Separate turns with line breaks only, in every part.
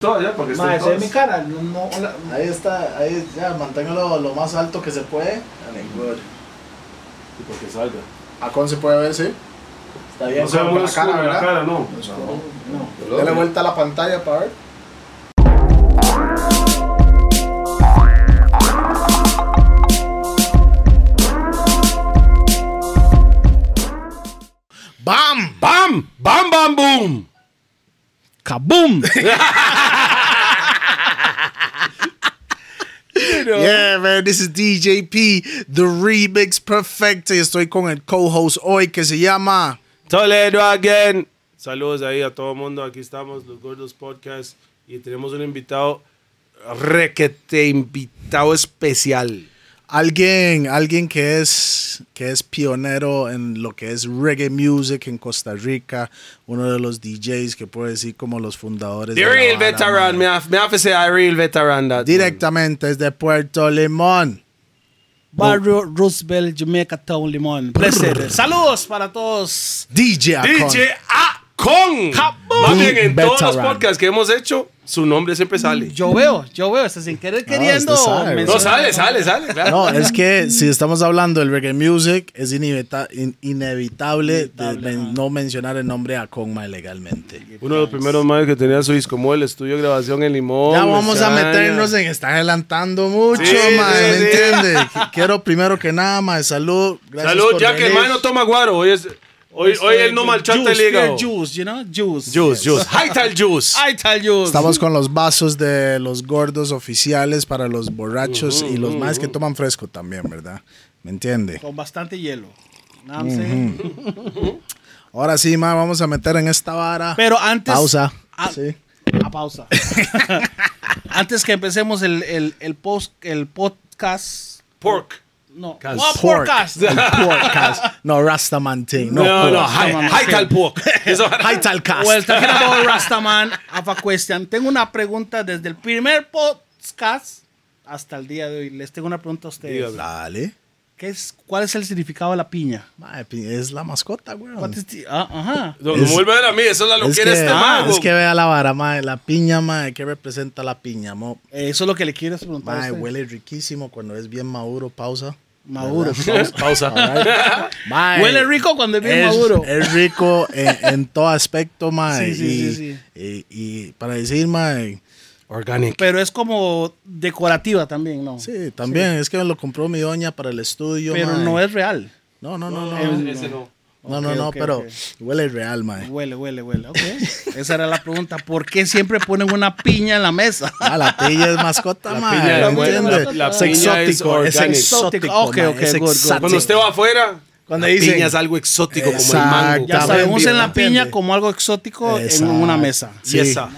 Todavía, porque
Mae,
están
se ve
todos.
mi cara. No, no, la-
Ahí está, ahí ya, manténgalo lo más alto que se puede. Dale, good.
Y porque salga.
Acon se puede ver, sí.
Está bien.
No se ve muy
con la cara,
oscuro en la
¿verdad?
cara, no.
no.
Dale vuelta a la pantalla para ver. ¡Bam!
¡Bam! ¡Bam, bam, boom! ¡Kaboom!
Yeah, man, this is DJP, The Remix Perfecto. Y estoy con el co-host hoy que se llama.
Toledo again. Saludos ahí a todo el mundo. Aquí estamos, los Gordos Podcast. Y tenemos un invitado, requete invitado especial.
Alguien, alguien que es, que es pionero en lo que es reggae music en Costa Rica, uno de los DJs que puedo decir como los fundadores.
The
la
real
vara,
veteran.
man.
Me hace, me hace ser a real veteran. that
Directamente desde Puerto Limón.
Barrio Roosevelt, Jamaica Town, Limón. Placer. Saludos para todos.
DJ
man.
Akon.
DJ Akon. Más bien en todos los
Veteran.
podcasts que hemos hecho, su nombre siempre sale.
Yo veo, yo veo. Está sin querer queriendo.
Ah, usted sabe,
mencionar-
No, sale, sale, sale. Claro.
No, es que si estamos hablando del reggae music, es inevita- in- inevitable, de
Inevitable,
men-
ajá.
no mencionar el nombre a Conma legalmente.
Uno de los primeros más que tenía su disco, como el estudio de grabación en Limón.
Ya vamos a
Mesaña.
meternos en. Está adelantando mucho,
Oh, Sí,
mae,
sí,
¿me
sí.
entiende? Qu- Quiero primero que nada, mae, salud. gracias
Salud,
por
ya que el
venir.
man no toma guaro. Hoy, es, hoy, hoy él no maltrata el
Este Juice,
hígado.
pure Juice, you know? Juice.
Juice, juice. Hightail juice.
I tell you.
Estamos con los vasos de los gordos oficiales para los borrachos y los más que toman fresco también, ¿verdad? ¿Me entiende?
con bastante hielo. eh. Know what I'm saying?
Ahora sí, mae, vamos a meter en esta vara.
Pero antes.
Pausa.
Ah,
Sí.
A pausa. Antes que empecemos el, el, el, post, el podcast.
Pork.
No,
Cas-
Oh,
Pork.
podcast.
El podcast. No, Rastamantin. No,
No,
pork.
no, hi- hightail pork. Eso-
Hi, Talcast.
O el talking about Rastaman. I have a question. Tengo una pregunta desde el primer podcast hasta el día de hoy. Les tengo una pregunta a ustedes.
Dígame.
Dale.
¿Qué es, ¿Cuál es el significado de la piña?
Mae, pi- es la mascota, güey.
What is the- ah, ajá.
No,
Es-
no vuelve a ver a mí, eso es la
Es
loquera
que, ah,
este mago.
es que vea la vara, mae. La piña, mae. ¿Qué representa la piña, mo?
Eso es lo que le quiero preguntar. a
Mae,
usted.
huele riquísimo cuando es bien maduro. Pausa.
Maduro.
Pausa.
Mae,
Huele rico cuando es bien
es,
maduro.
Es rico en, en todo aspecto,
Sí,
mae.
sí,
y,
sí,
Y, y para decir, mae.
Organic.
Pero es como decorativa también, ¿no?
Sí, también. Es que lo compró mi doña para el estudio,
Pero
mae.
no es real.
No, no, no, no.
Ese no.
No, no,
Ok,
no,
ok,
pero
ok.
huele real, mae.
Huele, huele, huele. Ok. Esa era la pregunta. ¿Por qué siempre ponen una piña en la mesa?
Ah, la piña es mascota,
La
mae.
piña es
¿me
buena,
entiende?
la- la
es
piña es
exótico, es,
organic.
exótico.
Ok,
mae,
ok,
es
good, good.
exótico.
Cuando usted va afuera,
Cuando
la
dicen-
piña es algo exótico como el mango.
Exacto.
Ya sabemos en la
¿entiende?
piña como algo exótico
Exacto.
en una mesa.
Sí.
Y esa.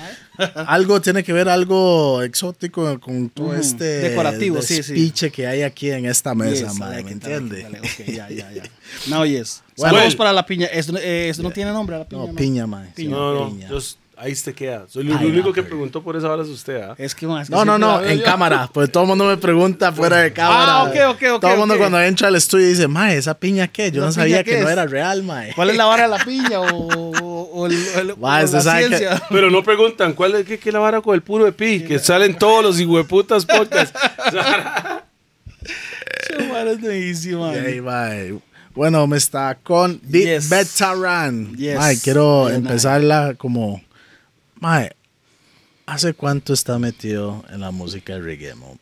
Algo tiene que ver algo exótico con todo
Ujú,
este
decorativo, sí, sí.
despiche que hay aquí en esta mesa,
Yes,
madre,
like
¿me
it, like it,
entiende?
like it. Ok, ya, ya, ya. Now yes.
Bueno.
Saludos para la piña. Esto, eh, esto no tiene nombre, la piña.
No,
man.
piña, mae. sí,
No, no,
piña.
yo- ahí se queda. Soy el único que preguntó por esa hora es usted, ¿ah?
Es que, man, es que
No, no,
siempre
no,
la-
en cámara, porque todo el mundo me pregunta fuera de cámara.
Ah, ok, ok, ok,
Todo el mundo
ok.
cuando entra al estudio dice, mae, ¿esa piña qué? Yo
¿Esa
no
piña
sabía
qué
que no
es?
era real, mae.
¿Cuál es la vara de la piña o, o- o el- el-
Mae,
o
usted
la
sabe que-
ciencia?
Pero no preguntan cuál es qué, qué es la vara con el puro de pi, que salen todos los hijueputas podcasts.
Esa vara es bellísima, man.
Ey, mae. eh. Bueno, me está con The
Yes.
Veteran.
Yes.
Mae, quiero
Bien, mae.
empezarla como. Mae, ¿hace cuánto está metido en la música reggae? mo?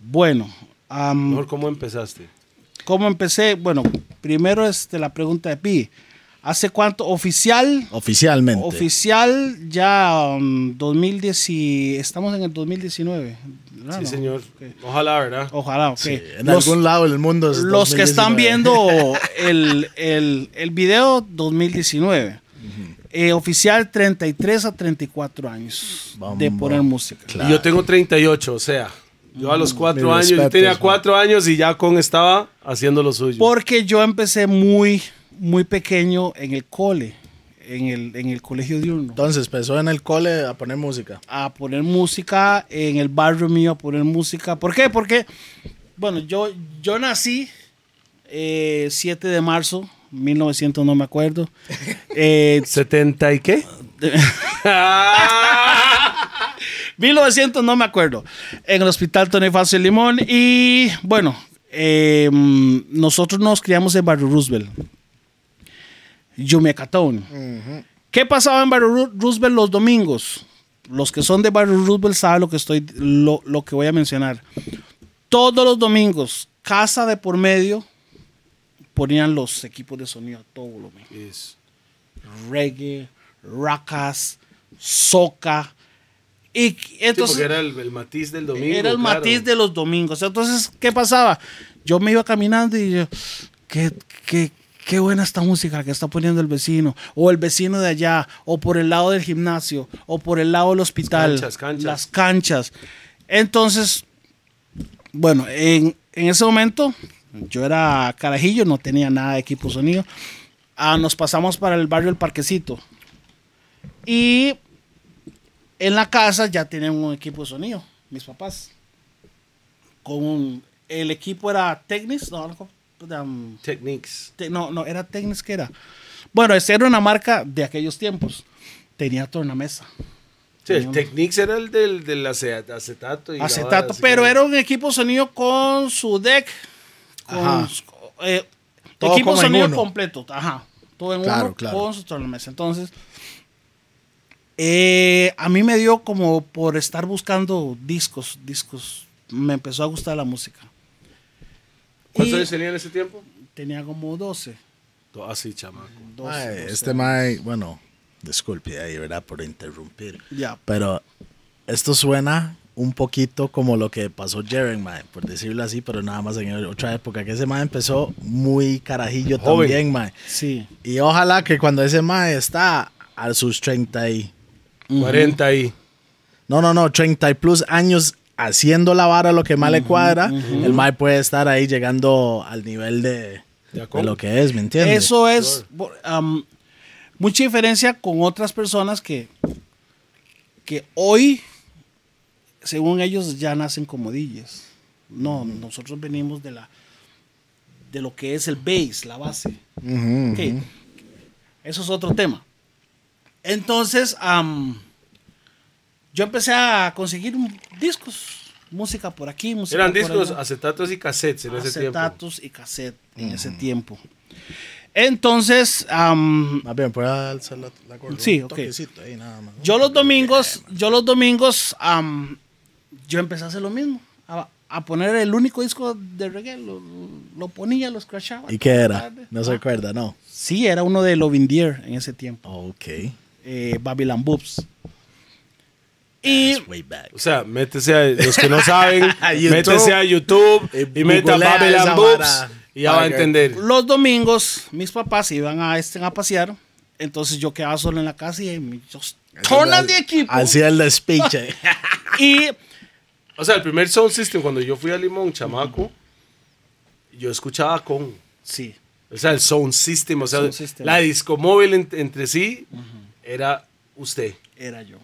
Bueno, am,
Mejor, ¿cómo empezaste?
¿cómo empecé? Bueno, primero este, la pregunta de Pi. ¿Hace cuánto oficial?
Oficialmente.
Oficial ya um, 2010 y- estamos en el 2019. ¿verdad?
Sí,
Ah, ¿No?
señor. Ojalá, ¿verdad?
Ojalá, ok.
Sí, en
los,
algún lado del mundo. es
los que están
2019.
viendo el, el- el video 2019. Eh, oficial 33 a 34 años de
Vamos.
poner música.
Claro.
Y yo tengo 38, o sea, yo a los cuatro
mis
años, yo
respetos,
tenía
man.
cuatro años y ya con estaba haciendo lo suyo.
Porque yo empecé muy, muy pequeño en el cole, en el, en el colegio diurno.
Entonces empezó en el cole a poner música.
a poner música en el barrio mío, a poner música. ¿Por qué? Porque, bueno, yo, yo nací eh, 7 de marzo, 1900, no me acuerdo. Eh, Ah.
¿70 y qué?
1900, no me acuerdo. En el hospital Tony Fausto de Limón. Y bueno, eh, nosotros nos criamos en Barrio Roosevelt. Yumecatón. ¿Qué pasaba en Barrio Ru- Roosevelt los domingos? Los que son de Barrio Roosevelt saben lo que, estoy, lo, lo que voy a mencionar. Todos los domingos, casa de por medio, ponían los equipos de sonido a todo volumen
Es-
reggae, racas, soca. Y entonces
sí, porque era
era,
el, el matiz del domingo.
el
claro.
matiz de los domingos. Entonces, ¿qué pasaba? Yo me iba caminando y yo, qué, qué, qué buena esta música que está poniendo el vecino, o el vecino de allá, o por el lado del gimnasio, o por el lado del hospital.
canchas, canchas.
Las canchas. Entonces, bueno, en, en ese momento yo era carajillo, no tenía nada de equipo sonido. Ah, nos pasamos para el barrio El Parquecito. Y en la casa ya tenían un equipo de sonido, mis papás. Con un- el equipo era Technics, no, no, um,
Techniques.
te- no, no, era Technics que era. Bueno, esa era una marca de aquellos tiempos. Tenía tornamesa,
Sí, el Techniques era el del, del ace- acetato. Y la vara,
acetato,
así
pero
que-
era un equipo de sonido con su deck, con
Ajá.
su- eh,
Todo
equipo de
como en
sonido
uno.
completo, ajá, todo en
Claro,
uno
claro.
con su tornamesa. Entonces, eh, a mí me dio como por estar buscando discos, discos, me empezó a gustar la música.
¿Cuántos
Y
años tenía en ese tiempo?
tenía como 12.
Así, chamaco.
12,
Mae,
12.
este mae, bueno, disculpe ahí, ¿verdad? Por interrumpir.
Ya.
Pero esto suena un poquito como lo que pasó Jeren, mae, por decirlo así, pero nada más en otra época. Que ese mae empezó muy carajillo
Joven.
también, mae.
Sí.
Y ojalá que cuando ese mae está a sus 30 y...
40 ahí.
No, no, no, 30 y plus años haciendo la vara lo que más le cuadra, el mae puede estar ahí llegando al nivel de,
Ya
de
como.
lo que es, ¿me entiendes?
Eso es bo- am, mucha diferencia con otras personas que, que hoy, según ellos, ya nacen como DJs. No, nosotros venimos de la de lo que es el base, la base.
Ujú,
Ok. Eso es otro tema. Entonces, am, yo empecé a conseguir un- discos, música por aquí, música
Eran
por
discos,
allá
acetatos y cassettes en ese tiempo.
acetatos y cassette en ese tiempo. Entonces, am,
Más bien, puede alzar la, la gorra,
Sí,
un
ok.
toquecito ahí, nada más.
yo los domingos, yo los domingos, am, yo empecé a hacer lo mismo, a, a poner el único disco de reggae, lo, lo ponía, lo Ah. scratchaba.
¿Y qué era? No se
sé.
acuerda, no.
Sí, era uno de Lovin' Dear en ese tiempo,
Ok.
eh, Babylon Boobs. Y
It's way back.
O sea, métese a los que no saben,
A YouTube.
métese a YouTube
Y
y meta
googlea esa
Babylon Boobs
vara.
y ya va a
Bagger.
entender.
los domingos mis papás se iban a, este, a pasear, entonces yo quedaba solo en la casa y ahí me- yo- tonas de equipo.
Hacía el despiche.
Y
O sea, el primer sound system cuando yo fui a Limón, chamaco, yo escuchaba con.
sí,
O sea, el sound system, o sea,
Sound system.
la disco móvil en- entre sí era usted,
era yo.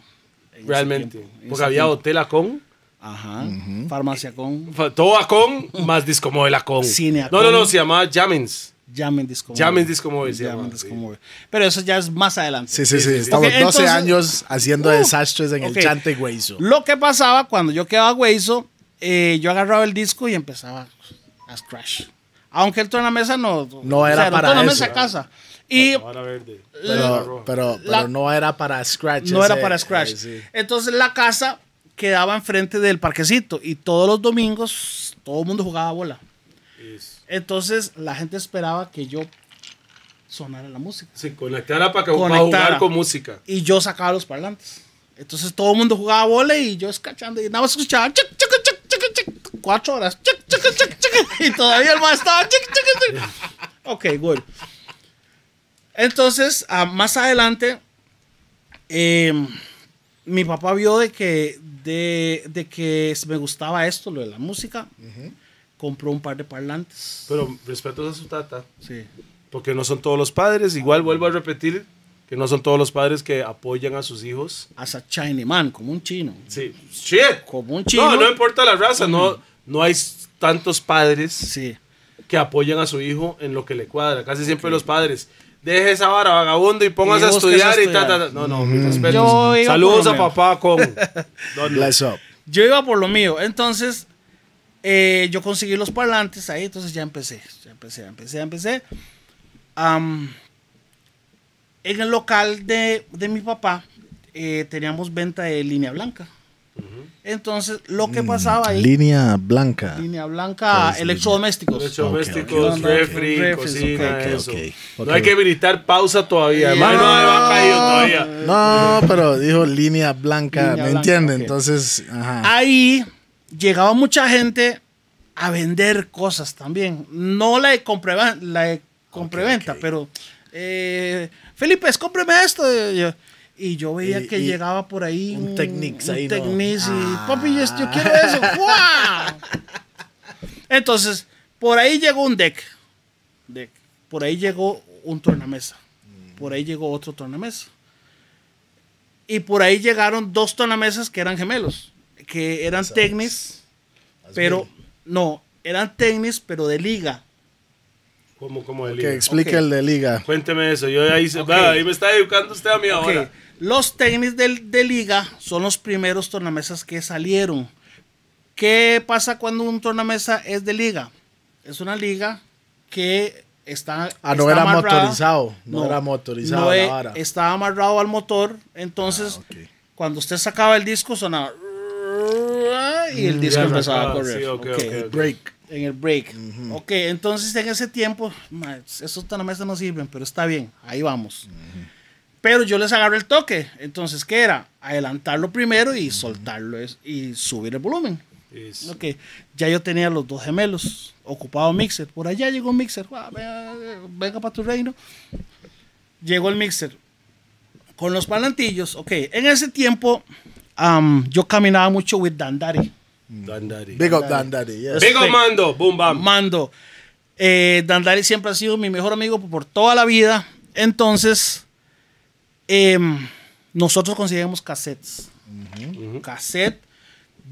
en ese
realmente.
tiempo, en
Porque
ese
había
tiempo.
hotel a con,
Ajá. Farmacia con
fa- todo a con, más disco móvil a con.
Cine a
no, no,
con.
no, se llamaba Jamins.
Llamen Disco Móvil.
Llamen Disco Móvil, se
Llamen
llama,
Disco
sí.
Móvil. Pero eso ya es más adelante.
Sí, sí, sí.
sí.
Estamos
Ok,
12
entonces-
años haciendo
Uh,
desastres en
ok.
el chante güeyzo.
Lo que pasaba cuando yo quedaba hueso, eh, yo agarraba el disco y empezaba a scratch. Aunque el tornamesa no.
No era para
tornamesa
eso.
a casa. Y
La vara verde, la vara
Pero,
roja.
pero,
La-
pero no era para Scratch.
no era
ese-
para scratch.
eh, sí.
Entonces la casa quedaba enfrente del parquecito y todos los domingos todo el mundo jugaba bola.
Es-
Entonces la gente esperaba que yo sonara la música.
Sí, conectara para, que, para
Conectara.
jugar con música.
y yo sacaba los parlantes. Entonces todo el mundo jugaba bola y yo escachando y nada más escuchaba chic, chic, chic, chic, chic, cuatro horas chic, chic, chic, chic, y todavía el más estaba chic, chic, chic. Ok, good. Entonces, ah, más adelante, eh, mi papá vio de que, de, de que me gustaba esto, lo de la música. Compró un par de parlantes.
Pero respetos a su tata.
Sí.
Porque no son todos los padres. Igual vuelvo a repetir que no son todos los padres que apoyan a sus hijos.
As a Chinese man, como un chino.
Sí. Shit.
Como un chino.
No, no importa la raza. No, no hay s- tantos padres
Sí.
que apoyan a su hijo en lo que le cuadra. Casi siempre los padres deje esa vara vagabundo y póngase
Y
a,
busques a
estudiar y ta,
estudiar.
ta, ta. No, no, mis respetos.
Yo iba
Saludos
por
a
lo mío.
papá con... Don-
Bless up.
Yo iba por lo mío. Entonces, eh, yo conseguí los parlantes ahí. Entonces ya empecé. Ya empecé, ya empecé, ya empecé. Am, en el local de, de mi papá eh, teníamos venta de línea blanca. Entonces, lo que pasaba ahí,
Línea blanca.
línea blanca,
Pues,
electrodomésticos.
Electrodomésticos,
ok, ok.
refri,
Refris,
cocina,
ok, ok,
eso.
ok, ok.
No hay que habilitar pausa todavía.
Yeah.
hermano, no me ha caído todavía.
No, pero dijo línea blanca,
Línea
¿me
blanca,
entiende?
ok. Ah,
Entonces, ajá.
ahí llegaba mucha gente a vender cosas también. No la de, compra- la de compraventa, pero eh, Felipe, cómpreme esto. Y yo, y yo veía
Y-
que
y
llegaba por ahí
un Technics ahí,
Mm, un
¿no?
Technics y
Ah.
papi, yo, yo quiero eso. ¡guau! Entonces, por ahí llegó un deck. deck. Por ahí llegó un tornamesa. Por ahí llegó otro tornamesa. Y por ahí llegaron dos tornamesas que eran gemelos. Que eran Technics, pero no, eran Technics, pero de liga.
¿Cómo, cómo de
Que
liga?
explique
ok.
el de liga.
Cuénteme eso. Yo ahí, se-
Ok.
va, ahí me está educando usted a mí ahora.
Ok, Los tenis del- de, liga son los primeros tornamesas que salieron. ¿Qué pasa cuando un tornamesa es de liga? Es una liga que está.
Ah, no
está
era
amarrada.
motorizado, no era motorizado
no
la
e-
vara. Ah,
Estaba amarrado al motor. Entonces, cuando usted sacaba el disco, sonaba. Y el disco
Mm, Ya
empezaba a
sacaba,
correr.
sí, ok,
Ok.
ok, ok.
Break.
En el break. Ok, entonces en ese tiempo, ma, esos tornamesas no sirven, pero está bien, ahí vamos. Pero yo les agarro el toque. Entonces, ¿qué era? Adelantarlo primero y soltarlo es- y subir el volumen.
Es-
Ok, ya yo tenía los dos gemelos, ocupado mixer. Por allá llegó un mixer, "Ah, venga, venga para tu reino. Llegó el mixer con los palantillos. Ok, en ese tiempo am, yo caminaba mucho with Dandari.
Dan Daddy.
Big up, Dan Daddy. yes.
Big up, mando. Boom, bam.
Mando. Eh, Dandari siempre ha sido mi mejor amigo por toda la vida. Entonces, em, nosotros conseguimos cassettes. Cassette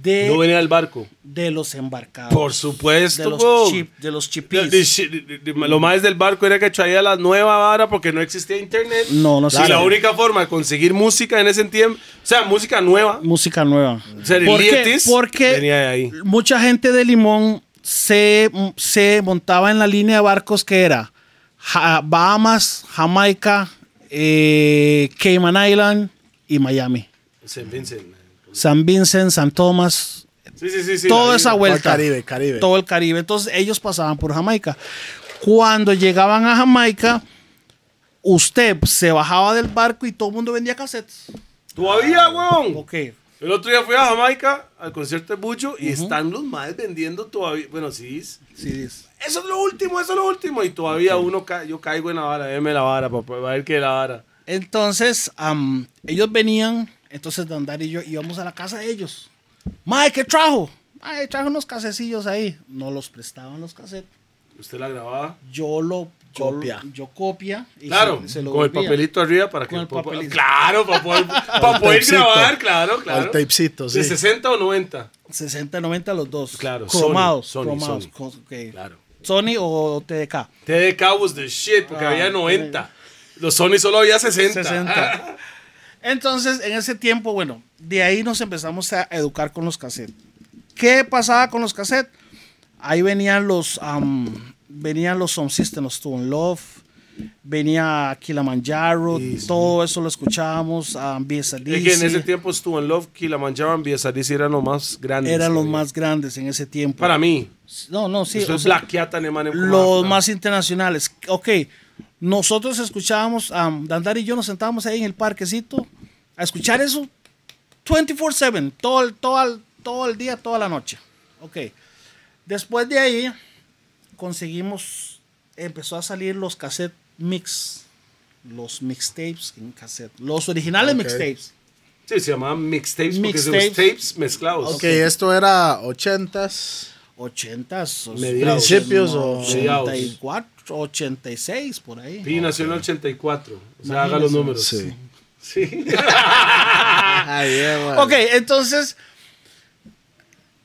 de,
No venía al barco.
de los embarcados.
Por supuesto,
Ah, De
bro.
los, chip, de los
De-
chipis.
de- de- de- de- Lo más del barco era que traía la nueva vara porque no existía internet.
No, no
Y
sé.
la única forma de conseguir música en ese tiempo, o sea, música nueva,
Música nueva.
Ser
¿Por qué?
Lietis
Porque
venía de ahí.
mucha gente de Limón se, se montaba en la línea de barcos que era Ja- Bahamas, Jamaica, eh, Cayman Island y Miami.
St. Vincent.
San Vincent, San Tomás,
Sí, sí, sí. sí
toda
la
esa
isla.
vuelta.
Todo el Caribe, Caribe.
Todo el Caribe. Entonces ellos pasaban por Jamaica. Cuando llegaban a Jamaica, usted se bajaba del barco y todo el mundo vendía cassettes.
Todavía, weón.
Ok.
El otro día fui a Jamaica al concierto de Bucho y están los más vendiendo todavía. Bueno, sí. es-
Sí, sí.
Eso es lo último, eso es lo último. Y todavía uno ca- yo caigo en la vara. Deme la vara, papá. Va a ver qué es la vara.
Entonces, am, ellos venían, entonces Dandar y yo íbamos a la casa de ellos. Mae, ¿qué trajo? Mae, trajo unos casecillos ahí. No los prestaban los cassettes.
Usted la grababa.
Yo lo yo,
Copia.
Yo copia. y
Claro,
se- se lo
con el
volvía.
papelito arriba para que
Con el
pueda-
papelito.
Claro, para poder, para poder
tapecito.
grabar, claro, claro.
El tapecito, sí.
De 60 o 90.
60, 90 los dos.
Claro,
cromados.
Sony, Sony,
cromados,
Sony.
cos- ok.
Claro.
Sony o TDK.
TDK was the shit
Ah,
porque había 90. Los Sony solo había 60.
60. Entonces, en ese tiempo, bueno, de ahí nos empezamos a educar con los cassettes. ¿Qué pasaba con los cassettes? Ahí venían los am, venían los Sound System, los Two in Love, venía Kilimanjaro, todo eso lo escuchábamos, um,
Es que en ese tiempo estuvo en Love, Kilimanjaro, Biesadici eran los más grandes.
eran
que
los
había.
más grandes en ese tiempo.
Para mí.
no, no, sí.
eso
o
es
sea,
Black Cat, Alemán, en
los
Cuba.
más internacionales. Ok, nosotros escuchábamos, am, Dandar y yo nos sentábamos ahí en el parquecito a escuchar eso 24/7, todo el, todo, el, todo el día, toda la noche. Ok, después de ahí conseguimos, empezó a salir los cassette mix, los mixtapes en cassette, los originales
Ok.
mixtapes.
Sí, se llamaban mixtapes porque son
Mixtapes.
tapes mezclados.
Ok, esto era 80s.
80s, o-
Mediados.
Principios o-
84, 86, por ahí.
Pi nació en el 84. O sea, haga los números.
Sí.
Sí.
Ah, yeah, man.
Ok, entonces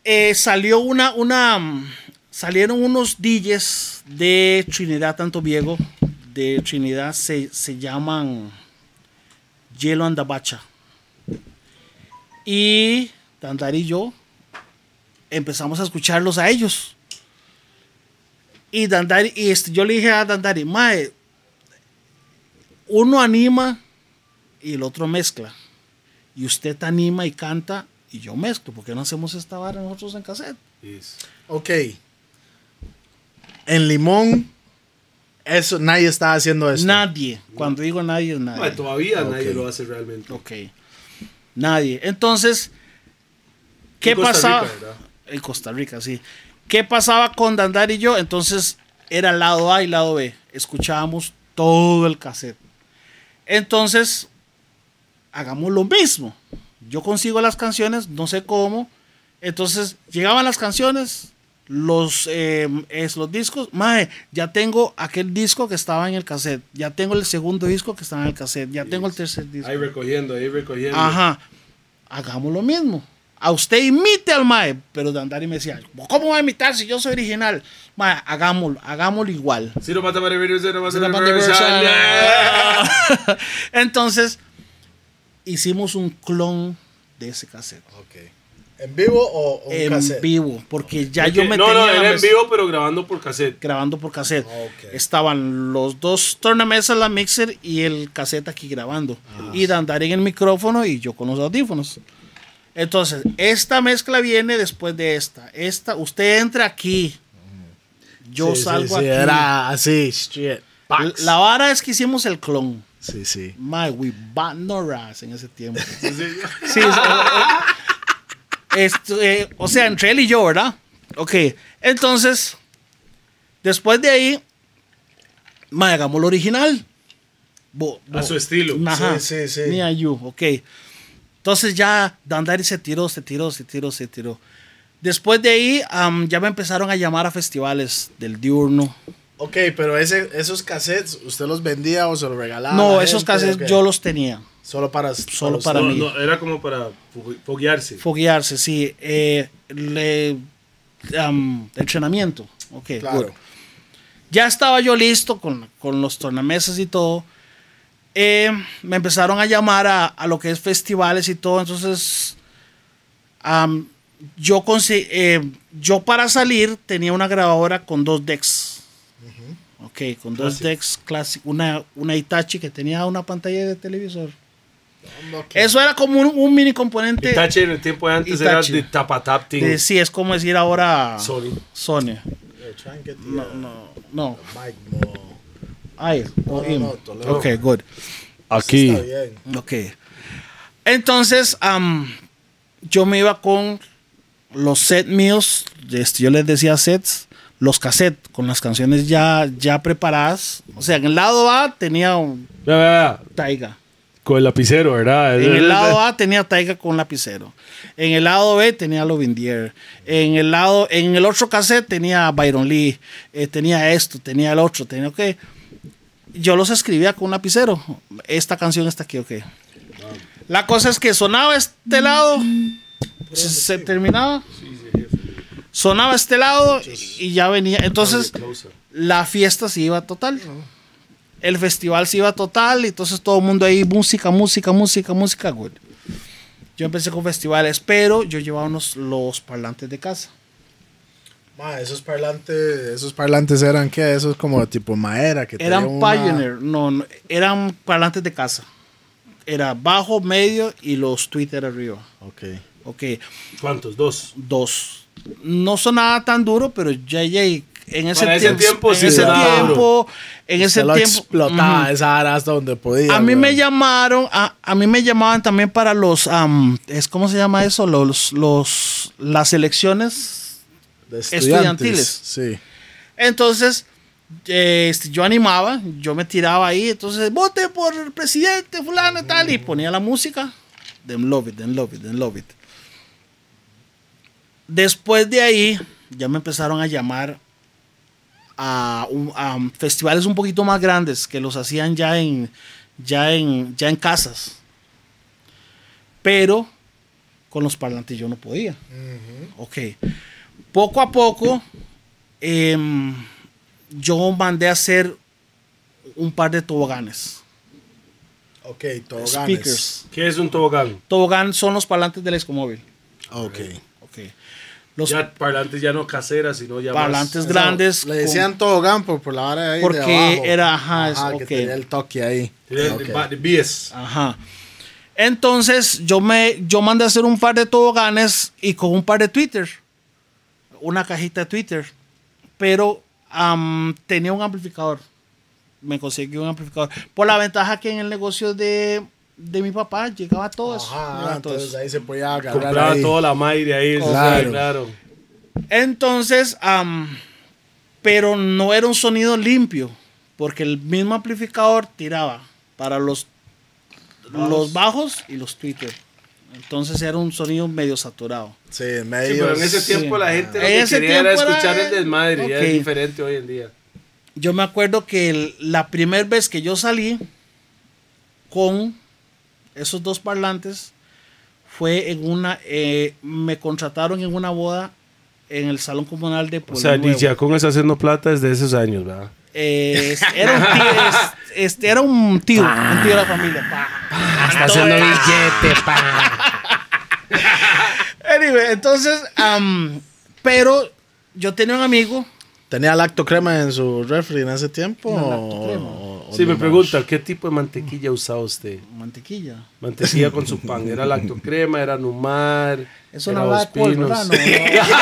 eh, salió una, una, mm, salieron unos DJs de Trinidad, tanto Diego, de Trinidad se, se llaman Hielo Andabacha. Y Dandari y yo empezamos a escucharlos a ellos. Y Dandari, y este, yo le dije a Dandari, Mae, uno anima y el otro mezcla. Y usted anima y canta y yo mezclo. ¿Por qué no hacemos esta vara nosotros en cassette?
Ok. En Limón, eso, nadie está haciendo esto.
Nadie. Cuando digo nadie, es nadie.
Mae, todavía
Ok.
nadie lo hace realmente.
Ok. Nadie. Entonces, ¿qué
En Costa
pasaba?
Rica, ¿verdad?
en Costa Rica, sí. ¿Qué pasaba con Dandar y yo? Entonces, era lado A y lado B. Escuchábamos todo el cassette. Entonces, hagamos lo mismo. Yo consigo las canciones, no sé cómo. Entonces, llegaban las canciones, los, eh, es, los discos. Mae, ya tengo aquel disco que estaba en el cassette. Ya tengo el segundo disco que estaba en el cassette. Ya tengo el tercer disco.
Ahí recogiendo, ahí recogiendo.
Ajá. Hagamos lo mismo. A usted imite al Mae. Pero Dandari me decía, ¿cómo va a imitar si yo soy original? Mae, hagámoslo, hagámoslo igual.
Si no mata para virus, no mata para virus.
Entonces, hicimos un clon de ese cassette.
Ok. ¿En vivo o o un
en
cassette?
vivo, porque ya
Es
yo
que-
me
No, no,
tenía
era en
mes-
vivo, pero grabando por cassette.
grabando por cassette.
Ah, Ok.
Estaban los dos tornamesas, la mixer y el cassette aquí grabando.
Ah.
Y de andar en el micrófono y yo con los audífonos. Entonces, esta mezcla viene después de esta. Esta, usted entra aquí. Yo
Sí, sí,
salgo
sí,
aquí.
Era así, shit.
La- La vara es que hicimos el clon.
Sí, sí.
My, we banoras en ese tiempo.
Sí, sí.
Sí, es- esto, eh, o sea, entre él y yo, ¿verdad? Ok, entonces, después de ahí, mae, hagamos lo original. Bo-
A
bo-
su estilo.
Ajá.
Sí, sí, sí.
Me and you, ok. Entonces ya Dandari se tiró, se tiró, se tiró, se tiró. Después de ahí, am, ya me empezaron a llamar a festivales del diurno.
Ok, pero ese, esos cassettes, ¿usted los vendía o se los regalaba? a
no,
Ah, la
esos
gente?
casos
Ok.
yo los tenía.
Solo para.
Solo
usted.
para
No,
mí.
no, era como para fogue- foguearse.
Foguearse, sí. Eh, le- am, entrenamiento. Ok,
Claro.
good. Ya estaba yo listo con, con los tornamesas y todo. Eh, me empezaron a llamar a, a lo que es festivales y todo. Entonces, am, yo, consi- eh, yo para salir tenía una grabadora con dos decks. Ok, con dos
Classic.
decks clásico, una, una Hitachi que tenía una pantalla de televisor.
Ok.
Eso era como un, un mini componente.
Itachi en el tiempo de antes era
Itachi.
de tapatap
De- sí, es como decir ahora
Sony.
Sony.
Yeah, try and get the,
No,
uh,
no, no.
mic more.
Ay,
No, no,
him.
no, Toledo.
Ok, good.
Aquí.
Está bien.
Ok. Entonces, am, yo me iba con los set míos. este, yo les decía sets. Los cassettes con las canciones ya, ya preparadas. O sea, en el lado A tenía un
Vea, vea, vea,
Taiga.
Con el lapicero, ¿verdad?
En el lado A tenía Taiga con lapicero. En el lado B tenía Lovindier. En el lado, en el otro cassette tenía Byron Lee. eh, tenía esto, tenía el otro, tenía que. Yo los escribía con un lapicero. Esta canción está aquí, ok. La cosa es que sonaba este lado, se, se terminaba. Sonaba este lado y ya venía. Entonces, la fiesta se iba total. El festival se iba total, y entonces todo el mundo ahí, música, música, música, música, güey. Yo empecé con festivales, pero yo llevaba unos, los parlantes de casa.
Ma, esos parlantes, esos parlantes eran qué? Esos como tipo madera que
Eran
tenía una-
Pioneer, no, no, eran parlantes de casa. Era bajo, medio y los Twitter arriba.
Ok.
Ok,
¿Cuántos? Dos.
dos. No sonaba tan duro, pero ya, ya, y en ese
Para ese
tiempo,
tiempo
en
sí
ese
sonaba duro.
tiempo, en ese
Se lo
tiempo,
explotaba
ujú.
esa área hasta donde podía.
A mí
weón.
me llamaron, a, a mí me llamaban también para los, am, es ¿cómo se llama eso? Los, los, las elecciones.
De
estudiantiles.
Sí.
Entonces, eh, este, yo animaba, yo me tiraba ahí, entonces, vote por el presidente, fulano y tal, y ponía la música. Them love it, them love it, them love it. Después de ahí, ya me empezaron a llamar a, un- a festivales un poquito más grandes que los hacían ya en, ya en, ya en casas. Pero con los parlantes yo no podía. Ok. Poco a poco em, yo mandé a hacer un par de toboganes.
Ok, toboganes.
Speakers.
¿Qué es un tobogán?
Tobogán son los parlantes del excomóvil.
Ok.
Okay. Los
Ya parlantes ya no caseras, sino ya más-
parlantes grandes.
Le decían tobogán pues, por, por la vara ahí. de
Porque
abajo.
era, ajá, es-
ajá que
ok.
tenía el toque ahí.
de-
Ok.
de- ba- de vías.
con- ajá. Entonces yo me yo mandé a hacer un par de toboganes y con un par de Twitter. Una cajita de Twitter. Pero am, tenía un amplificador. Me conseguí un amplificador. Por la ventaja que en el negocio de, de mi papá llegaba todo eso.
Ajá,
llegaba todo
Ah, entonces
eso.
ahí se podía
Ah,
agarrar
Compraba
ahí.
toda la maire ahí. eso sí,
Claro.
Claro.
Entonces, am, pero no era un sonido limpio, porque el mismo amplificador tiraba para los, los bajos y los Twitter. Entonces era un sonido medio saturado.
Sí,
Sí,
medio.
pero en ese
sí.
tiempo la gente lo
En
que
ese
quería era
tiempo era-
escuchar el desmadre. Ya
Ok.
es diferente hoy en día.
Yo me acuerdo que el- la primera vez que yo salí con esos dos parlantes fue en una, eh, me contrataron en una boda en el Salón Comunal de
O
Pueblo
sea,
Nuevo.
con está haciendo plata desde esos años, ¿verdad?
Eh, es- era un tío, es- este, era un tío, un tío de la familia. pa.
Está haciendo billete,
Anyway, entonces, am, pero yo tenía un amigo,
¿Tenía lactocrema en su refri en ese tiempo?
No,
o-
lactocrema.
o- o
Sí,
no
me
más?
pregunta, ¿qué tipo de mantequilla usaba usted?
mantequilla.
Mantequilla con su pan. Era lactocrema, era numar.
Es una
era
bala de col,
Ospinos.
¿verdad? No, no.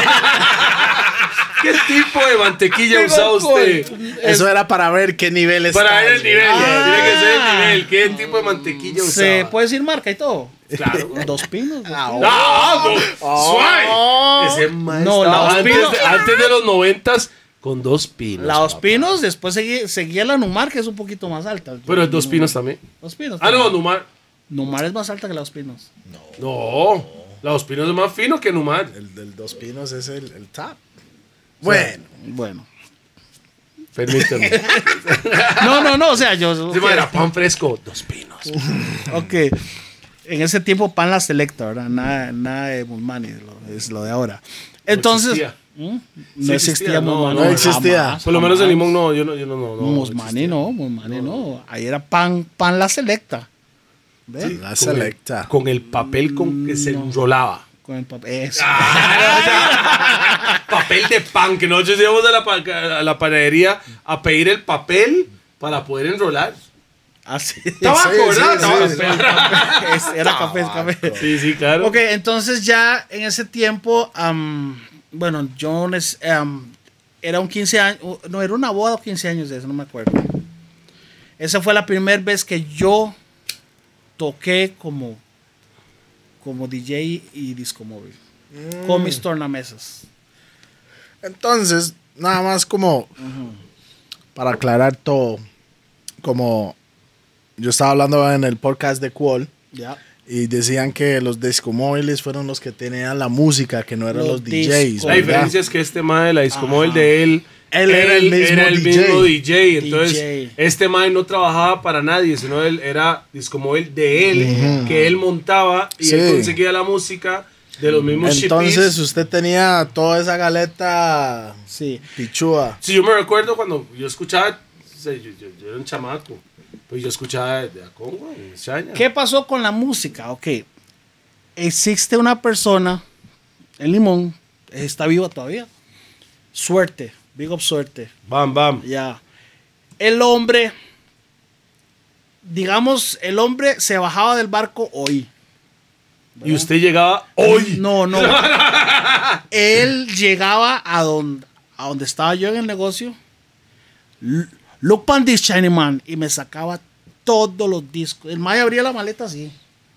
¿Qué tipo de mantequilla usaba
pues,
usted?
Eso era para ver qué nivel está.
Para ver el nivel.
Ah.
Tiene que ser el nivel. ¿Qué tipo de mantequilla usaba?
Se puede decir marca y todo.
Claro.
Dos pinos. dos pinos.
¡Ah, no! ¡Suave! Ese mae
No,
estaba
la
antes,
Ospino-
de, antes de los noventas con dos pinos.
La dos
papá.
pinos, después seguía, seguía la Numar, que es un poquito más alta.
Pero es dos pinos también.
Dos pinos.
Ah, no, Numar.
Numar es más alta que la dos pinos.
No. La dos pinos es más fino que Numar.
El del Dos Pinos es el, el top. Bueno.
Bueno.
Permíteme. Se
No, no, no, o sea, yo...
llama era pan fresco. Dos pinos.
Ok. En ese tiempo pan la selecta, ¿verdad? Nada, nada de Musmani, lo- es lo de ahora. Entonces,
existía.
¿Mm? no
Sí
existía,
existía, no,
Musmani,
no
jamás,
existía.
Por lo menos el
jamás.
limón no, yo no, yo no, no. no
Musmani
existía.
no, Musmani no. Ahí era pan, pan la selecta. ¿Ve?
La
Con el-
selecta.
Con el papel con que se enrolaba.
Con el papel. Eso.
Ah. papel de pan, que nosotros íbamos a la, pa- a la panadería a pedir el papel para poder enrolar.
Así.
Tabaco,
sí,
¿verdad?
sí,
Tabaco.
Es- era café, es café.
Sí, sí, claro.
Ok, entonces ya en ese tiempo, am, bueno, yo nes- am, era un 15 años, no, era una boda o 15 años de eso, no me acuerdo. Esa fue la primera vez que yo toqué como, como DJ y disco móvil, con mis tornamesas.
Entonces, nada más como para aclarar todo. Como yo estaba hablando en el podcast de Qual
Ya.
y decían que los discomóviles fueron los que tenían la música, que no eran
Los
los, DJs.
disco-
La
¿verdad?
diferencia es que este mae, la disco móvil de él,
Él era el mismo
era el
DJ.
mismo DJ, Entonces,
DJ.
este mae no trabajaba para nadie, sino él era disco móvil de él, que él montaba y él
Sí.
conseguía la música de los mismos
Entonces,
shippies.
usted tenía toda esa galeta
Sí.
pichúa.
Si yo me recuerdo cuando yo escuchaba, o sea, yo, yo- yo era un chamaco, pues yo escuchaba de, de a Congo, de Chaña.
¿Qué pasó con la música? Ok, existe una persona, el limón, está viva todavía. Suerte, big up suerte.
Bam, bam.
Ya. El hombre, digamos, el hombre se bajaba del barco hoy.
Y usted llegaba hoy.
No, no. Él llegaba a donde, a donde estaba yo en el negocio. L- Look pan this shiny man. Y me sacaba todos los discos. El Maya abría la maleta así.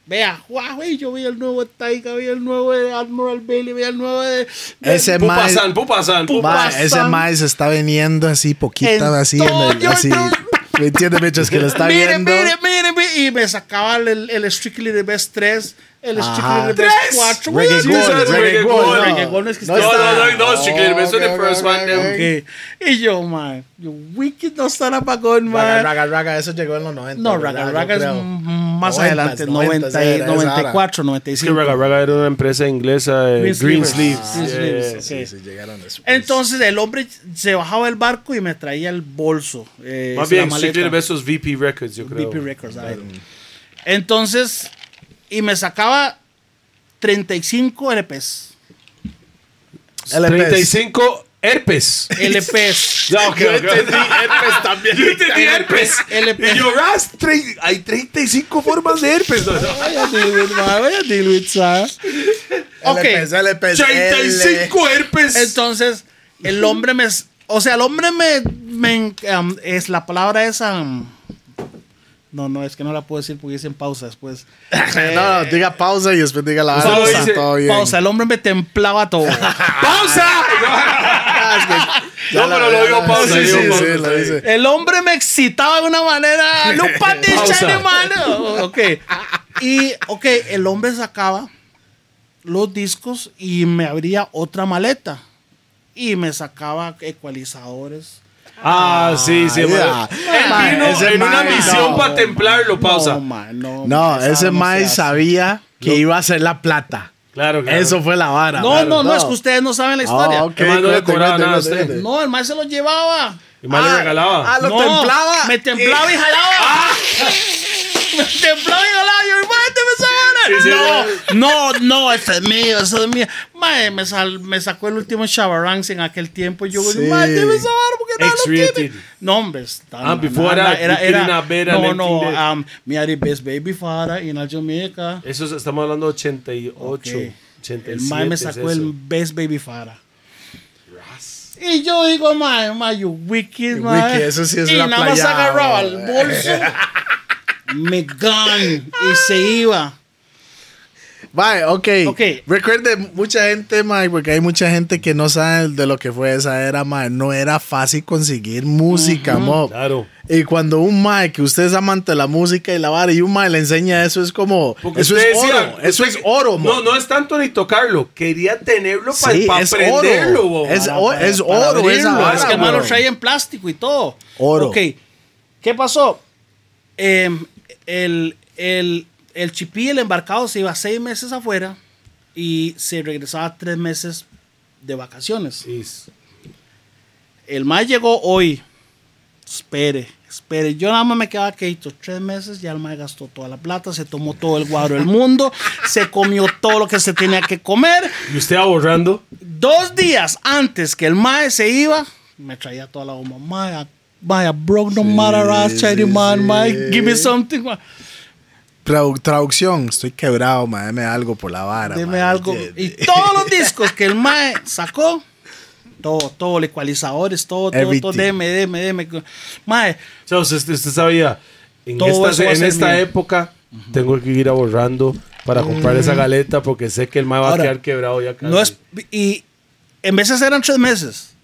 Vea, Huawei, yo vi el nuevo de Taika, vi el nuevo de Admiral Bailey, vi el nuevo de. de-
Ese
Pupa
mae-
San, Pupa San.
Pupa-
mae,
Pasan.
ese mae se está viniendo así, poquita,
En
así. en
todo
el- así.
Jordan.
¿Me entiende, bicho? Es que lo está
mire,
viendo.
mire, mire, mire, Y me sacaba el, el Strictly the Best 3 El
Ajá.
Chicle Remix
Tres.
4,
Reggae
weón.
Sí,
Gold,
sabes,
Reggae
reggae
Gold,
gold.
no.
Reggae Gold no es que
No
está-
No, no, no, no,
Oh,
Chiquilín, it's the
okay,
first
okay,
one eh. now.
okay.
Ok. Y yo, man, yo, Wicked no estará apagón,
Raga,
man.
raga, raga, eso llegó en los 90.
no,
¿verdad?
Raga
Yo
Raga es
creo.
mm, más
90s,
adelante, 90,
90s era esa vara.
94,
Es que
95.
Raga Raga era una empresa inglesa, eh, Green
Sleeves.
Sleeves.
Green
Yeah.
Sleeves, ok.
Ah, Sí, sí, llegaron después.
Entonces el hombre se bajaba del barco y me traía el bolso. eh,
Más
la
bien,
maleta.
Chiquilín, esos VP Records, yo creo.
BP Records, a ver. Entonces, y me sacaba 35 LPs.
LPs.
35 herpes.
LPs.
No, yo entendí herpes también. Yo entendí herpes.
LPs.
Y yo, "Ras, tre- hay 35 formas de herpes. No, no.
Voy a deal with, man, voy a deal with, ¿sabes? Ok,
LPs, LPs,
35 herpes.
entonces el hombre me... O sea, el hombre me... me en- um, es la palabra esa... um, no, no, es que no la puedo decir porque dicen pausa después.
No, diga pausa y después diga la
Pausa.
pausa. Todo bien.
Pausa, el hombre me templaba todo.
¡Pausa! Ah, No, pero lo digo pausa.
Sí, sí,
digo
sí,
pausa.
lo dice.
El hombre me excitaba de una manera. No
Pausa.
de mano. Oh, Ok. Y, ok, el hombre sacaba los discos y me abría otra maleta. Y me sacaba ecualizadores.
Ah, sí, sí.
Ah,
bueno. Ah,
ya.
Él
Ma,
vino
ese
en una
ma,
misión
no,
para templarlo, pausa.
No, ma, no, ma,
No,
esa
ese
no se
Mai
hace.
sabía que iba a ser la plata.
Claro, claro.
Eso fue la vara.
No, no, no, es que ustedes no saben la historia.
Ah, ok.
Además, no le
cuente,
cobraba
cuente,
nada a
cuente,
usted.
cuente.
No, el mae se los llevaba.
Y más le
Ah,
regalaba.
ah, lo
No,
templaba.
Me templaba y jalaba.
Ah.
Me templaba y jalaba. Yo,
Sí,
"Mae,
sí,
no, no, no, eso es mío, eso es mío. Mae, me, sal- me sacó el último Shabarangs en aquel tiempo. Y yo,
Sí.
mae, deme esa vara porque nada lo tiene.
X-rated.
No, hombre. está-
Ah, before that, you couldn't have been
no,
an
no.
empty
Um, me had best baby father in a Jamaica.
Eso es- estamos hablando de 88.
Ok.
87,
El mae me
es eso.
sacó el best baby father. Y yo digo, mae, mae, you wicked, mae.
Wicked, eso sí es
y
la
nada más
playa,
agarraba el
mae.
bolso, me gan y se iba.
Bye, ok.
Ok.
Recuerde, mucha gente, Mike, porque hay mucha gente que no sabe de lo que fue esa era, Mike. No era fácil conseguir música, mo.
Claro.
Y cuando un Mike, que usted es amante de la música y la vara, y un Mike le enseña eso, es como.
Porque
eso
usted
es
decía,
oro. Eso es
usted-
oro, mo.
No, no es tanto ni tocarlo. Quería tenerlo para
Sí, es
aprenderlo,
oro.
bo.
Es,
Para-
o-
para-
es
para
oro esa
abrirlo.
vara,
Es que más lo
weón.
traía en plástico y todo.
Oro.
Ok. ¿Qué pasó? Eh, el, el, el chipí, el embarcado, se iba seis meses afuera y se regresaba tres meses de vacaciones.
Sí.
El mae llegó hoy. Espere, espere. Yo nada más me quedaba quieto tres meses. Ya el mae gastó toda la plata, se tomó todo el guaro del mundo, se comió todo lo que se tenía que comer.
Y usted ahorrando.
Dos días antes que el mae se iba, me traía toda la goma. Mae, mae, I broke no matter ass, shady man, mae, give me something. mae.
Trau- traducción, estoy quebrado, ma. Deme algo por la vara.
Deme
ma.
algo.
De- de-
Y todos los discos que el mae sacó, todo, todo, los ecualizadores, todo, todo, todo,
Everything.
deme, deme, deme. Mae,
O sea, usted, usted sabía, en
Todo eso
esta,
va a
en
ser
esta
mío.
época tengo que ir ahorrando para comprar esa galeta porque sé que el mae va
Mm. Ahora,
a quedar quebrado ya casi.
No es, y en veces eran tres meses,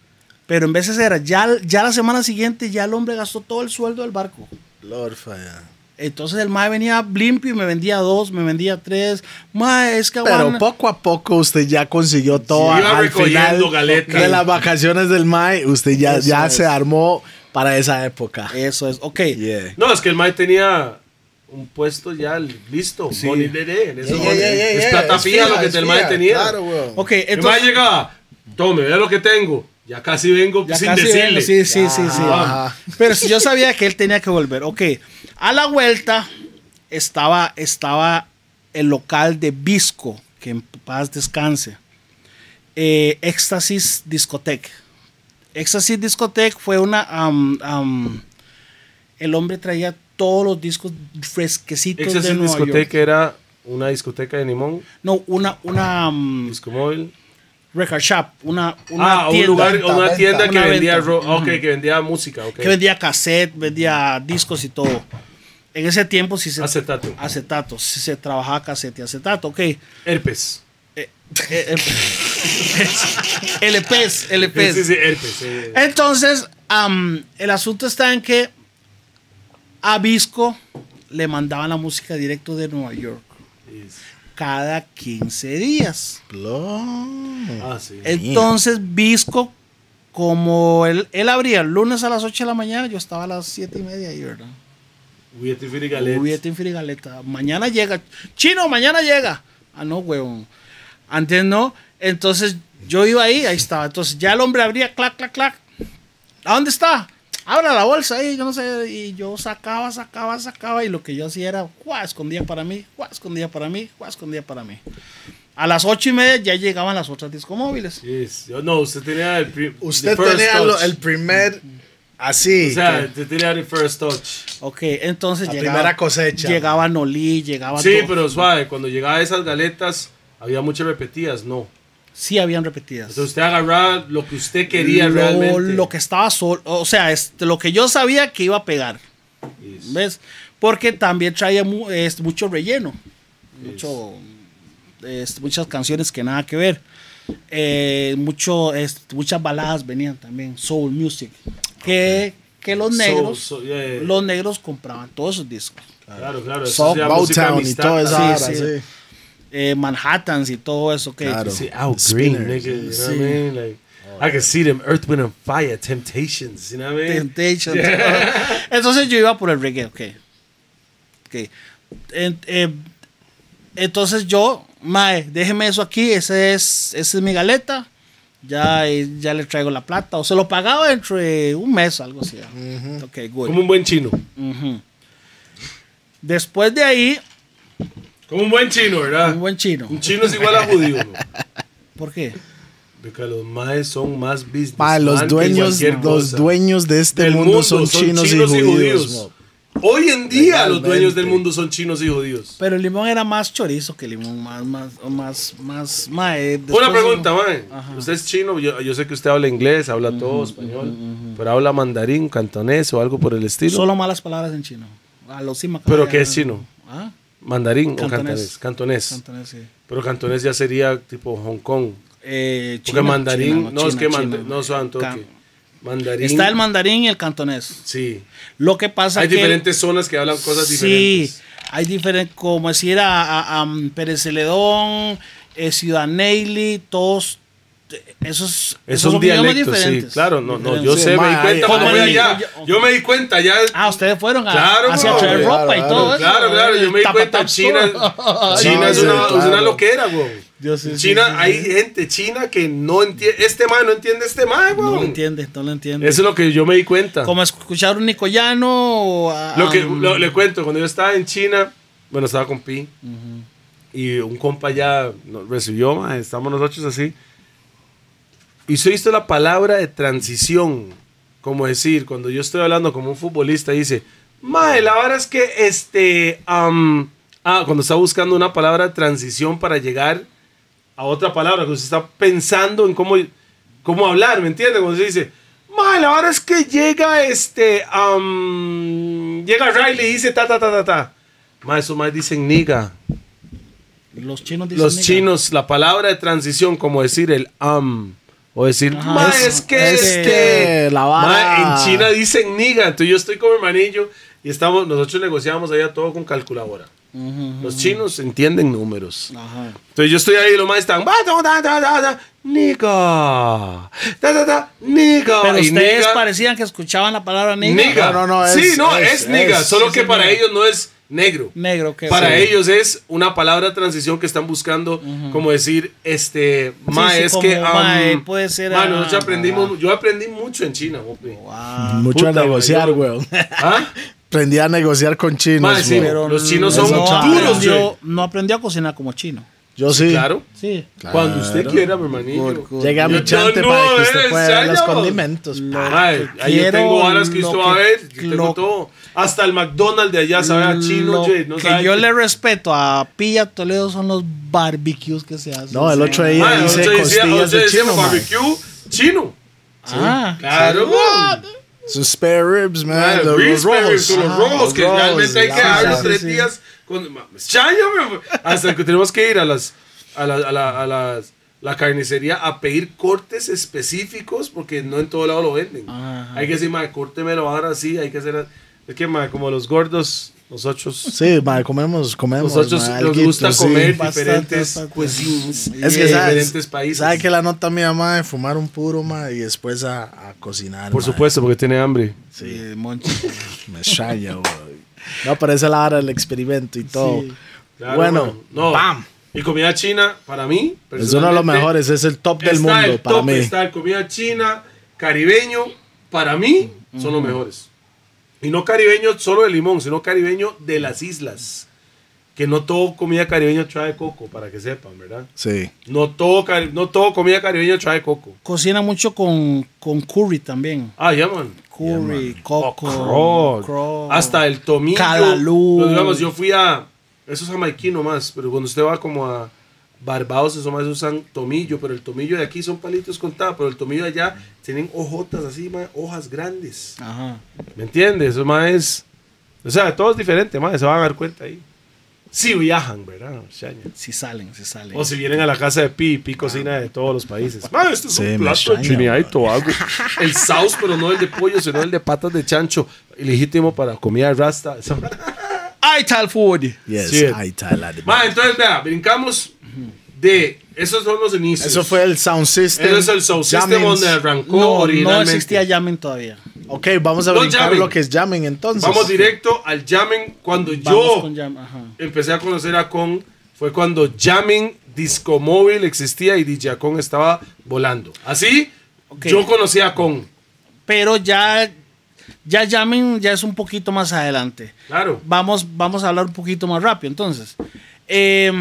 pero en veces era ya, ya la semana siguiente ya el hombre gastó todo el sueldo del barco.
Lord, falla.
Entonces el mae venía limpio y me vendía dos, me vendía tres. Mae, es que
Pero
aguana-
poco a poco usted ya consiguió todo.
Sí, iba
al
recogiendo
final
galeta.
de las vacaciones del MAI, usted ya,
Eso
ya
es.
se armó para esa época.
Eso es, ok.
Yeah.
No, es que el mae tenía un puesto ya listo. money de- de- en ese
Yeah,
money.
yeah, yeah,
es
yeah.
plata
Es
fija
fija,
lo que
es
el mae
fija,
tenía.
claro, weón.
Ok,
el mae
entonces...
llegaba, tome, vea lo que tengo. Ya casi vengo
ya
sin
casi
decirle.
vengo, Sí, sí, sí, sí.
Ah.
Pero si yo sabía que él tenía que volver. Ok, a la vuelta estaba, estaba el local de Visco, que en paz descanse. Eh, Éxtasis Discotec. Éxtasis Discotec fue una... am, am, el hombre traía todos los discos fresquecitos de
Excessive
Nueva
Discoteca
York.
era una discoteca de Limón,
No, una, una am,
Disco Móvil.
record shop, una, una
Ah, un
tienda.
lugar,
venta,
una
venta.
tienda que
Una
vendía
venta.
ro- ah, ok, que vendía música, ok.
que vendía cassette, vendía discos y todo. En ese tiempo sí se
Acetato.
Ah. acetato, sí se trabajaba cassette y acetato, ok.
Herpes.
Eh, eh, LPs, LPs.
Sí, sí, herpes. eh.
Entonces, am, el asunto está en que a Visco le mandaban la música directo de Nueva York. cada 15 días.
Blo-
Ah, sí.
Entonces, Visco, como él, él abría el lunes a las 8 de la mañana, yo estaba a las 7 y media ahí, ¿verdad?
Hubiete Firigalet.
Juguete en Frigaleta. Mañana llega. Chino, mañana llega. Ah, no, huevón. Antes no. Entonces yo iba ahí, ahí estaba. Entonces ya el hombre abría, clac, clac, clac. ¿A dónde está? Abra la bolsa ahí, yo no sé. Y yo sacaba, sacaba, sacaba. Y lo que yo hacía era, ¡guau! Escondía para mí, ¡guau! Escondía para mí, ¡guau! Escondía para mí. A las ocho y media ya llegaban las otras discomóviles.
Yes. Yo- No, usted tenía el prim-
Usted
the first
tenía lo-
touch.
el primer así.
O sea, usted tenía el first touch.
Ok, entonces
La
llegaba.
primera cosecha.
Llegaba Nolí, llegaba.
Sí,
todo.
pero suave, cuando llegaba a esas galetas, había muchas repetidas, no.
Sí, habían repetidas.
Entonces usted agarraba lo que usted quería
lo,
realmente.
lo que estaba solo, o sea, este, lo que yo sabía que iba a pegar,
Yes.
¿ves? Porque también traía mu- es, mucho relleno, mucho, es, muchas canciones que nada que ver, Eh, mucho, es, muchas baladas venían también, soul music, que, que los
So-
negros,
so- yeah, yeah.
los negros compraban todos sus discos,
Claro, claro. eso
Soft
se llama música
Bowtown y
amistad. Ah,
todo eso.
Sí,
ahora,
sí.
sí.
Eh, Manhattans y todo eso que
Claro.
Sí, out
Spinners,
green, nigga. You know
sí.
what I mean? Like, I can see them, Earth, Wind, and Fire, Temptations, you know what I mean?
Temptations.
Ah.
Entonces yo iba por el reggae, ok. Ok. En- eh, entonces yo, mae, déjeme eso aquí, ese es, esa es mi galeta. Ya, eh, ya le traigo la plata. O se lo pagaba entre un mes, algo así. ¿no? Ok, good.
Como un buen chino.
Ujú. Después de ahí,
Como un buen chino, ¿verdad?
un buen chino.
Un chino es igual a judío. bro.
¿Por qué?
Porque los maes son más business.
Ma, los dueños, los dueños de este mundo, son, chinos y judíos. mo.
Hoy en día los
Legalmente.
dueños del mundo son chinos y judíos.
Pero el limón era más chorizo que limón, más, más, más, más, mae,
Una
después-
pregunta, mae. Usted es chino, yo, yo sé que usted habla inglés, habla todo español, pero habla mandarín, cantonés o algo por el estilo.
Solo malas palabras en chino. A los sí me acabo
¿Pero
de-
qué es chino?
Ah,
Mandarín o cantonés.
Cantonés.
Cantonés.
cantonés, sí.
Pero cantonés ya sería tipo Hong Kong.
Eh,
Porque
China,
mandarín,
China,
no, es
China,
que
China.
manda- no, santo,
Can-
ok. Mandarín.
Está el mandarín y el cantonés.
Sí.
Lo que pasa
Hay
que
diferentes zonas que hablan cosas
Sí,
diferentes.
hay diferentes, como decir a, a- a, um, Pérez Celedón, eh, Ciudad Neyli, todos eh, esos,
Esos son
idiomas
dialectos, sí. Claro, no, no, yo
Diferentes.
sé, me
ma,
di
hay-
cuenta cuando
hay-
fui allá.
hay-
Yo me di cuenta ya.
Ah, ustedes fueron a,
Claro,
hacia
bro,
traer
claro,
ropa y todo eso.
Claro, claro, yo me di
Tapa,
cuenta.
tap,
China, China
tour.
No,
es,
sí,
una, es una
claro.
loquera, güey.
Yo sí, sí,
China,
sí, sí.
hay gente china que no entiende. Este man no entiende este man, güey.
No lo entiende, no lo entiende.
Eso es lo que yo me di cuenta.
Como escuchar un nicoyano. o a-
Lo que
a-
lo- le cuento, cuando yo estaba en China, bueno, estaba con Pi. Y un compa ya nos recibió, ma, estamos nosotros así. Y se hizo la palabra de transición. Como decir, cuando yo estoy hablando como un futbolista, dice, Mae, la verdad es que este. am, ah, cuando está buscando una palabra de transición para llegar a otra palabra, que usted está pensando en cómo, cómo hablar, ¿me entiende? Cuando se dice, mal, ahora es que llega este, am, llega Riley y dice ta, ta, ta, ta, ta. Ma, eso más dicen niga.
Los chinos dicen.
Los
nigga.
chinos, la palabra de transición, como decir el am, o decir,
Ajá,
ma,
eso,
es que
es
este,
que la
ma,
vara.
en China dicen niga. Entonces yo estoy como hermanillo y estamos, nosotros negociamos allá todo con calculadora.
Ujú,
Los chinos entienden números.
Ajá.
Entonces yo estoy ahí y los más están. "Ba, da, da, da, da, da, Nigga. Da, da, da, nigga.
Pero
Y
ustedes
nigga,
parecían que escuchaban la palabra nigga.
nigga.
No, no, no,
sí,
es-
no, es,
es-
nigga.
es.
solo que
sí,
para
nigga.
ellos no es negro.
Negro, que
Para ellos es una palabra de transición que están buscando, como decir, este, ma,
sí,
es
como
que.
ma,
um,
puede ser,
ma,
ah,
nosotros aprendimos, yo aprendí mucho en China, Mopi.
Wow.
Mucho
Puta,
a negociar,
güey.
weón.
¿Ah?
Aprendí a negociar con chinos.
Ma, sí,
mo.
pero los chinos
son
duros,
aprendió, no aprendió a cocinar como chino.
Yo sí.
Claro.
Sí.
Cuando usted quiera, mi hermanillo.
Llegué a mi
Yo-
chante
no,
para que
eh,
usted pueda ver los
señor.
condimentos. pa.
Ay,
que
ahí yo
quiero,
tengo varas que
lo
usted
que-
va a ver. Yo
lo-
tengo todo. Hasta el McDonald's de allá sabe a chino,
Lo
Jay, no
que
sabe
yo
que-
le respeto a Pilla Toledo son los barbecues que se hacen.
No, el otro
Ay,
día
usted
hice
decía-
costillas
usted
de
decía
chino, ma.
barbecue chino.
Ah,
Claro, man.
Sus spare ribs, man.
Ay,
los, los
Reese Berries
rojos. Ah,
con los rojos, que
rojos,
realmente hay que
la-
dejarlos
sí,
tres
sí.
días. Con, ma- chayo, mi- hasta que tenemos que ir a las. A la, a la, a las- la carnicería a pedir cortes específicos porque no en todo lado lo venden.
Ajá.
Hay que decir, ma, córtemelo ahora sí, hay que hacer. Es que, ma, como los gordos Nosotros,
Sí, mae, comemos, comemos.
nosotros
mae,
nos
alguito,
gusta
sí.
comer
Bastante,
diferentes
bastante.
cuisines y
Es que
de
sabes-
diferentes países.
¿Sabe que la nota mía, mae? Fumar un puro, mae, y después a, a cocinar.
Por
mae.
supuesto, porque tiene hambre.
Sí, Monchi.
Me chaya, güey. No, pero esa es la hora del experimento y todo.
Sí.
Claro,
bueno,
bueno, no. Y comida china, para mí,
es uno de los
personalmente,
mejores, es el top del
está
mundo
el
para
top,
mí.
Está el comida china, caribeño, para mí son los mejores. Y no caribeño solo de limón, sino caribeño de las islas. Que no todo comida caribeña trae coco, para que sepan, ¿verdad?
Sí.
No todo, cari- no todo comida caribeña trae coco.
Cocina mucho con, con curry también.
Ah, ya, man.
Curry, coco,
Oh,
Crawl.
crawl.
Oh, Hasta el tomillo.
Calalú.
Pues, digamos, yo fui a. Eso es jamaiquino más, pero cuando usted va como a Barbados, eso más usan tomillo, pero el tomillo de aquí son palitos contados, pero el tomillo de allá tienen hojotas así, ma, hojas grandes.
Ajá.
¿Me entiendes? Eso más es. O sea, todo es diferente, más, se van a dar cuenta ahí. Si viajan, ¿verdad? Chaña?
Si salen, si salen.
O si vienen a la casa de Pi, Pi cocina de todos los países. Ma, este es
Sí, me
un plato de
extraña,
Trinidad y Tobago. El saus, pero no el de pollo, sino el de patas de chancho. Ilegítimo para comida rasta. Esa-
¡Ay, tal food!
Yes,
Sí.
ahí está la de-
Ma, entonces, vea, brincamos de... Esos son los inicios.
Eso fue el Sound System.
Eso es el Sound System
Jammings.
donde arrancó
No, no
originalmente.
existía Yamen todavía.
Ok, vamos a
No,
brincar
Jammin'.
lo que es Jamming entonces.
Vamos directo al Jamen. Cuando
Vamos
yo
con Yamen, ajá.
empecé a conocer a Con, fue cuando Jamen Disco Móvil existía y DJ Con estaba volando. Así,
Ok.
yo conocí a Con.
Pero ya, ya Yamen ya es un poquito más adelante.
Claro.
Vamos, vamos a hablar un poquito más rápido. Entonces, eh,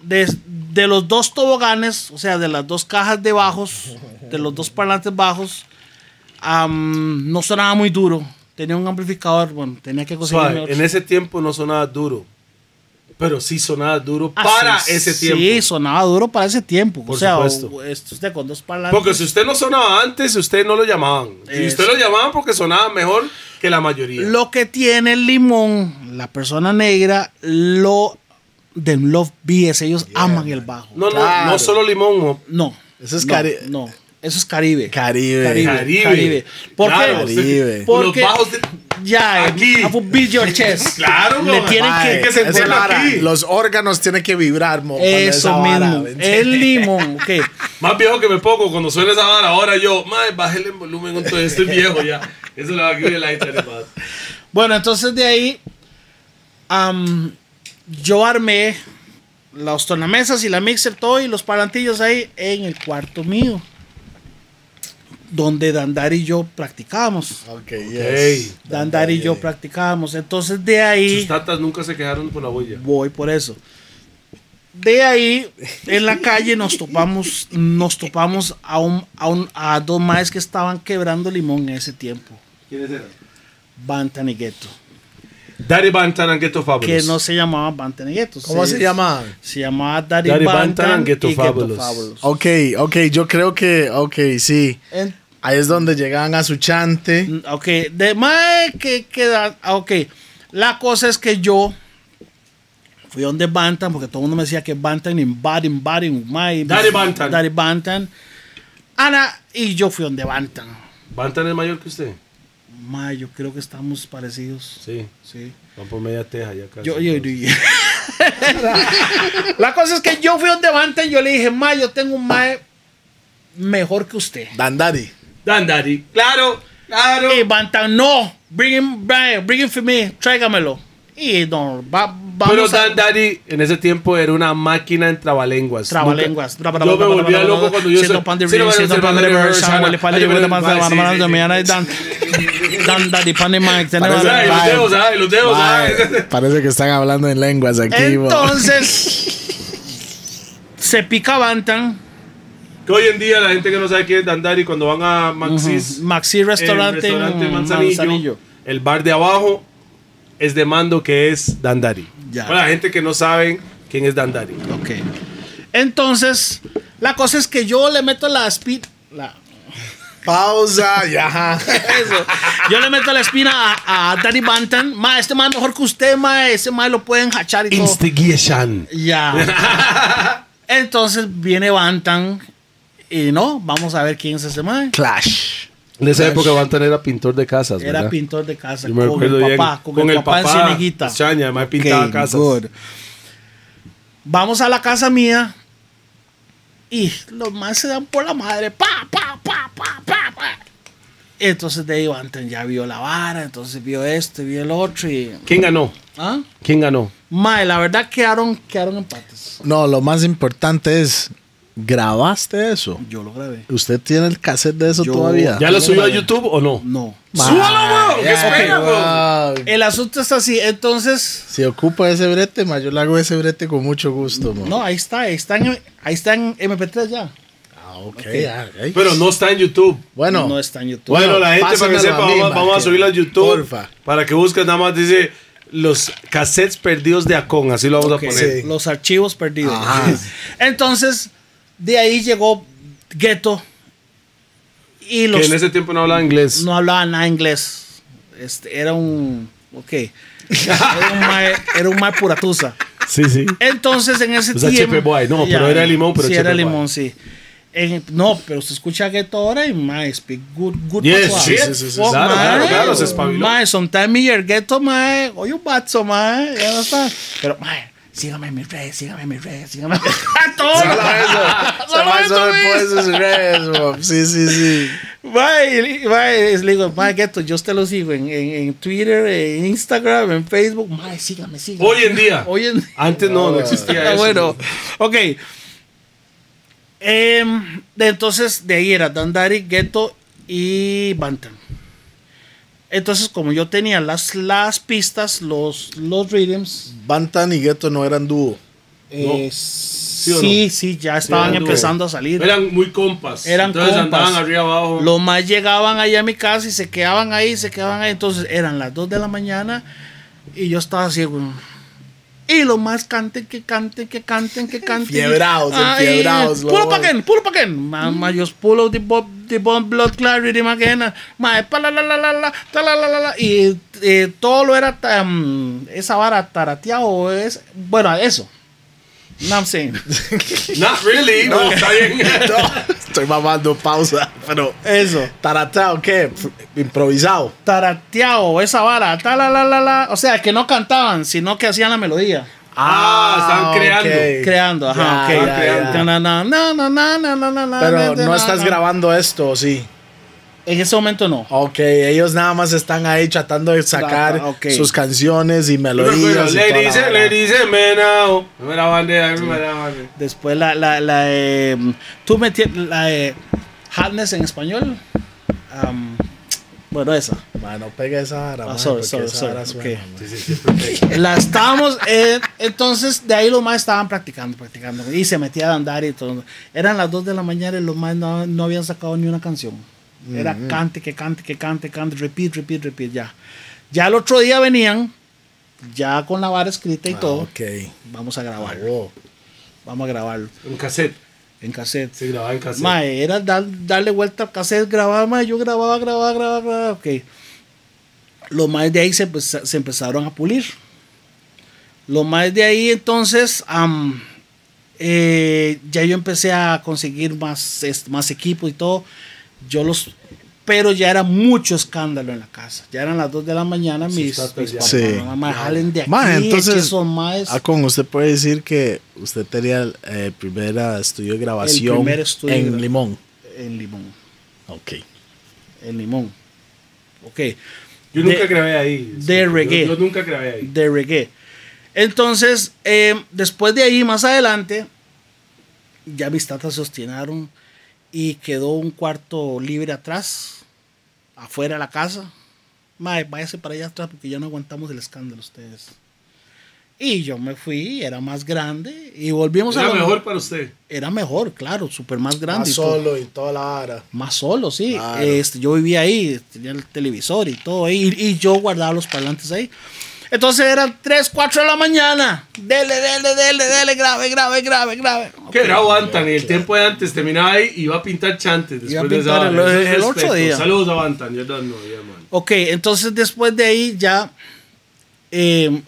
de, de los dos toboganes, o sea, de las dos cajas de bajos, de los dos parlantes bajos, am, no sonaba muy duro. Tenía un amplificador, bueno, tenía que conseguir
Suave, en ese tiempo no sonaba duro, pero sí sonaba duro para ese tiempo.
Ah, Sí, sonaba duro para ese tiempo.
Por
o sea,
supuesto.
o- es- usted con dos parlantes.
Porque si usted no sonaba antes, usted no lo llamaban. Y usted
Eso.
lo llamaban porque sonaba mejor que la mayoría.
Lo que tiene el limón, la persona negra, lo de Love BS, ellos aman el bajo.
no, no,
Claro.
no solo limón, mo-
No.
Eso es
no,
Cari-
No, eso es Caribe.
Caribe.
Caribe.
Caribe. Caribe. ¿Por
Claro,
qué?
usted-
Caribe.
Porque
Los bajos de-
ya,
Aquí.
I will beat your chest.
Claro,
Le
no,
tienen
Mae,
que,
que se
esa
entienda
vara,
aquí.
Los órganos tienen que vibrar, mo, cuando esa
Eso
vara,
mismo.
¿me entiendes?
El limón, ok.
más viejo que me pongo, cuando suena esa vara, ahora yo, madre, bájale el volumen, entonces estoy viejo ya. Eso le va a quitar el aire además.
Bueno, entonces de ahí am, yo armé las tornamesas y la mixer, todo y los palantillos ahí en el cuarto mío, donde Dandar y yo practicábamos.
Ok,
Ey,
yes.
Dandar y yo practicábamos. Entonces de
sus
ahí
tatas nunca se quejaron por la boya.
voy por eso. De ahí en la calle nos topamos, nos topamos a, un, a, un- a dos maes que estaban quebrando limón en ese tiempo,
¿Quiénes eran?
Bantan y Ghetto,
Daddy Bantan and Ghetto Fabulous.
que no se llamaban Bantan y Ghetto.
¿Cómo se llama?
Se llamaba Daddy,
Daddy
Bantan,
Bantan, Ghetto
y Ghetto
Fabulous.
Fabulous.
Ok, ok, yo creo que, ok, sí.
En-
Ahí es donde llegaban a su chante.
Mm, ok, de mae que queda. ah, Ok, la cosa es que yo fui donde Bantan, porque todo el mundo me decía que Bantan en Baden, Baden, mae.
Daddy Bantan.
Daddy Bantan. Ana y yo fui donde Bantan.
Bantan es mayor que usted.
Mae, yo creo que estamos parecidos.
Sí,
Sí.
van por media teja ya casi.
Yo, yo, yo- la cosa es que yo fui donde Bantan y yo le dije, mae, yo tengo un mae mejor que usted.
Dandari.
Dan Daddy, claro, claro.
Y Bantan, no, bring him, back, bring him for me, tráigamelo. Y no, va,
Pero
vamos a-
Dan Daddy en ese tiempo era una máquina en trabalenguas.
Trabalenguas.
Nunca- Yo me volvía loco cuando yo
Siendo pan de río, siendo pan de río, Samuel, el pan de río, pan de río, pan de río, mañana es Dan- Dan Daddy, pan de Mike, tenemos-
Ay, los dedos, ay, los dedos, ay.
Mae, Parece que están hablando en lenguas aquí, bo.
Entonces, se pica Bantan,
Que hoy en día la gente que no sabe quién es Dan Daddy cuando van a Maxis,
Maxi
el
Restaurante, en
Manzanillo, el bar de abajo es de mando que es Dan Daddy.
Ya.
Para la gente que no sabe quién es Dan Daddy.
Ok. Entonces, la cosa es que yo le meto la speed. La,
Pausa, ya.
Eso. Yo le meto la espina a, a Danny Bantan. Ma, este man mejor que usted, ma. Ese man lo pueden hachar y todo.
Instigiation.
ya. Entonces viene Bantan. Y no, vamos a ver quién es ese man.
Clash.
En esa época van a tener a pintor de casas,
Era
¿verdad?
pintor de casa.
Yo me
con, el
acuerdo bien,
papá, con, el papá, en Cieneguita.
Chaña, además pintaba
Ok,
casas.
good. Vamos a la casa mía. Y los más se dan por la madre. Pa, pa, pa, pa, pa, pa. Entonces de ahí Banten ya vio la vara, entonces vio este, vio el otro y.
¿Quién ganó?
¿Ah?
¿Quién ganó?
Mae, la verdad quedaron, quedaron empates.
No, lo más importante es, ¿grabaste eso?
Yo lo grabé.
¿Usted tiene el cassette de eso
Yo-
todavía?
¿Ya lo
Sí,
subió a
madre.
YouTube o no?
No.
Ma-
¡Súbalo, bro! ¿Qué
Ah, Ya,
espera,
wow.
El asunto está así, entonces.
Si ocupa ese brete, ma, yo le hago ese brete con mucho gusto, ma.
No, ahí está, ahí está en, ahí está en MP3 ya.
Ah, ok. ah, ahí.
Pero no está en YouTube.
Bueno,
No está en YouTube.
Bueno, la gente para que
pásenmelo
sepa,
a mí,
vamos,
ma,
vamos a
que-
subirlo a YouTube.
Porfa.
Para que busquen, nada más dice los cassettes perdidos de Acon, así lo vamos
Ok,
a poner.
sí.
Los archivos perdidos.
Ajá.
Entonces, de ahí llegó Ghetto. Y
Que
los
en ese tiempo no hablaba inglés.
no hablaban nada inglés. Este, era un. Ok. Era un mae, era un mae puratusa.
Sí, sí.
Entonces, en ese
O sea,
tiempo.
Chepe Boy, no, pero era limón, pero
Sí,
Chepe
era
Boy.
limón, sí. En- no, pero se escucha Ghetto ahora y mae, speak good, good
Yes,
patois.
shit.
Sí, sí, sí,
Oh,
Claro, claro,
mae,
claro, se espabiló.
Mae, sometimes me your ghetto, mae. Oye, un bazo, mae. Ya no está. Pero, mae, sígame en mis redes, sígame en mis redes, sígame. Todo.
Solo
Solo
eso. Solo
eso,
solo
Luis.
por
pues,
sus redes, ma. Sí, sí, sí.
Mae, y le- mae, es- le digo, mae, ghetto, yo te lo sigo en, en, en Twitter, en Instagram, en Facebook. Mae, sígame, sígame.
Hoy en día.
Hoy en día.
Antes no, no existía
Ah,
eso.
bueno, ok. Em, de entonces, de ahí era Dandari, Ghetto y Bantam. Entonces, como yo tenía las, las pistas, los, los rhythms,
Bantan y Ghetto no eran dúo.
eh,
o
sí,
no?
sí, ya estaban
eran
empezando a salir.
Eran muy compas.
Eran
Entonces
compas.
andaban arriba abajo.
Los más llegaban allá a mi casa y se quedaban ahí, se quedaban ahí. Entonces eran las 2 de la mañana y yo estaba así, güey. Y los más canten, que canten, que canten, que canten.
Fiebrados,
Ay,
enfiebrados, Mm. lo
Puro
voy.
pa' que, puro pa' que. Mamá, yo pull out the bomb, the bomb blood clarity again. Ma, pa la la la la la, ta la la la la. Y eh, todo lo era tan, esa vara tarateado. Es, bueno, eso. No I'm saying.
Not really. No, está bien.
No, estoy mamando pausa, pero
Eso.
taratao, ¿qué? F- Improvisado.
tarateado, esa vara, ta la la la la. O sea, que no cantaban, sino que hacían la melodía.
Ah, están creando.
ok.
Creando, ajá,
Ya,
ok.
ya, ya.
Ta na na na na na na na na na
Pero
na
no
na
estás
na.
grabando esto, sí.
En ese momento no.
Ok, ellos nada más están ahí tratando de sacar
Trata, ok.
sus canciones y
Yo me acuerdo, eh,
melodías. y
Le
toda
dice,
la
le
vara.
dice, menao. No me la bandera, no me la bandera.
Después la, la, la, eh, tú me la eh, Hotness en español. Am, bueno, esa.
Mano, pega esa vara, man,
sorry,
porque
sorry,
esa
sorry,
vara suena,
ok.
man.
La estábamos, eh, entonces de ahí los más estaban practicando, practicando. Y se metía a andar y todo. Eran las 2 de la mañana y los más no, no habían sacado ni una canción. Era cante, que cante, que cante, cante, repeat, repeat, repeat, ya. Ya el otro día venían, ya con la vara escrita y
Ah,
todo.
ok.
Vamos a
Ah,
grabarlo,
wow.
vamos a grabarlo
Un cassette.
en cassette.
Se grababa en cassette.
Mae, era dar- darle vuelta al cassette, grabar, mae, yo grababa, grababa, grababa, grababa, ok. Los más de ahí se, pues, se empezaron a pulir. Los más de ahí entonces, am, eh, ya yo empecé a conseguir más, es- más equipo y todo. Yo los... Pero ya era mucho escándalo en la casa. Ya eran las 2 de la mañana, mis,
tatas
mis
ya.
papás,
Sí.
mamá, jalen de aquí,
Ma, entonces,
que son más
Ah, con usted puede decir que usted tenía el eh, primer ah, estudio de grabación
primer estudio de
en
gra-
Limón.
en Limón,
Ok.
en Limón. Ok.
Yo nunca
de-
grabé ahí.
de
Yo-
reggae.
Yo, nunca grabé ahí.
de reggae. Entonces, eh, después de ahí, más adelante, ya mis tatas se obstinaron y quedó un cuarto libre atrás, afuera de la casa. Mae, váyase para allá atrás porque ya no aguantamos el escándalo ustedes. Y yo me fui, era más grande y volvimos a
Era
lo
mejor para usted.
Era mejor, claro, súper más grande.
Más
y todo.
solo y toda la vara.
Más solo, sí.
Claro.
Este, yo vivía ahí, tenía el televisor y todo ahí. Y, y yo guardaba los parlantes ahí. Entonces eran 3, 4 de la mañana. Dele, dele, dele, dele, grave, grave, grave, grave.
Que grabó Anthony. El tiempo de antes terminaba ahí y iba a pintar chantes. Después
Iba a
de esa
pintar
vaina.
el-
Eso es
el otro
respeto.
día.
Saludos a Anthony. Yo no, ya, man.
Ok, entonces después de ahí ya, eh,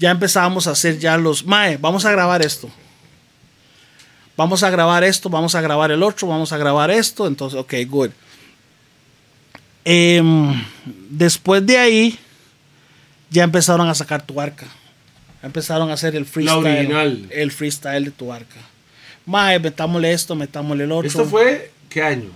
ya empezábamos a hacer ya los, Mae, vamos a grabar esto. Vamos a grabar esto, vamos a grabar el otro, vamos a grabar esto. Entonces, ok, good. Em, después de ahí, ya empezaron a sacar tuarca. Empezaron a hacer el freestyle.
original.
El freestyle de tuarca. Mae, metámosle esto, metámosle el otro.
¿Esto fue qué año?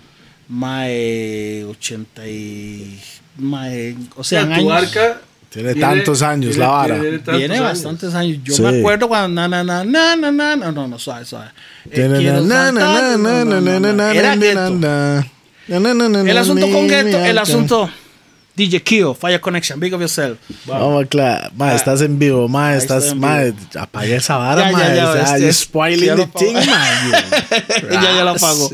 Mae, 80 y... Mae, o
O
sea, en años.
Tuarca
Tiene tantos años, la vara.
tantos
Tiene
años.
bastantes años. Yo
Sí.
me acuerdo cuando na na na na na na no no no suave suave. Eh,
Tiene
quiero
na- na-
saltar, no,
na-
no,
na-
no, no.
na- na- na-
Era
na-
gueto.
na- na- na- na- na-
El
na-
asunto
na-
con gueto,
na-
el
na-
asunto DJ Kio, Fire Connection, Big of Yourself.
Vamos, claro. Ma, estás en vivo, ma, estás,
Ah. estoy en
ma, apaga esa
Ya,
vara,
ya,
ma.
ya,
o sea,
este
you're
es-
spoiling
ya
the
lo apago.
thing, ma.
ya ya lo apagó.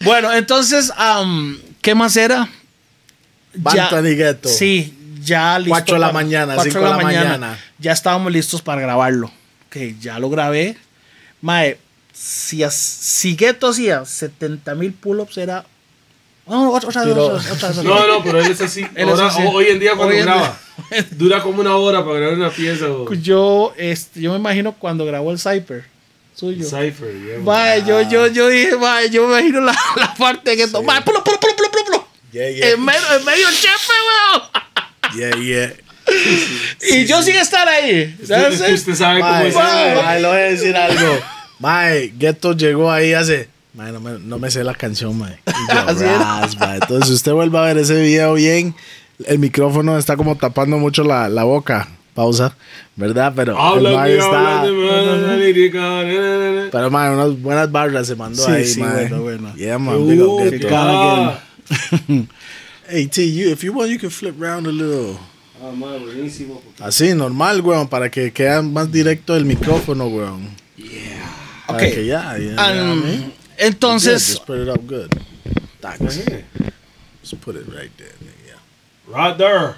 Bueno, entonces am, ¿qué más era?
Bantan y Gueto.
Sí, ya listo.
Cuatro de la
para-
mañana,
cuatro
cinco de la mañana.
Ya estábamos listos para grabarlo. Que ya lo grabé. Mae, si, as- si Gueto hacía 70 mil pull-ups era... No, otra, otra,
Tiró.
otra, otra, otra.
No, no, pero él es así.
Él es
Ahora-
así.
ho- Hoy en día cuando
Hoy en
graba. Dura como una hora para grabar una pieza. o-
Yo, este, yo me imagino cuando grabó el Cyper suyo.
Cypher, digamos.
Mae,
Ah.
yo, yo, yo dije, mae, yo me imagino la, la parte de Gueto. Mae, pulo, pulo, pulo, pulo, pulo, pulo.
Yeah, yeah.
En medio, en medio el chefe, weón.
Yeah, yeah.
Y yo sin estar ahí.
Usted-
¿Sabes?
es que usted sabe cómo
Mae,
es.
Mae.
mae, le voy a decir algo. Mae, Ghetto llegó ahí hace. Mae, no me, no me sé la canción, mae. Y yo,
Así es.
"Ras, mae". Entonces, si usted vuelve a ver ese video bien, el micrófono está como tapando mucho la, la boca. Pausa, ¿verdad? Pero el
Habla,
mae
tío,
está.
habla de manera lírica, na, na, na, na.
Pero, mae, unas buenas barras se mandó
Sí,
ahí,
sí,
mae.
bueno, bueno.
Yeah, man, big up,
Uh,
Ghetto.
God.
ah.
Hey, T, you, if you want, you can flip round a little.
Ah, mae, buenísimo.
Así, normal, weón, para que quede más directo el micrófono, weón. Para
Ok.
que ya, ya, ya,
Um,
¿eh? Yeah,
entonces,
just put it up good. Thanks. Just put it right there, nigga.
Right there.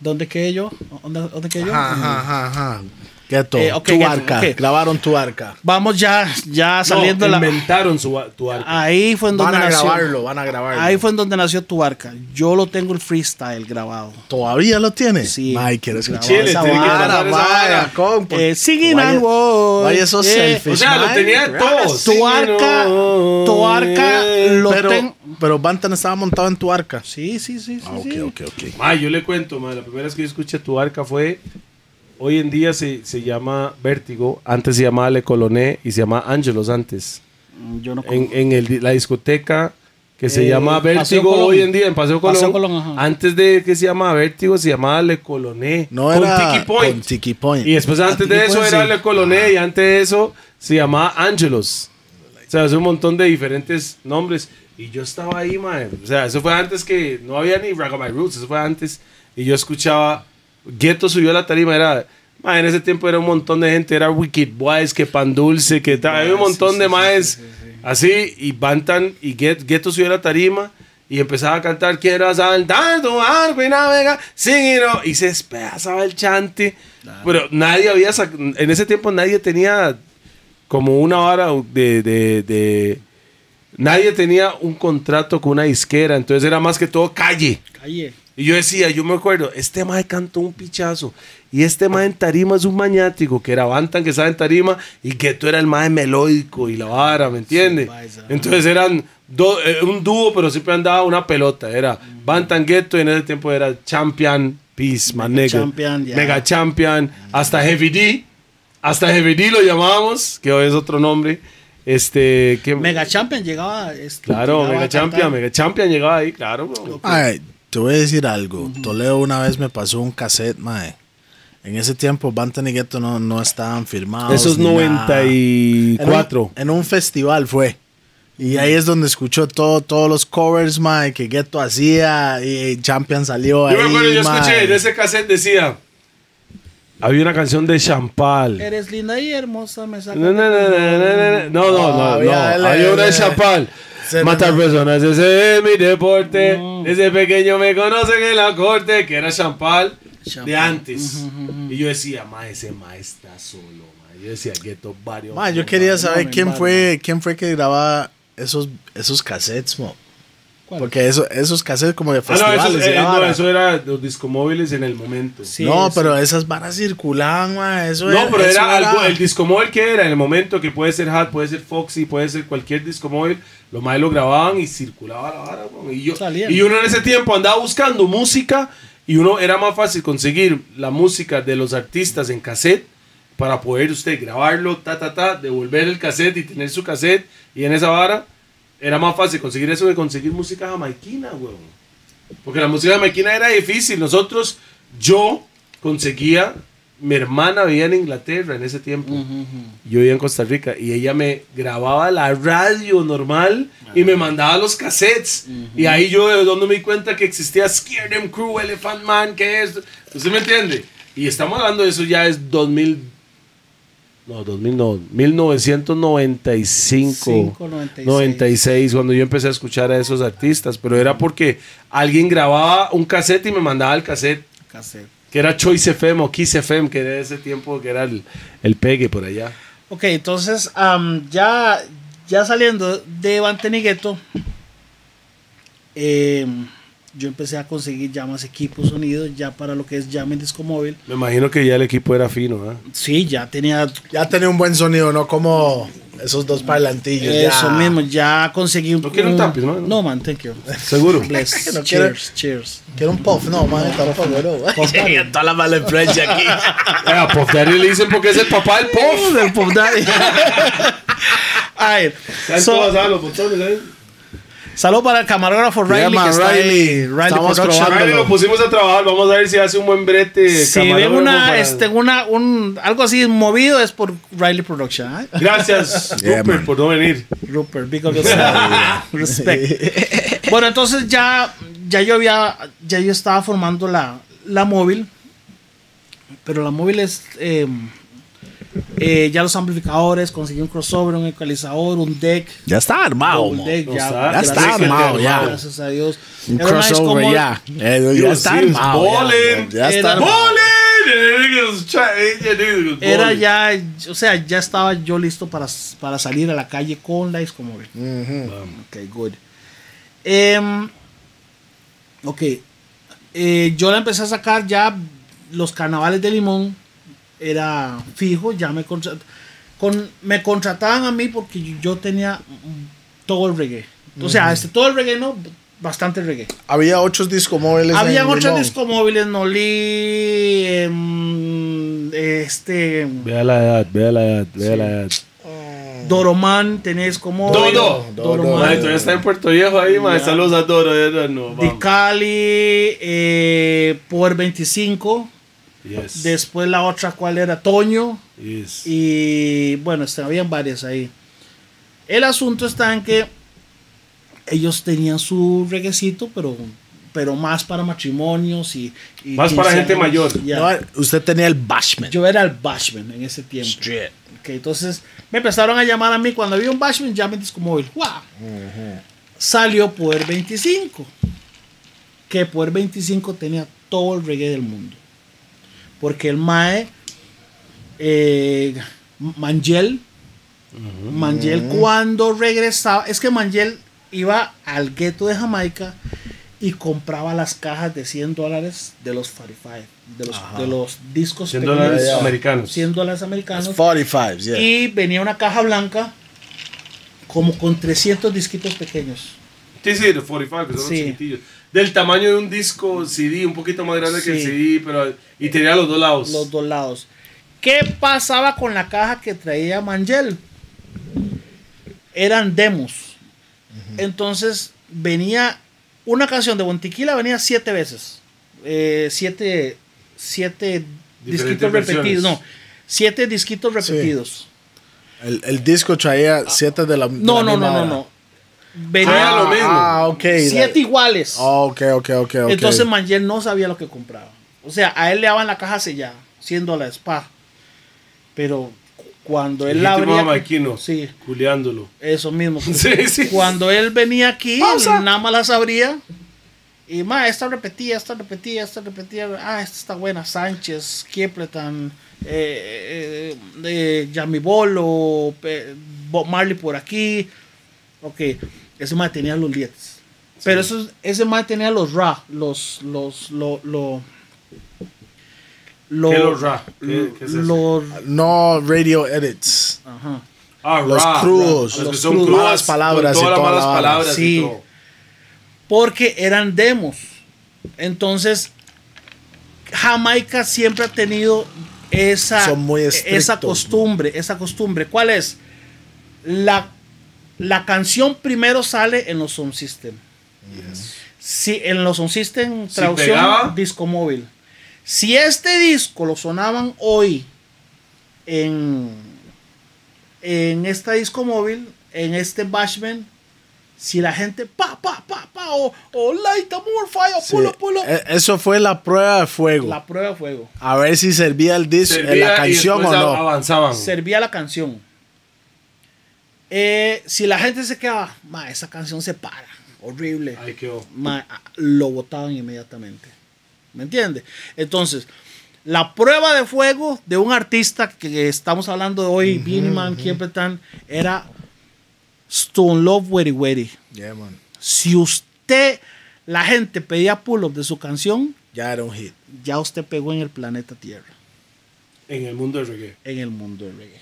¿dónde quedé yo? ¿Dónde, dónde quedé yo?
Ha, ha, ha, ha. Ghetto,
Eh, ok,
tu
ghetto,
arca.
ok.
Grabaron tu arca.
Vamos ya, ya saliendo
No,
la. Ah,
inventaron su, a- tu arco.
Ahí fue en
Van
donde
a
nació.
grabarlo, van a grabarlo.
Ahí fue en donde nació tu barca. Yo lo tengo el freestyle grabado.
¿Todavía lo tiene?
Sí.
Ay, quiero escuchar
Chile,
esa
tiene que
vara,
grabar esa
vara,
vara.
compa.
Eh, singing
Vaya-
and World.
Vaya esos
Yeah.
selfies,
o sea, lo
man.
tenía todo.
Tu arca, tu arca lo
Pero,
tengo.
pero Bantan estaba montado en tu arca.
Sí, sí, sí. sí,
Ah, ok,
sí.
ok, ok.
Mae, yo le cuento, mae, la primera vez que yo escuché tu arca fue. Hoy en día se, se llama Vértigo, antes se llamaba Le Coloné y se llamaba Ángelos antes.
Mm, Yo no
En, en el di- la discoteca que se
Eh,
llama
Paseo
Vértigo
Colón.
hoy en día en Paseo Colón.
Paseo Colón, ajá.
antes de que se llamaba Vértigo se llamaba Le Coloné.
No
con
era
Tiki Point.
con Tiki Point.
Y después antes
Ah,
de
Tiki
eso
Point,
era
sí.
Le Coloné y antes de eso se llamaba Ángelos. O sea, es un montón de diferentes nombres. Y yo estaba ahí, mae. O sea, eso fue antes que no había ni Ragabay Roots, eso fue antes. Y yo escuchaba, Ghetto subió a la tarima, era... mae, en ese tiempo era un montón de gente, era Wicked Boys, que Pan Dulce, que
Ah,
tal, había un montón de maes así, y Bantan y Get- Ghetto subió a la tarima y empezaba a cantar Quiero saltar tu arco y navegar, sin hilo", y se despedazaba el chante, pero nadie había, sac- en ese tiempo nadie tenía como una hora de, de- de- Nadie tenía un contrato con una disquera, entonces era más que todo calle.
Calle.
Y yo decía, yo me acuerdo, este mae cantó un pichazo. Y este mae en tarima es un maniático, que era Bantan que estaba en tarima y que tú era el mae melódico y la vara, ¿me entiendes?
paisa.
Entonces eran do- eh, un dúo, pero siempre andaba una pelota. Era Bantan Ghetto y en ese tiempo era Champion Peace, man
Mega
nigga.
Champion, ya.
Mega Champion, hasta Heavy D. Hasta Heavy D lo llamábamos, que hoy es otro nombre. Este, ¿qué?
Mega Champion llegaba. este,
Claro,
llegaba a
Mega
cantar.
Champion, Mega Champion llegaba ahí, claro. bro.
Ay, te voy a decir algo. Toledo una vez me pasó un cassette, mae. En ese tiempo, Bantan y Ghetto no, no estaban firmados.
Eso es
ni nada. En un-
94.
En un, festival fue. Y ahí es donde escuchó todo, todos los covers, mae, que Ghetto hacía. Y Champion salió ahí,
Yo me acuerdo, yo
mae.
escuché en ese cassette decía. Había una canción de Champal.
Eres linda y hermosa, me saca.
No, no, no, no, no, no, no, no, no, no,
Ah, Había el-
Había una de
el-
Champal.
Se- Mm.
Matar personas, ese es mi deporte. Desde pequeño me conocen en la corte, que era Champal de
Champal.
antes. Y yo decía, ma, ese ma está solo, ma. Yo decía, Ghetto Barrio.
Mae, yo quería
no,
saber
mi
quién
madre.
fue, quién fue que grababa esos, esos cassettes, mo.
¿Cuál?
Porque eso, esos cassettes como de
Ah, no,
festivales.
eso,
y
eh,
la
no,
vara.
eso era los discomóviles en el momento.
Sí,
no,
sí.
pero esas varas circulaban, ma, Eso
No, pero
eso
era algo, el discomóvil que era en el momento, que puede ser Hat, puede ser Foxy, puede ser cualquier discomóvil, los más lo grababan y circulaba la vara, weón. y, yo,
Salía.
y uno en ese tiempo andaba buscando música y uno era más fácil conseguir la música de los artistas en cassette para poder usted grabarlo, ta, ta, ta, devolver el cassette y tener su cassette y en esa vara era más fácil conseguir eso que conseguir música jamaiquina, weón. Porque la música de máquina era difícil. Nosotros, yo conseguía, mi hermana vivía en Inglaterra en ese tiempo. Yo vivía en Costa Rica y ella me grababa la radio normal y me mandaba los cassettes. Y ahí yo de donde me di cuenta que existía Scare Them Crew, Elephant Man, que es. ¿Usted me entiende? Y estamos hablando de eso ya es 2000. No, 2000 no, 1995.
Cinco, noventa y
96,
seis.
cuando yo empecé a escuchar a esos artistas, pero era porque alguien grababa un cassette y me mandaba el cassette,
Cassette.
que era Choice FM o Kiss FM, que era ese tiempo que era el, el pegue por allá.
Ok, entonces am, ya, ya saliendo de Bantenigueto, em, yo empecé a conseguir ya más equipos sonidos ya para lo que es llama en disco móvil.
Me imagino que ya el equipo era fino, ¿eh?
Sí, ya tenía
Ya tenía un buen sonido, ¿no? Como esos dos parlantillos. ya.
eso mismo, ya conseguí un...
No quiero un tapiz, man.
No, man, thank you.
Seguro.
Bless.
No quiero-
cheers, cheers.
Quiero un puff, no, man, tampoco, no. Toda la mala influencia aquí.
Ah, Puff Daddy le dicen porque es el papá del Puff.
Del Puff Daddy. A ver, so-
ah,
salud para el camarógrafo Riley,
man,
que está ahí,
Riley.
Riley
Estamos
Production.
probando.
Riley lo pusimos a trabajar, vamos a ver si hace un buen brete.
Si ven
camarógrafo
una,
para-
este, una, un, algo así movido es por Riley Production. ¿eh?
Gracias,
Yeah,
Rupert,
man.
por no venir.
Rupert, big up yourself. Respect. bueno, entonces ya, ya yo había, ya yo estaba formando la, la móvil, pero la móvil es, eh, eh, ya los amplificadores, conseguí un crossover, un ecualizador, un deck.
Ya está armado,
double
mo.
deck,
no
ya,
está-
Ah, ya está
gracias-
armado, ya.
Gracias a Dios.
Un
Era una vez
crossover,
como-
ya. Eh, ya
Dios,
está
sí, es
armado. ya,
bowling.
Ya,
Era-
está armado.
eh, Bowling.
Era ya, o sea, ya estaba yo listo para, para salir a la calle con la como ven. Ok, good. Em, ok, eh, yo la empecé a sacar ya los carnavales de Limón, era fijo, ya me, contra- con, me contrataban a mí porque yo- yo tenía mm, todo el reggae. O sea, este, todo el reggae no, bastante reggae.
Había ocho discomóviles.
Había
en
muchos
Limón.
discomóviles, Nolí, em, este...
Vea la edad, vea la edad, vea la edad.
Doroman, tenés como.
Dodo. Madre,
Doroman.
todavía está en Puerto Viejo ahí, madre. Saludos a Doro. eh, No,
De
vamos.
Cali, eh, Power 25.
Yes,
Después la otra, ¿cuál era? Toño.
yes.
Y bueno, este, habían varias ahí. El asunto está en que ellos tenían su reguecito, pero, pero más para matrimonios y. y
Más para
15
gente mayor.
ya.
No, usted tenía el Bashman.
Yo era el bashman en ese tiempo.
Straight.
Ok, entonces me empezaron a llamar a mí. Cuando había un Bashman, ya me móvil. ¡Wow! Salió Poder 25. Que Poder 25 tenía todo el reggae del mundo. Porque el Mae, eh, Mangel, Mangel cuando regresaba, es que Mangel iba al gueto de Jamaica y compraba las cajas de 100 dólares de los 45, de los, de los discos
100 dólares
Ya, ya.
americanos.
100 dólares americanos.
45, yeah.
Y venía una caja blanca como con 300 disquitos pequeños.
Sí, sí, de 45, que son los
Sí.
chiquitillos. Del tamaño de un disco CD, un poquito más grande que el
Sí.
CD, pero. Y tenía los dos lados.
los dos lados. ¿Qué pasaba con la caja que traía Mangel? Eran demos. Entonces venía una canción de Bontiquila, venía siete veces. Eh, siete siete
Diferentes
disquitos
versiones.
repetidos. No, siete disquitos
Sí.
repetidos.
El, el disco traía siete de la. de
No,
la
no,
misma
no, no,
hora.
no.
Ah,
Venía
lo mismo.
Ah, ok.
siete iguales.
Ah, ok, ok, ok. ok.
Entonces Mangel no sabía lo que compraba. O sea, a él le daban la caja sellada, 100 dólares, pa. Pero cu- cuando él la
Legítimo
abría...
jamaiquino,
Sí,
Culeándolo.
eso mismo.
Sí, sí.
Cuando él venía aquí, nada más las abría. Y ma, esta repetía, esta repetía, esta repetía. Ah, esta está buena. Sánchez, Kiepleton, eh, eh, eh, Yami Bolo, eh, Bob Marley por aquí. Ok, ese ma tenía los lietes. Pero eso, ese mae tenía los ra, los, los, lo, lo, lo,
¿Qué los ra? ¿Qué- qué es eso?
los-
No radio edits.
ajá.
Ah,
Los
ra,
crudos.
ra, las que
Los
son
crudos.
crudas,
Malas palabras
con
y
todas las
toda
malas
la vara.
palabras y
Sí.
todo.
porque eran demos. Entonces, Jamaica siempre ha tenido esa,
Son muy estrictos,
esa costumbre, esa costumbre. ¿Cuál es? La, la canción primero sale en los Sound System. Si, en los Sound System,
Si
traducción,
pegaba.
disco móvil. Si este disco lo sonaban hoy en, en este disco móvil, en este Bashman, si la gente pa, pa, pa, pa, o, o light amor, fire,
Sí.
pulo, pulo.
E- Eso fue la prueba de fuego.
La prueba de fuego.
A ver si servía el disco, eh,
Servía
la
y
canción o
después
no.
avanzaban.
Servía la canción. Eh, si la gente se quedaba, ma, esa canción se para. Horrible.
Ahí quedó.
ma, lo votaban inmediatamente. ¿Me entiendes? Entonces, la prueba de fuego de un artista que estamos hablando de hoy, Beanie Man, siempre tan, era Stone Love Wery Wery.
Yeah, man.
Si usted, la gente pedía pull-up de su canción,
Ya era un hit.
ya usted pegó en el planeta Tierra,
En el mundo del reggae.
en el mundo del reggae.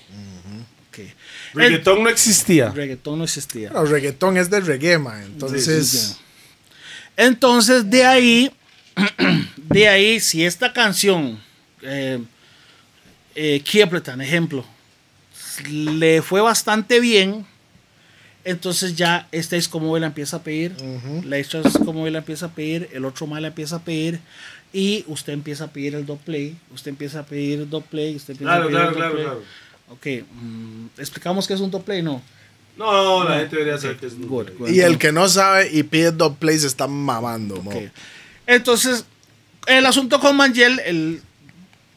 Ok.
Reggaetón no existía.
El reggaetón no existía.
Pero reggaetón es de reggae, man. Entonces,
Entonces, de ahí, de ahí, si esta canción, eh, eh, Kiepleton, ejemplo, le fue bastante bien, entonces ya este es como la empieza a pedir, la esta es como la empieza a pedir, el otro más la empieza a pedir, y usted empieza a pedir el doble, usted empieza a pedir el doble, usted empieza a
Claro,
pedir
claro,
el
claro,
doble.
claro.
Ok, mm, explicamos qué es un doble, no.
No, no, la gente debería saber que es
Good, good.
y el que no sabe y pide dos plays está mamando, mo.
Ok. Entonces, el asunto con Mangel, el,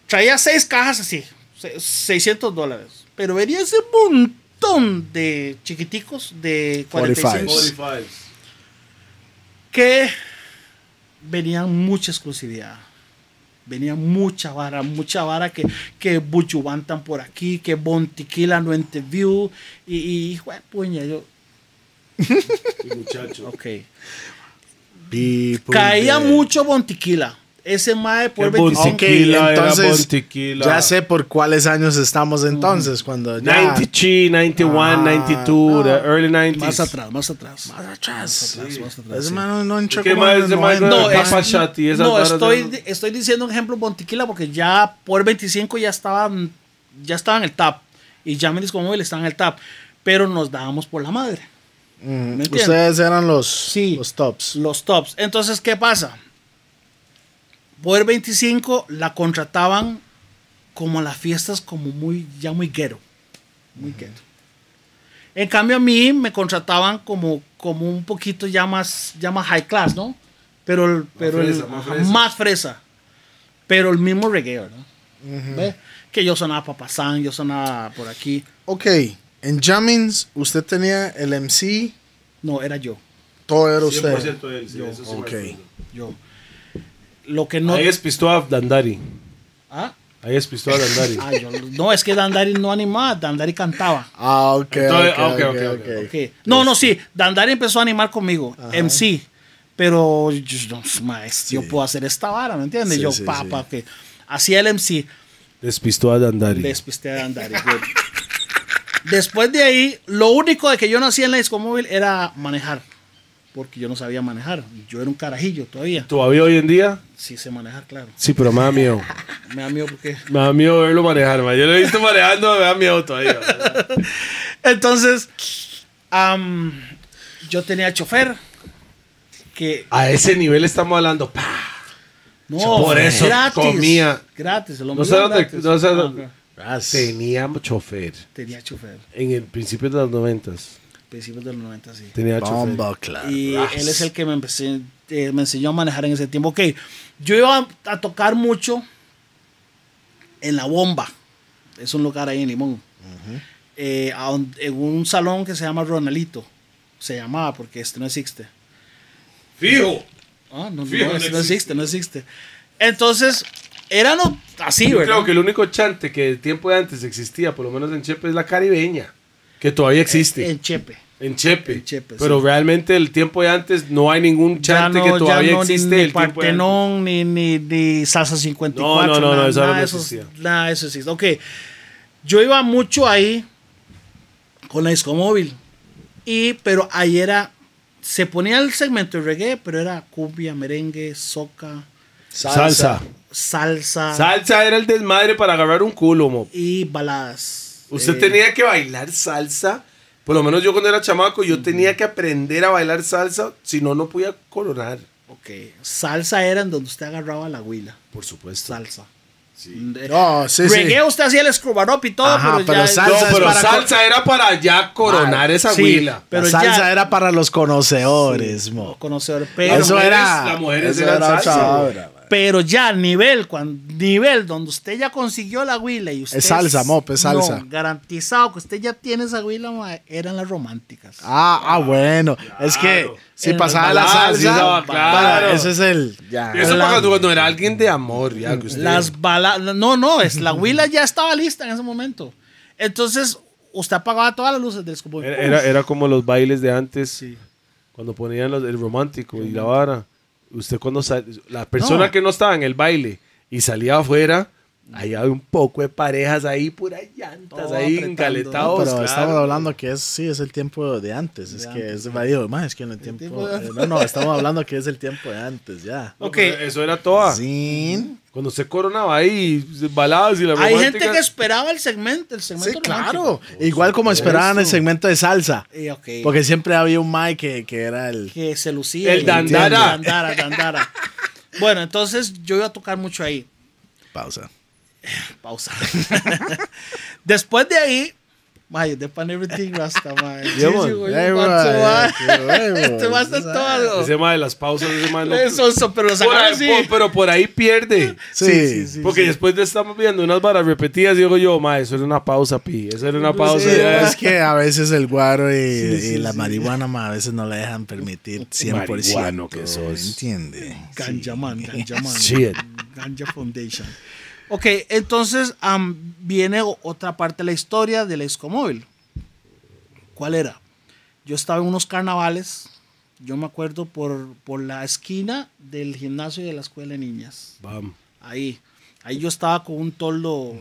traía seis cajas así, se- 600 dólares. Pero venía ese montón de chiquiticos de 45
45.
Modifies.
que venían mucha exclusividad. Venía mucha vara, mucha vara que, que Buchubantan por aquí, que Bontiquila no interview. Y, y hijo de puña, yo,
Y muchacho.
ok.
People
Caía
dead.
mucho Bontiquila. Ese mae por 25.
Ok, entonces
Bontiquila.
ya sé por cuáles años estamos entonces. Cuando ya
93, 91, 92, the early 90s.
Ah. Más atrás, más atrás. Más atrás, más
atrás.
atrás,
Ese
sí. Pues,
man no- no entró
¿Qué
como
más
en los
ese man
90.
No,
Papa
es-
Shatti, esas
no
varas
estoy,
de-
estoy diciendo un ejemplo Bontiquila porque ya por 25 ya estaban ya estaba en el tap y ya me disco móvil estaba en el tap, pero nos dábamos por la madre.
Mm,
¿Me entiendes?
Ustedes eran los,
Sí.
los tops.
Los tops. Entonces, ¿qué pasa? Por 25 la contrataban como las fiestas como muy ya muy guero. Muy guero. En cambio a mí me contrataban como, como un poquito ya más, ya más high class, ¿no? Pero, el- pero el-
fresa, más
ajá,
fresa.
más fresa. Pero el mismo reggae, ¿verdad? ¿Ve? Que yo sonaba Papasán, yo sonaba por aquí.
Ok, en Jammings usted tenía el MC,
No, era yo.
todo era usted.
100% él, sí, eso sí me
ok.
acuerdo.
Yo. Lo que no.
Ahí es Pistoa Dandari.
¿Ah?
Ahí es Pistoa Dandari.
Ah, yo- no, es que Dandari no animaba, Dandari cantaba.
Ah, ok,
Entonces,
ok,
ok,
ok,
ok,
ok.
ok.
Ok. No, no, sí, Dandari empezó a animar conmigo, MC. Pero yo, no, ma, es- yo puedo hacer esta vara, ¿me entiendes?
Sí,
yo,
sí,
papá, que hacía el MC,
Despistó a Dandari.
despisté a Dandari. güey. Después de ahí, lo único de que yo no hacía en la discomóvil era manejar. Porque yo no sabía manejar. Yo era un carajillo todavía.
¿Todavía hoy en día?
Sí sé manejar, claro.
Sí, pero me da miedo.
Me da miedo porque
Me da miedo verlo manejar, man. Yo lo he visto manejando, me da miedo todavía.
Entonces, am, yo tenía chofer. Que
A ese nivel estamos hablando. ¡Pah!
no,
Por eso comía.
Gratis, el hombre
No sé
era
dónde-
gratis.
no sé
Ah,
dónde-
ok.
Tenía chofer.
Tenía chofer,
En el principio de los noventas.
principios de los 90, sí.
Tenía chofer.
Bomba, claro.
Y él es el que me, empecé- eh, me enseñó a manejar en ese tiempo. Ok, yo iba a, a tocar mucho en La Bomba. Es un lugar ahí en Limón. Eh, a un- en un salón que se llama Ronalito. Se llamaba porque este no existe.
¡Fijo!
Ah, no, no,
Fijo, no
ese
existe.
no existe, no existe. Entonces, eran o- así,
Yo
¿verdad?
creo que el único chante que el tiempo de antes existía, por lo menos en Chepe, es la caribeña. Que todavía existe.
En Chepe.
En En Chepe.
En Chepe,
Pero realmente el tiempo de antes no hay ningún
Ya
chante que todavía
ya no,
existe.
ni,
el tiempo de antes.
Partenón, ni, ni, ni Salsa 54.
No, no, no, no,
nada,
eso no
nada de esos-
existía.
nada de eso existe. Ok, yo iba mucho ahí con la disco móvil, y, pero ahí era, se ponía el segmento de reggae, pero era cumbia, merengue, soca,
Salsa.
salsa
Salsa era el desmadre para agarrar un culo, mo.
y baladas.
Usted
Eh,
tenía que bailar salsa. Por lo menos yo cuando era chamaco, yo tenía que aprender a bailar salsa, si no, no podía coronar.
Ok, salsa era en donde usted agarraba la huila,
Por supuesto.
salsa. Mm,
No, sí, sí.
reggae usted hacía el escrobarop y todo,
Ajá,
pero,
pero
ya-
No,
salsa es
pero
para cor-
salsa era para ya coronar esa
sí,
huila.
pero
la
ya-
salsa era para los conocedores,
no
mo.
conocedor,
Las
pero...
Eso
mujeres-
era- pues.
Las mujeres
Eso
eran
era
salsa.
otra
güey.
obra, man.
Pero ya nivel, cuando, nivel donde usted ya consiguió la huila y usted...
Es salsa, mop, es
No,
salsa.
garantizado que usted ya tiene esa huila, ma, eran las románticas.
Ah, ah, bueno. Es que si
En
pasaba
los
la
baladas, sí,
salsa,
no, claro.
para- ese es el. ya.
Eso para cuando, cuando era alguien de amor, ya
pues,
que usted.
Las balas... No, no, es, la huila ya estaba lista en ese momento. Entonces, usted apagaba todas las luces del escopón.
Era, era, era como los bailes de antes, cuando ponían los- el romántico y la vara. Usted cuando sal- la persona
No.
que no estaba en el baile y salía afuera, ahí había un poco de parejas ahí, puras llantas,
Todo
ahí
apretando.
No,
encaletados.
pero
claro.
estamos hablando que es, sí, es el tiempo de antes. es que es válido, más es que en el tiempo.
tiempo de
eh, no, no, estamos hablando que es el tiempo de antes, ya.
No,
Ok.
pero Eso era toda.
Sin.
Cuando se coronaba ahí, baladas y la
Hay
romántica.
gente que esperaba el segmento, el segmento
Sí,
romántico.
claro. Igual como esperaban el segmento de salsa.
Eh, ok.
Porque siempre había un Mike que, que era el.
que se lucía.
El
y-
dandara.
Dandara, dandara. bueno, entonces yo iba a tocar mucho ahí.
Pausa.
Pausa. Después de ahí, mae, the pan everything rasta, mae.
Yeah, man.
Sí, sí, güey,
Yeah,
macho,
man.
mae.
Yeah, yeah, man.
Te vas a
Esa-
todo.
Ese ma de las pausas, ese ma no-
Eso, eso, pero lo
Por
sacaron
ahí-
así.
por- pero por ahí pierde.
Sí,
Porque después de estamos viendo unas varas repetidas, digo yo, ma, eso era una pausa, pi. Eso era una pausa.
Sí,
ya.
es que a veces el guaro y, y la marihuana ma, a veces no la dejan permitir 100%.
Marihuano que sos.
¿Entiende?
Ganja Man, Ganja Man.
Shit.
Ganja Foundation. Ok, entonces am, viene o- otra parte de la historia del Excomóvil. ¿Cuál era? Yo estaba en unos carnavales, yo me acuerdo por, por la esquina del gimnasio y de la escuela de niñas.
Bam.
Ahí. Ahí yo estaba con un toldo.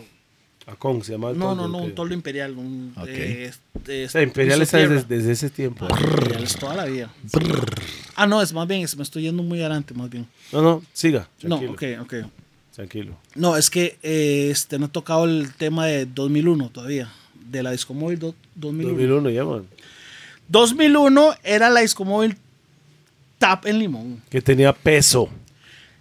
A Kong se llama el
No,
toldo,
no, no,
¿o qué?
un toldo imperial. Un,
Ok.
eh, este,
O sea, Imperial
piso
está
tierra.
desde, desde ese tiempo.
Ah, Imperial es toda la vida. Ah, no, es más bien, es- me estoy yendo muy adelante, más bien.
No, no, siga.
No,
Tranquilo.
ok, ok.
Tranquilo.
No, es que eh, este, no he tocado el tema de 2001 todavía, de la Discomóvil 2001. 2001.
2001 ya, man.
era la Discomóvil Tap en Limón.
Que tenía peso.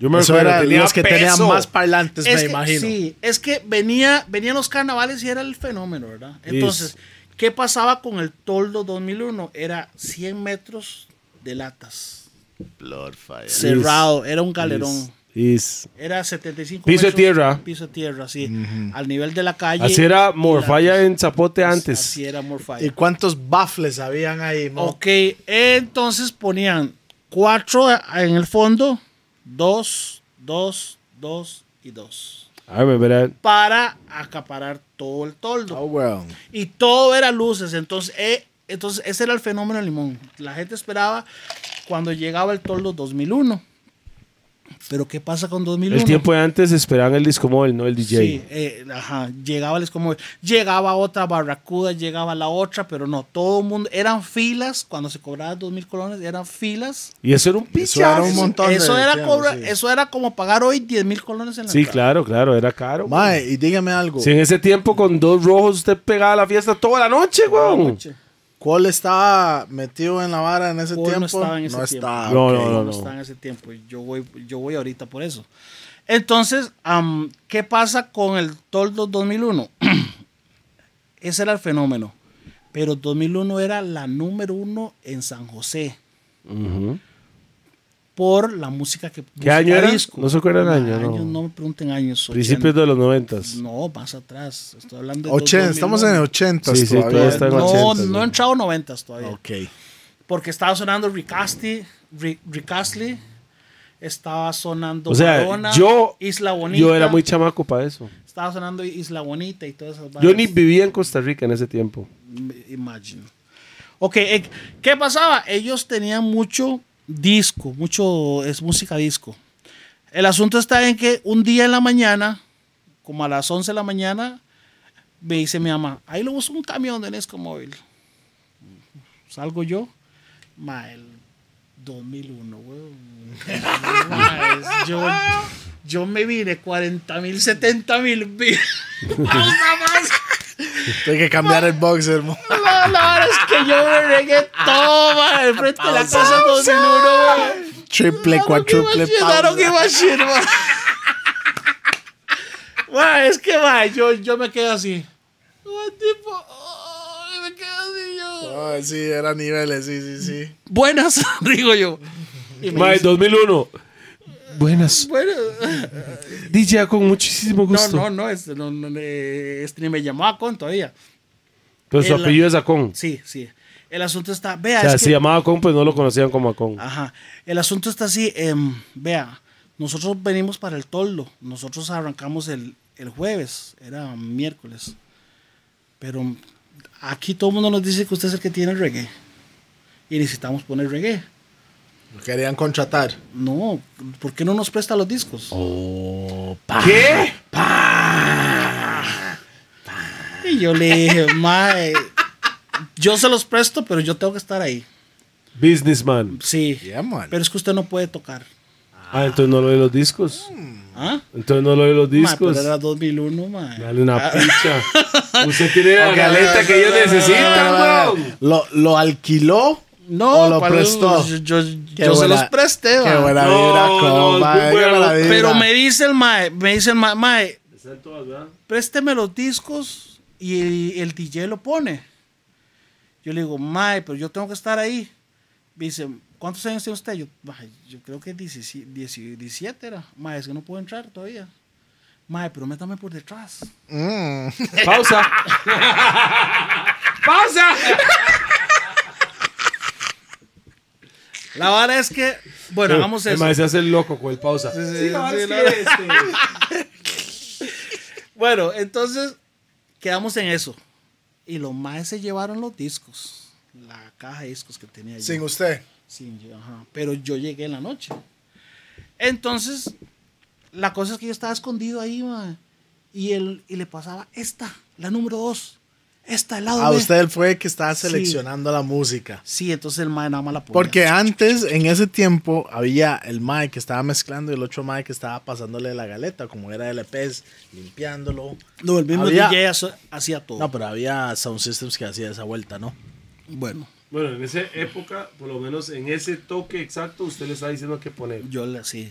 Yo me
Eso
recuerdo,
era
tenía
los que tenían
peso.
más parlantes,
es
me
que,
imagino.
Sí, es que venía, venían los carnavales y era el fenómeno, ¿verdad? Entonces, ¿qué pasaba con el toldo 2001? Era 100 metros de latas, cerrado, era un galerón.
Is- is.
Era 75
Piso de
metros,
tierra.
Piso de tierra, sí. Al nivel de la calle.
Así era
y
Morfalla
latas.
en Zapote antes.
Así era Morfalla.
¿Y cuántos baffles habían ahí? mo?
Ok, entonces ponían cuatro en el fondo, dos, dos, dos y dos.
I remember that.
Para acaparar todo el toldo.
Oh, well.
Y todo era luces. Entonces, eh, entonces ese era el fenómeno del limón. La gente esperaba cuando llegaba el toldo 2001. Pero ¿qué pasa con 2001?
El tiempo de antes esperaban el disco móvil, no el DJ.
Sí, eh, ajá, llegaba les como llegaba otra barracuda, llegaba la otra, pero no, todo el mundo eran filas cuando se cobraba dos mil colones, eran filas.
Y eso era un
Eso
pichazo.
era un montón de
Eso era
tiempo,
cobra,
sí.
eso era como pagar hoy diez mil colones en la
Sí,
entrada.
claro, claro, era caro.
Mae, y dígame algo.
Si en ese tiempo con dos rojos usted pegaba la fiesta toda la noche, weón.
Noche.
¿Cuál estaba metido en la vara en ese
Cole
tiempo?
no estaba en ese
No
tiempo.
estaba,
No,
ok.
no,
no, está en ese tiempo. y Yo voy, yo voy ahorita por eso. Entonces, am, ¿qué pasa con el Toldo 2001? Ese era el fenómeno. Pero 2001 era la número uno en San José
Ujú.
por la música que.
¿Qué
música
año era?
disco.
No se acuerda el año,
Años,
no.
me pregunten años.
Principios de los noventas.
80. No, más atrás. Estoy hablando de.
Ochen- estamos en 80
Sí, sí, todavía está en
No,
80s,
no
¿no?
he entrado 90 todavía.
Ok.
Porque estaba sonando Rick Astley, Rick, Rick Astley, estaba sonando
O sea,
Madonna,
yo-
Isla Bonita.
Yo era muy chamaco para eso.
estaba sonando Isla Bonita y todas esas
Yo
bandas.
ni vivía en Costa Rica en ese tiempo.
Imagine. Ok, eh, ¿qué pasaba? Ellos tenían mucho disco, mucho es música disco. El asunto está en que un día en la mañana, como a las 11 de la mañana, me dice mi mamá, ahí lo busco un camión de Nesco Móvil. Salgo yo, ma, el 2001, weón. Ma, es- yo, yo me vine 40 mil, 70 mil. vi- Nada más.
Tengo que cambiar el boxer, mo.
La, la verdad es que yo me regué todo, ma, el frente de la casa 2001, weón.
Triple, cuádruple,
Claro que iba a ser, ma. Ma, es que, ma, yo, yo me quedo así. Ma, tipo, ay, me quedo así yo.
Ah, sí, era niveles, sí, sí, sí.
Buenas, digo yo. Y me
Mae,
dice,
2001. Buenas.
bueno,
DJ con muchísimo
no,
gusto.
no, no, este, no, no, eh, este ni me llamó a con todavía.
Pero su
El-
apellido es Acón.
Sí, sí. El asunto está, vea,
O sea,
es
se
que-
llamaba Acón, pues no lo conocían como Acón.
Ajá. El asunto está así. em, vea, nosotros venimos para el toldo. Nosotros arrancamos el, el jueves. Era miércoles. Pero aquí todo el mundo nos dice que usted es el que tiene el reggae. Y necesitamos poner reggae.
Lo querían contratar.
No, ¿por qué no nos presta los discos?
Ah. ¿Qué?
Y yo le dije, mae, yo se los presto, pero yo tengo que estar ahí.
Businessman.
Sí.
Yeah, man.
Pero es que usted no puede tocar.
Ah, entonces no lo de los discos.
¿Ah?
Entonces no lo de los
Mae, pero
discos.
era Ah. 2001, mae.
Dale una picha. Usted tiene la galeta que ellos necesitan, weón.
¿Lo, ¿Lo alquiló?
No,
¿O lo
¿cuál?
prestó?
Yo, yo-
Qué
yo se
buena-
los presté,
Qué
va.
buena
No,
vibra,
no,
compa.
muy
qué
bueno.
buena vibra.
Pero me dice el mae, me dice el mae, mae, présteme los discos y el, el DJ lo pone. Yo le digo, mae, pero yo tengo que estar ahí. Me dice, ¿cuántos años tiene usted? Yo, "Mae, yo creo que 17, 17 era. Mae, es que no puedo entrar todavía. Mae, pero métame por detrás.
Mm.
Pausa. Pausa.
La verdad es que, bueno, hagamos
El
eso.
mae se hace el loco con el pausa.
Sí, sí, la-
este.
Bueno, entonces quedamos en eso. Y los más se llevaron los discos. La caja de discos que tenía yo.
Sin usted.
Sin yo, ajá. Pero yo llegué en la noche. Entonces, la cosa es que yo estaba escondido ahí, mae. Y, él, y le pasaba esta, la número dos. Esta, el lado
A
B.
usted fue el que estaba
Sí.
seleccionando la música.
Sí, entonces el mae nada más la ponía.
Porque antes, en ese tiempo, había el Mike que estaba mezclando y el otro Mike que estaba pasándole la galeta, como era LPs, limpiándolo.
No, el mismo
Había-
DJ hace- hacía todo.
No, pero había Sound Systems que hacía esa vuelta, ¿no?
Bueno,
Bueno, en esa época, por lo menos en ese toque exacto, usted le está diciendo qué poner.
yo le así.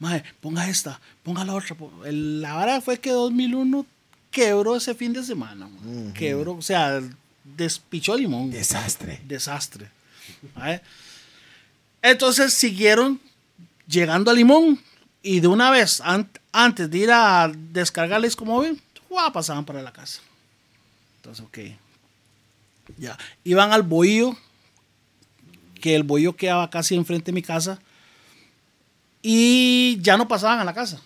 Mae, ponga esta, ponga la otra. po- el- la verdad fue que 2001 quebró ese fin de semana. mae. Quebró, o sea, despichó limón.
Desastre.
desastre. ¿vale? Entonces siguieron llegando a Limón y de una vez, an- antes de ir a descargar el disco móvil, ¡guau! pasaban para la casa. Entonces, ok. Ya. Iban al bohío, que el bohío quedaba casi enfrente de mi casa, y ya no pasaban a la casa.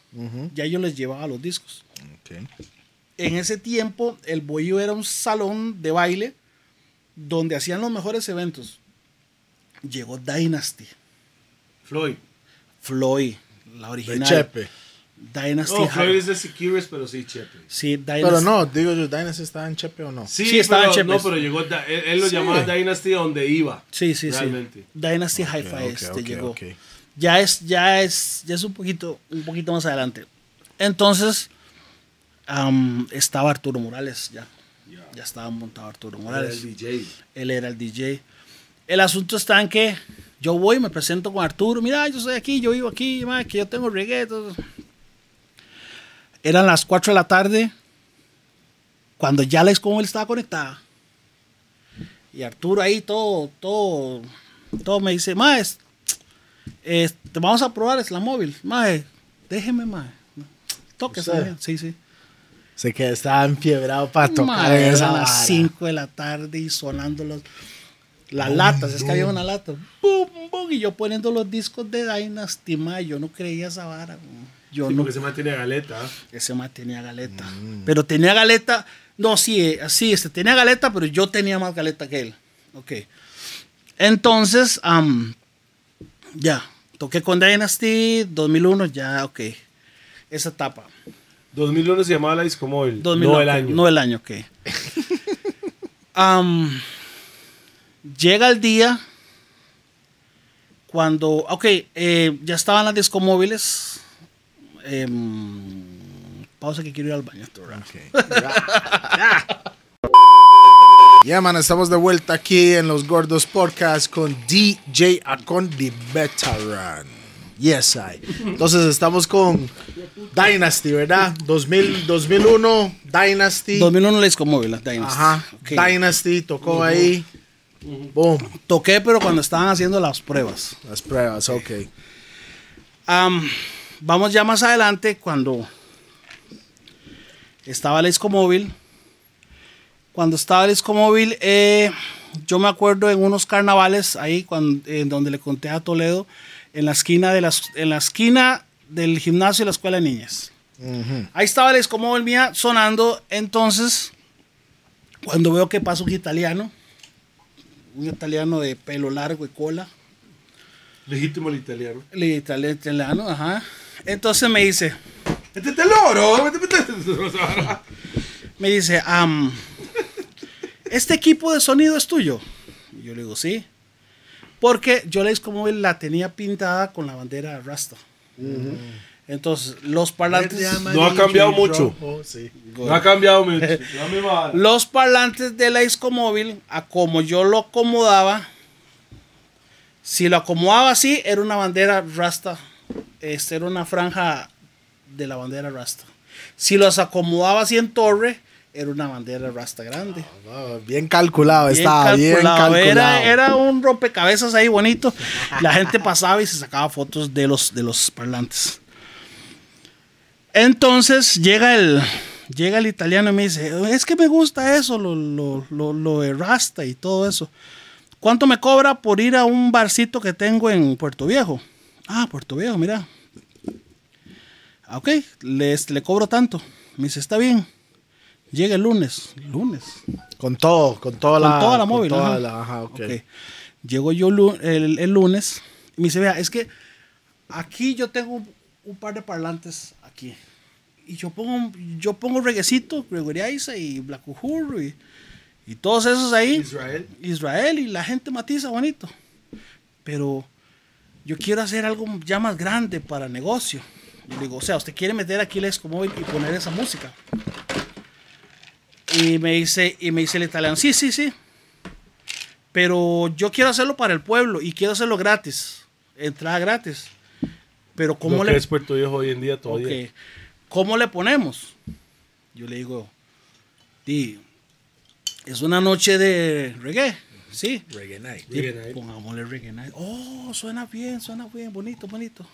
Ya yo les llevaba los discos en ese tiempo el Bohío era un salón de baile donde hacían los mejores eventos. Llegó Dynasty,
Floyd.
Floyd, la
De
original.
Chepe.
Dynasty.
No,
Hard-
Oh, Floyd es de Secures, pero sí Chepe.
Sí, Dynasty.
Pero no, digo yo, Dynasty estaba en Chepe o no.
Sí,
Sí, estaba
pero,
Chepe.
No, pero llegó, Da- él, él lo
Sí.
llamaba Dynasty donde iba.
Sí, sí, sí.
Realmente.
Dynasty
Ok,
Hi-Fi
ok,
este
ok,
llegó.
ok.
Ya es, ya es, ya es un poquito, un poquito más adelante. Entonces, am, estaba Arturo Morales ya. Ya estaba montado Arturo
Era
Morales.
el DJ.
Él era el DJ. El asunto está en que yo voy, me presento con Arturo. Mira, yo soy aquí, yo vivo aquí, ma, que yo tengo reggae. entonces". Eran las 4 de la tarde cuando ya la como él estaba conectada. Y Arturo ahí todo, todo, todo me dice, maes, eh, te vamos a probar es la móvil. Mae, déjeme, mae. Toque,
¿En serio?
mae". sí, sí.
Se que estaba enfiebrado para tocar
Madre,
en esa
eran las
vara.
5 de la tarde y sonando los, las latas, es que había una lata. Bum, bum, y yo poniendo los discos de Dynasty, ma, yo no creía esa vara. güey. Yo
Sí,
no,
porque Mm. se mantiene galeta. ¿ah?
ese ma tenía galeta. Pero tenía galeta, no, sí, eh, sí, este tenía galeta, pero yo tenía más galeta que él. Ok. Entonces, am, ya, toqué con Dynasty 2001, ya, ok. Esa etapa.
2001 se llamaba la Disco Móvil.
2001,
no el año.
No el año, ok. Am, llega el día cuando, ok, eh, ya estaban las discomóviles. Em, pausa que quiero ir al baño.
Ya, man, estamos de vuelta aquí en los Gordos Podcast con DJ Acon the Veteran. Yes, I. Entonces estamos con Dynasty, ¿verdad? 2000, 2001, Dynasty.
2001 la discomóvil, la Dynasty.
Ajá.
ok.
Dynasty tocó ahí. Boom.
Toqué, pero cuando estaban haciendo las pruebas.
Las pruebas, ok.
Am, vamos ya más adelante cuando estaba el Móvil. Cuando estaba el Móvil, eh, yo me acuerdo en unos carnavales ahí cuan- en donde le conté a Toledo en la esquina de las en la esquina del gimnasio y la escuela de niñas. Ahí estaba el Móvil mía sonando, entonces cuando veo que pasa un italiano, un italiano de pelo largo y cola,
Legítimo el italiano.
el itali- italiano, ajá. Entonces me dice,
¡Métete el oro! métete- métete-
me dice, am, ¿este equipo de sonido es tuyo? Y yo le digo, sí. Porque yo la como la tenía pintada con la bandera Rasta. Entonces, los parlantes,
No ha cambiado mucho. No ha cambiado mucho.
La misma vara.
los parlantes de la discomóvil, a como yo lo acomodaba, si lo acomodaba así, era una bandera Rasta. Este era una franja de la bandera Rasta. Si los acomodaba así en torre, era una bandera Rasta grande.
Bien calculado,
Bien
estaba bien
calculado.
calculado.
Era, era un rompecabezas ahí bonito. La gente pasaba y se sacaba fotos de los, de los parlantes. Entonces llega el, llega el italiano y me dice, es que me gusta eso, lo, lo, lo, lo de Rasta y todo eso. ¿Cuánto me cobra por ir a un barcito que tengo en Puerto Viejo? Ah, Puerto Viejo, mira. Ah, Ok, le, este, le cobro tanto. Me dice, está bien. Llega el lunes. Lunes.
Con todo, con toda
Con
la.
toda la móvil,
toda
ajá.
la- ajá, ok.
Ok. Llego yo lu- el, el lunes y me dice, vea, es que aquí yo tengo un, un par de parlantes aquí. Y yo pongo, yo pongo reguecito, Gregoria Isa y Blacujurro y, y todos esos ahí.
Israel.
Israel y la gente matiza bonito. Pero yo quiero hacer algo ya más grande para negocio. Y le digo, o sea, usted quiere meter aquí el Escomóvil y poner esa música. Y me dice, y me dice el italiano, sí, sí, sí. Pero yo quiero hacerlo para el pueblo y quiero hacerlo gratis. Entrada gratis. Pero ¿cómo
Lo
le
que es Puerto Viejo hoy en día todavía.
Ok. ¿Cómo le ponemos? Yo le digo, "Di, es una noche de reggae, ¿sí? Di,
Reggae night.
Pongámosle reggae night. Oh, suena bien, suena bien, bonito, bonito.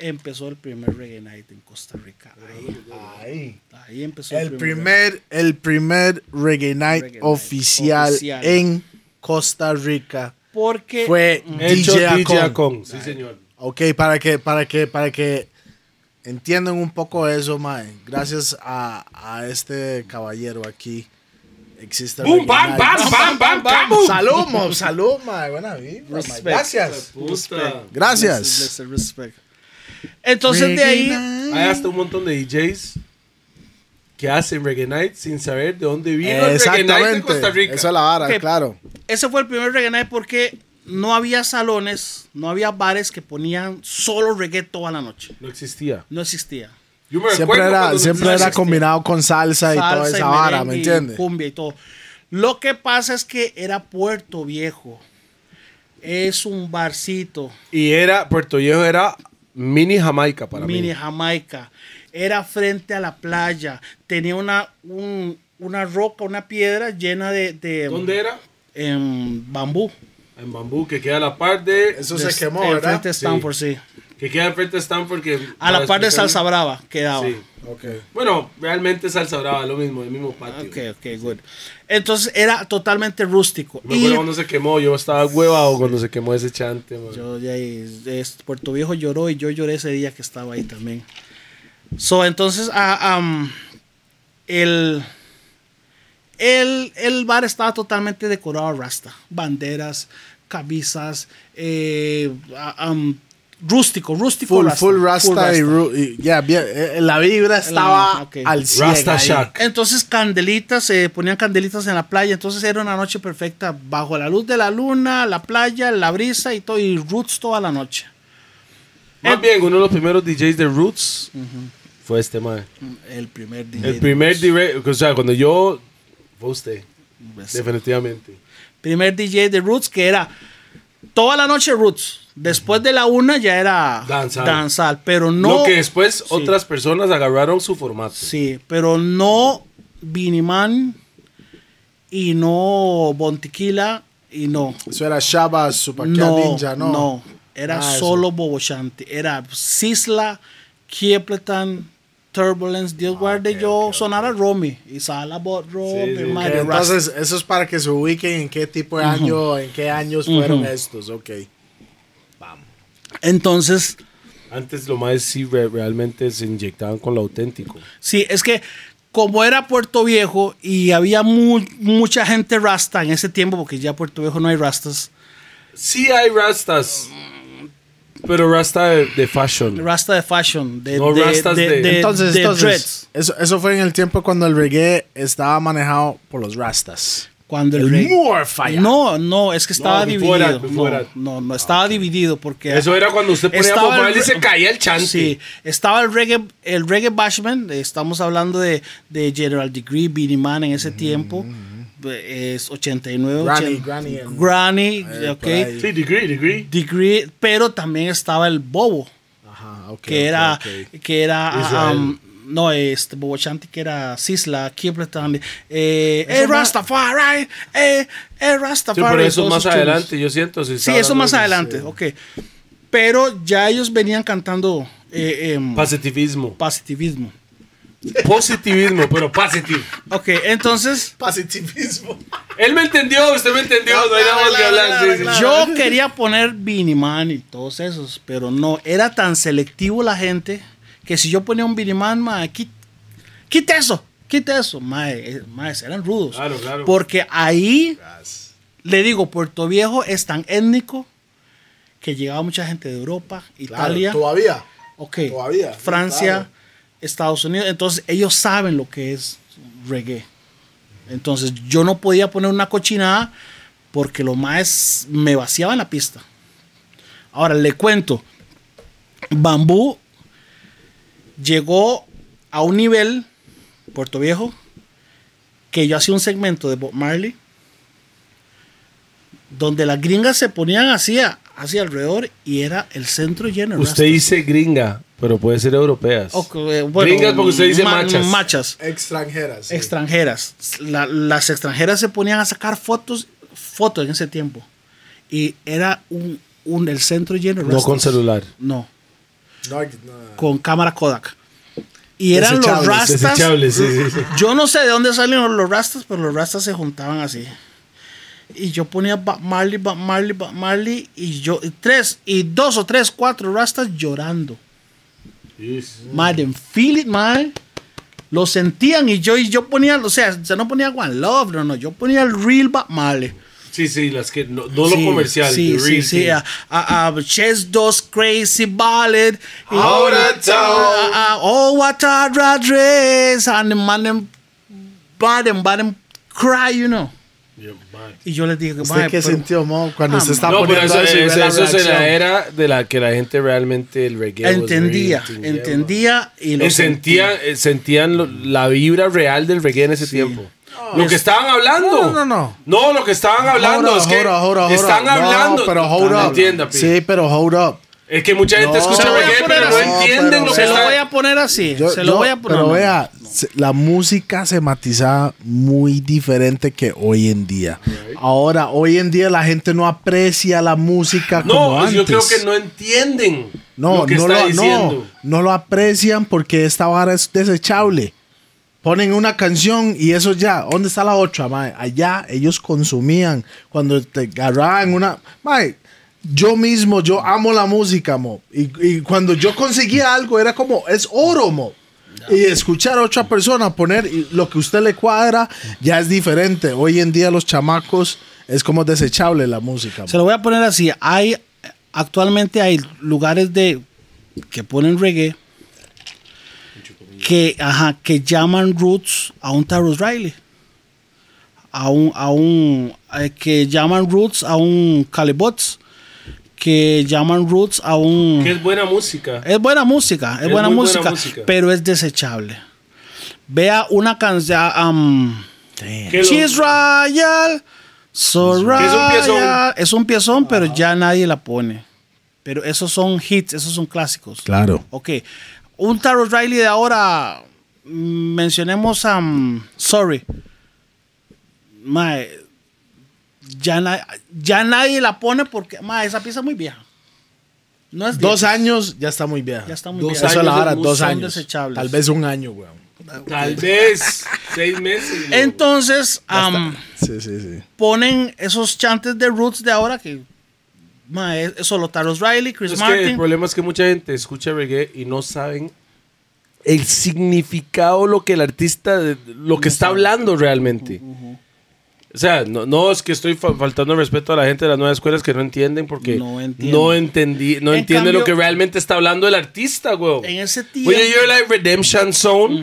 Empezó el primer reggae night en Costa Rica. Ahí,
Ahí.
ahí empezó
El primer, el primer reggae night
Reggae night
oficial,
oficial. Eh,
en Costa Rica
reggae. Porque
fue
Hecho
DJ Akon.
Akon, Sí, señor.
Ok, para que, para que, para que entiendan un poco eso, mae. Gracias a, a este caballero aquí. Existe
¡Bum,
reggae
bam,
night.
bam, bam, bam, bam!
Salud, mo, salud, mae. Buena vida, mae.
Respect.
Gracias.
¡Puta!
Gracias.
Blessed respect. Entonces de ahí,
Hay hasta un montón de DJs que hacen reggae night sin saber de dónde vino el reggae night de
Exactamente.
Costa Rica.
Eso es la vara,
Ok.
claro.
ese fue el primer reggae night porque no había salones, no había bares que ponían solo reggae toda la noche.
No existía.
No existía.
Yo me
Siempre
recuerdo
era,
cuando
siempre
nací.
era combinado con salsa, y toda
Salsa
esa
y
vara,
merengue
¿me
y
entiendes?
Cumbia y todo. Lo que pasa es que era Puerto Viejo. Es un barcito,
Y era, Puerto Viejo era mini Jamaica para
mini
mí.
Jamaica. Era frente a la playa. Tenía una, un- una roca, una piedra llena de, de-
¿Dónde era?
em, bambú.
En Bambú, que queda a la par de...
Eso
De-
se quemó,
eh,
¿verdad? Ah,
Frente a Stanford, sí.
Que queda frente a Stanford. Que,
A la par de Salsa
Salsa
Brava quedaba.
Sí.
Ok.
Bueno, realmente Salsa Brava, lo mismo, el mismo patio.
Ok, ok, good. Entonces era totalmente rústico.
Me
Y-
acuerdo cuando se quemó, yo estaba huevado cuando se quemó ese chante, man.
Yo ya es- es- Puerto Viejo lloró y yo lloré ese día que estaba ahí también. So, entonces, ah, am, el, El, el bar estaba totalmente decorado a rasta. Banderas, camisas, eh, ah, um, rústico, rústico.
Full, full rasta, y,
rasta.
ru- y- ya, bien, eh, la vibra estaba
ok.
al 100
Rasta
ahí.
Shack.
Entonces candelitas, se ponían candelitas en la playa, entonces era una noche perfecta, bajo la luz de la luna, la playa, la brisa y todo, y roots toda la noche.
Más bien, uno de los primeros DJs de Roots fue este man.
El primer día.
El primer DJ, o sea, cuando yo. Fue usted, definitivamente.
primer DJ de Roots, que era toda la noche Roots. Después de la una ya era
Danzal.
pero no.
Lo que después otras personas agarraron su formato.
Sí, pero no Viniman y no Bontiquila y no.
Eso era Shabba, Supaquia
No,
Ninja, ¿no?
no, Era
Ah, eso.
solo Bobo Shanti. Era Sisla, Kiepleton, Turbulence, Dios
Ah,
guarde yo, sonara Romy y Sala Bot Romy,
sí.
Ok,
madre, Rasta.
entonces, eso es para que se ubiquen en qué tipo de año, en qué años fueron estos, ok.
Entonces,
Antes lo más sí re- realmente se inyectaban con lo auténtico.
Sí, es que como era Puerto Viejo y había mu- mucha gente rasta en ese tiempo, porque ya Puerto Viejo no hay rastas,
Sí hay rastas. Pero rasta de, de fashion.
rasta de fashion, de,
No,
de-
rastas
de-
de-
de-
Entonces,
de
entonces
dreads.
eso, eso fue en el tiempo cuando el reggae estaba manejado por los rastas.
Cuando el,
El
rey-
Moor falla.
No, no, es que estaba
No, fuera,
dividido.
fuera. Ah,
No, no, no, estaba dividido porque
Eso era cuando usted ponía a
Estaba
Bob
el
Marley y
re-
se caía el chante.
Sí, estaba el reggae, el reggae bashman, eh, estamos hablando de, de General Degree, Beanie Man en ese tiempo,
Mm.
eh, es 89,
Granny,
80,
Granny and-
Granny,
Eh,
ok,
por ahí.
Sí, degree, degree.
Degree, pero también estaba el Bobo,
Ajá, ok,
que
ok,
era,
ok.
que era,
Israel.
um, no, este Bobo Chanti, que era Sisla, Kiepleton, eh, eh, Rastafari, eh, eh,
Sí,
Rastafari.
pero eso
todos
más
esos chungos.
adelante, yo siento. si
Sí,
está
eso
hablando
más
de-
adelante, ok. Pero ya ellos venían cantando eh, em,
Positivismo.
positivismo.
Positivismo, pero positivo.
Ok, entonces
Positivismo.
Él me entendió, usted me entendió. No, hay nada más que hablar. sí, sí.
yo quería poner Biniman y todos esos, pero no, era tan selectivo la gente que si yo ponía un Biniman, mae, qui- quita eso, quita eso, mae, eh, mae, eran rudos.
Claro, claro.
Porque ahí, le digo, Puerto Viejo es tan étnico que llegaba mucha gente de Europa, Italia.
todavía.
Ok.
Todavía, sí,
Francia,
claro.
Estados Unidos. Entonces, ellos saben lo que es reggae. Entonces, yo no podía poner una cochinada porque lo más me vaciaba en la pista. Ahora, le cuento. Bambú llegó a un nivel, Puerto Viejo, que yo hacía un segmento de Bob Marley, donde las gringas se ponían hacia, hacia alrededor y era el centro lleno de
Usted
rastas.
dice gringa, pero puede ser europeas.
Ok, eh, bueno,
Gringas porque usted dice machas.
machas,
Extranjeras. sí.
extranjeras. La- las extranjeras se ponían a sacar fotos, fotos en ese tiempo. Y era un, un- el centro lleno de
No
rastas.
con celular.
No,
No, no.
con cámara Kodak. Y eran los
Desechables,
rastas.
Desechable, sí, sí, sí.
Yo no sé de dónde salieron los rastas, pero los rastas se juntaban así. Y yo ponía Bob Marley, Bob Marley, Bob Marley. Y yo, y tres, y dos o tres, cuatro rastas llorando. Madre, en feel it, madre. Lo sentían y yo, y yo ponía, o sea, yo no ponía One Love, no, no, yo ponía el real Bob Marley.
Sí, sí, las que. No, no
Sí,
lo comercial.
Sí,
the
sí,
real
sí.
thing.
A, a, a Chess Dos Crazy Ballad. y-
Ahora
a- a- a- Oh, what a rat race. And the man them, bad them, bad them cry, you know.
Yeah, man.
Y yo les dije,
¿Usted
"Mae,
qué
pero-
sintió, Mo, cuando
Ah,
se está
No, pero
poniendo
eso,
eso, y ve
eso,
la
eso es en
reacción?
la era de la que la gente realmente el reggae. was
Entendía,
real thing, yeah,
entendía y
man.
lo
Eh, sentían eh, sentían lo- la vibra real del reggae en ese tiempo. Lo que estaban hablando.
No, no, no.
No, lo que estaban hablando
Hold up,
es que
hold up, hold up, hold
están
up.
hablando.
No, pero hold
No
up.
entienda, pi.
Sí, pero hold up.
Es que mucha gente
No.
escucha
Se lo voy a
reggae,
poner
pero no
así.
entienden lo
No,
que
Se lo
está-
voy a poner así.
Yo-
se lo
yo-
voy a poner
Pero
no, no.
vea, se- la música se matiza muy diferente que hoy en día. Ahora, hoy en día la gente no aprecia la música como
No, pues
antes.
yo creo que no entienden
No,
lo que
no
está
lo, no,
diciendo.
no lo aprecian porque esta vara es desechable. Ponen una canción y eso ya. ¿Dónde está la otra, mae? Allá ellos consumían. Cuando te agarraban una... Mae, yo mismo, yo amo la música, mo. Y, y cuando yo conseguía algo era como, es oro, mo. Y escuchar a otra persona poner y lo que usted le cuadra ya es diferente. Hoy en día los chamacos es como desechable la música.
Se lo voy a poner así. Hay actualmente hay lugares de que ponen reggae que, ajá, que llaman roots a un Tarus Riley. A un, a un eh, que llaman roots a un Calibots. Que llaman roots a un.
Que es buena música.
Eh,
Es buena música, es,
Es
buena,
muy buena
música,
música.
pero es desechable. Vea una canción. um,
Que lo-
She's Royal, so
Que es un piezón.
royal. Es un piezón, pero ya nadie la pone. Pero esos son hits, esos son clásicos.
Claro.
Ok. Un Tarot Riley de ahora, mm, mencionemos a mm, Sorry. Mae, ya, na- ya nadie la pone porque, mae, esa pieza es muy vieja. No es
Dos años ya está muy vieja.
Ya está muy
Dos
vieja.
Eso es la
Años
vara,
son-
dos
son
años.
desechables.
Tal vez un año, weón.
Tal vez. seis meses. loco.
Entonces, am,
Sí, sí, sí.
ponen esos chantes de Roots de ahora que mae, es solo Taros Riley, Chris
Es que el
Martin.
problema es que mucha gente escucha reggae y no saben el significado, lo que el artista, lo que está hablando realmente. O sea, no, no es que estoy fa- faltando el respeto a la gente de las nuevas escuelas que no entienden porque
No
no,
entienden.
entendí, no
En
entiende lo
cambio-
que realmente está hablando el artista, güey.
En ese tiempo-
Oye, you're like Redemption Song,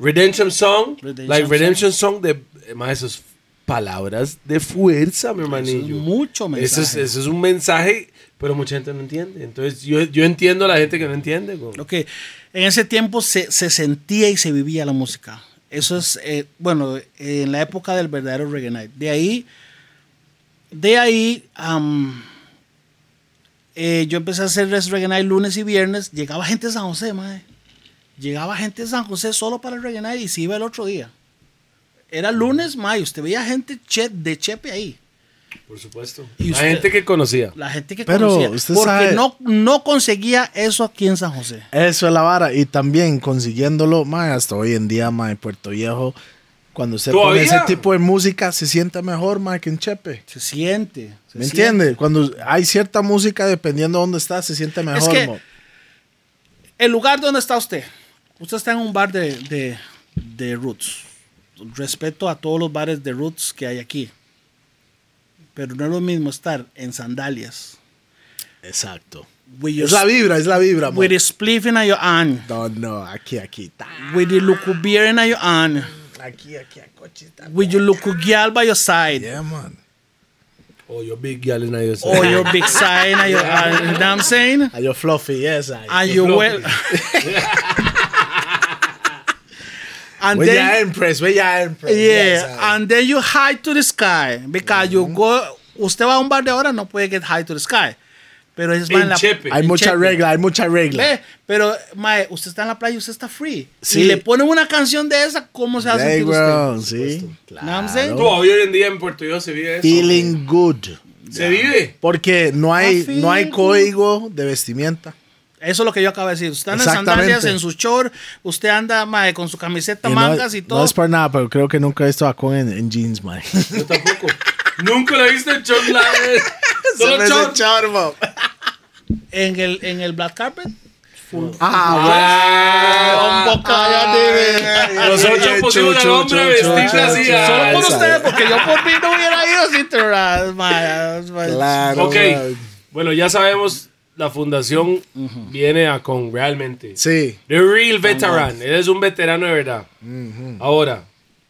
Redemption Song,
Redemption
like
Song.
Redemption Song de, más esos palabras de fuerza, mi hermanillo.
mucho
Eso
mensaje.
es, eso es un mensaje, pero mucha gente no entiende. Entonces, yo, yo entiendo a la gente que no entiende. güey.
Lo que en ese tiempo se, se sentía y se vivía la música. Eso es, eh, bueno, eh, en la época del verdadero reggae night. De ahí, de ahí, am, eh, yo empecé a hacer res- reggae night lunes y viernes. Llegaba gente de San José, madre. Llegaba gente de San José solo para el reggae night y se iba el otro día. Era lunes, mayo. Usted veía gente che- de Chepe ahí.
Por supuesto.
¿Y
La
usted?
gente que conocía.
La gente que
Pero
conocía.
usted
porque
sabe-
no, no conseguía eso aquí en San José.
Eso es la vara. Y también consiguiéndolo, mae, hasta hoy en día, mae, Puerto Viejo, cuando usted
¿Todavía?
pone ese tipo de música, se siente mejor, mae, que en Chepe.
Se siente. se
¿Me
siente.
entiende? Cuando hay cierta música, dependiendo de dónde está, se siente mejor.
que-
mo.
El lugar donde está usted. Usted está en un bar de, de, de Roots. Respeto a todos los bares de Roots que hay aquí. Pero no es lo mismo estar en sandalias.
Exacto.
With your,
Es la vibra, es la vibra, mo.
with your spliff in your hand.
No, no, aquí, aquí. ta,
With your loco beer in your hand.
Aquí, aquí, a cochita.
With your loco girl by your side.
Yeah, man.
O Oh, yo Big Gal en nadie
Or your big sign in your hand. You know what I'm saying?
A yo fluffy, yes. I.
And your well. and
we
then,
Pues ya empress, we ya empress.
Yeah,
yes, I.
and then you high to the sky because you go. Usted va a un bar de ahora no puede get high to the sky, pero es más
En Chepe.
hay
en Eh,
mucha
Chepe.
regla, hay mucha regla.
Ve, pero mae, usted está en la playa, usted está free. Si
Sí.
le ponen una canción de esa, ¿cómo se hace
Hey,
usted?
weón, sí.
Know what I'm saying?
No, hoy en día en Puerto Rico se vive eso.
Feeling good.
Se vive.
Porque no hay, no hay
Afirmo.
código de vestimenta.
Eso es lo que yo acabo de decir. Usted anda en
Exactamente.
sandalias, en su short, usted anda mae, con su camiseta,
Y no-
mangas y todo.
No es por nada, pero creo que nunca he visto a Con en, en jeans, man.
Yo tampoco. Nunca la viste en Chon Solo Chon.
charmo.
en, el, en el black carpet,
Ah,
Ah,
un poco
bueno.
Los ocho pusimos al hombre vestirse así.
Solo por
ah,
ustedes, porque yo por mí no hubiera ido sin terrorar, mae, mae.
Claro.
Ok.
weón.
Bueno, ya sabemos, la fundación viene a con realmente.
Sí.
The real veteran. Él es un veterano de verdad. Ahora,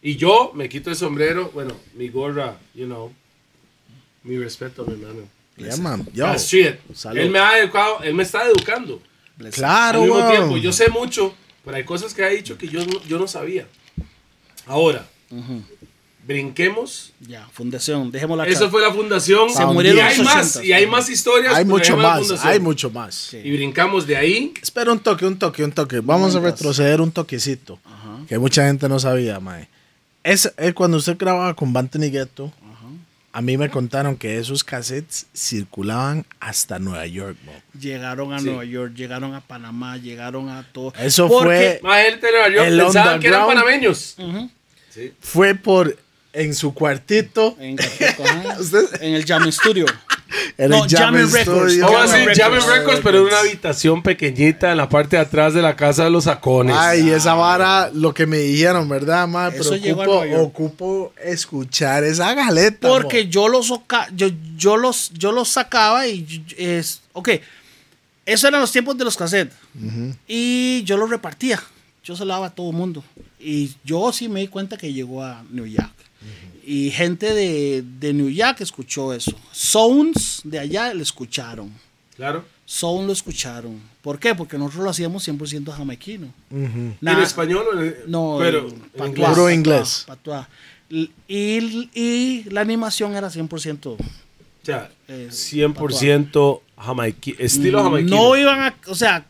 y yo me quito el sombrero, bueno, mi gorra, you know. Mi respeto, mi hermano.
Yeah, man. Yo.
That's it.
salud.
Él me ha educado, él me está educando.
Claro,
Al mismo
weón.
tiempo, yo sé mucho, pero hay cosas que ha dicho que yo no, yo no sabía. Ahora, brinquemos.
Ya, fundación, dejémosla acá.
Eso fue la fundación.
Se murieron
y hay
los
más,
80s.
y hay más historias.
Hay
pero
mucho
dejemos la
más,
fundación.
hay mucho más.
Y brincamos de ahí.
Espera un toque, un toque, un toque. Vamos a retroceder un toquecito. Que mucha gente no sabía, mae. Es, eh, cuando usted grababa con Bante Nigueto, a mí me contaron que esos cassettes circulaban hasta Nueva York, mo.
Llegaron a
Sí.
Nueva York, llegaron a Panamá, llegaron a todo.
Eso
Porque-
Más gente de Nueva York
El
pensaban que eran
underground.
panameños. Sí.
fue por en su cuartito.
En, Acapulco, ajá.
Usted-
En el Jam Studio.
En
No,
el Jam
Jammer Records.
Studio.
Vamos a
Llamen
decir, llamen
Records.
Records, pero en una habitación pequeñita en la parte de atrás de la casa de los sacones.
Ay, eh. esa vara, lo que me dijeron, ¿verdad, ma? Pero
Eso llegó a
ocupo,
Nueva York.
ocupo escuchar esa galeta.
Porque
mo.
yo los, soca- yo, yo los, yo los sacaba y yo- es, ok, eso eran los tiempos de los cassettes y yo los repartía, yo se lo daba a todo el mundo y yo sí me di cuenta que llegó a New York y gente de, de New York escuchó eso, Sounds de allá lo escucharon,
Claro.
Sound lo escucharon, ¿por qué? Porque nosotros lo hacíamos 100% jamaiquino.
Ujú.
¿En
Nada-
español o en
no,
pero,
en
en
patuá,
inglés?
Puro
patuá,
inglés.
patuá. L- Y, y la animación era 100%.
O sea,
Eh,
100% jamaiqui, estilo jamaiquino.
Mm, No iban a, o sea,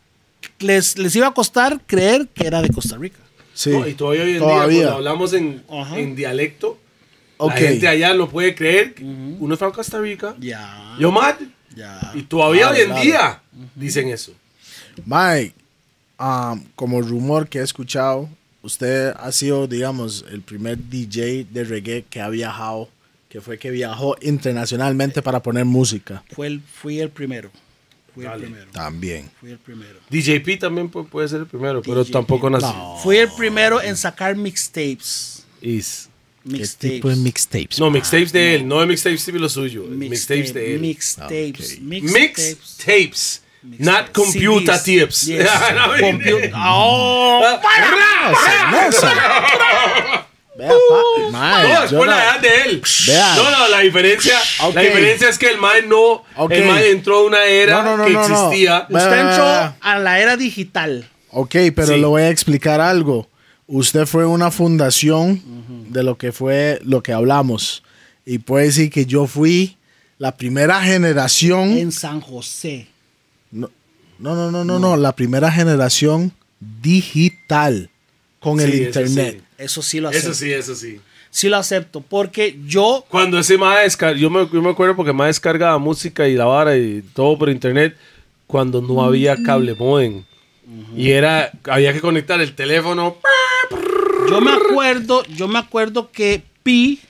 les, les iba a costar creer que era de Costa Rica.
Sí.
No, y todavía hoy en
Todavía.
día, pues, cuando hablamos en,
Ajá.
en dialecto,
Ok.
la gente allá no puede creer. que Uno está en Costa Rica.
Ya,
Yo, Matt.
ya.
Y todavía
Claro,
hoy en
claro.
día dicen eso.
Mike, um, como rumor que he escuchado, usted ha sido, digamos, el primer DJ de reggae que ha viajado, que fue que viajó internacionalmente para poner música.
Fue el, fui el primero. Fui
Dale.
el primero.
También.
Fui el primero.
DJP también pu- puede ser el primero, pero tampoco nació. No,
Fui el primero en sacar mixtapes.
Is.
¿Qué
Mixtapes.
tipo de mixtapes?
no mixtapes de él, no de mixtapes de lo suyo.
Mixtape-
Mixtapes de él.
Mixtapes.
Ah, Ok.
Mixtapes.
Mixtapes. Not
CDs.
computer tips. Ah,
Yes.
I mean-
Compu- Oh,
Ah, Vea, pa- Mae,
Uh, No, es
yo
por la
la-
edad de él.
Vea.
No, no, la diferencia,
Ok.
la diferencia es que el man no,
Ok.
el man entró a una era
No, no, no,
que
no, no.
existía.
Bueno,
Usted
no, no,
entró
no.
a la era digital.
Ok, pero
Sí.
le voy a explicar algo. Usted fue una fundación de lo que fue lo que hablamos. Y puede decir que yo fui la primera generación.
en San José.
No, no, no, no, no, no, La primera generación digital con el
Sí, eso
internet.
Eso sí lo
sí.
acepto.
Eso sí, eso sí.
Sí lo acepto. Porque yo.
Cuando ese más descarga, yo me, yo me acuerdo porque más descargaba música y la vara y todo por internet cuando no
Mm.
había cable modem. Y era, había que conectar el teléfono.
Yo me acuerdo. Yo me acuerdo que Pi.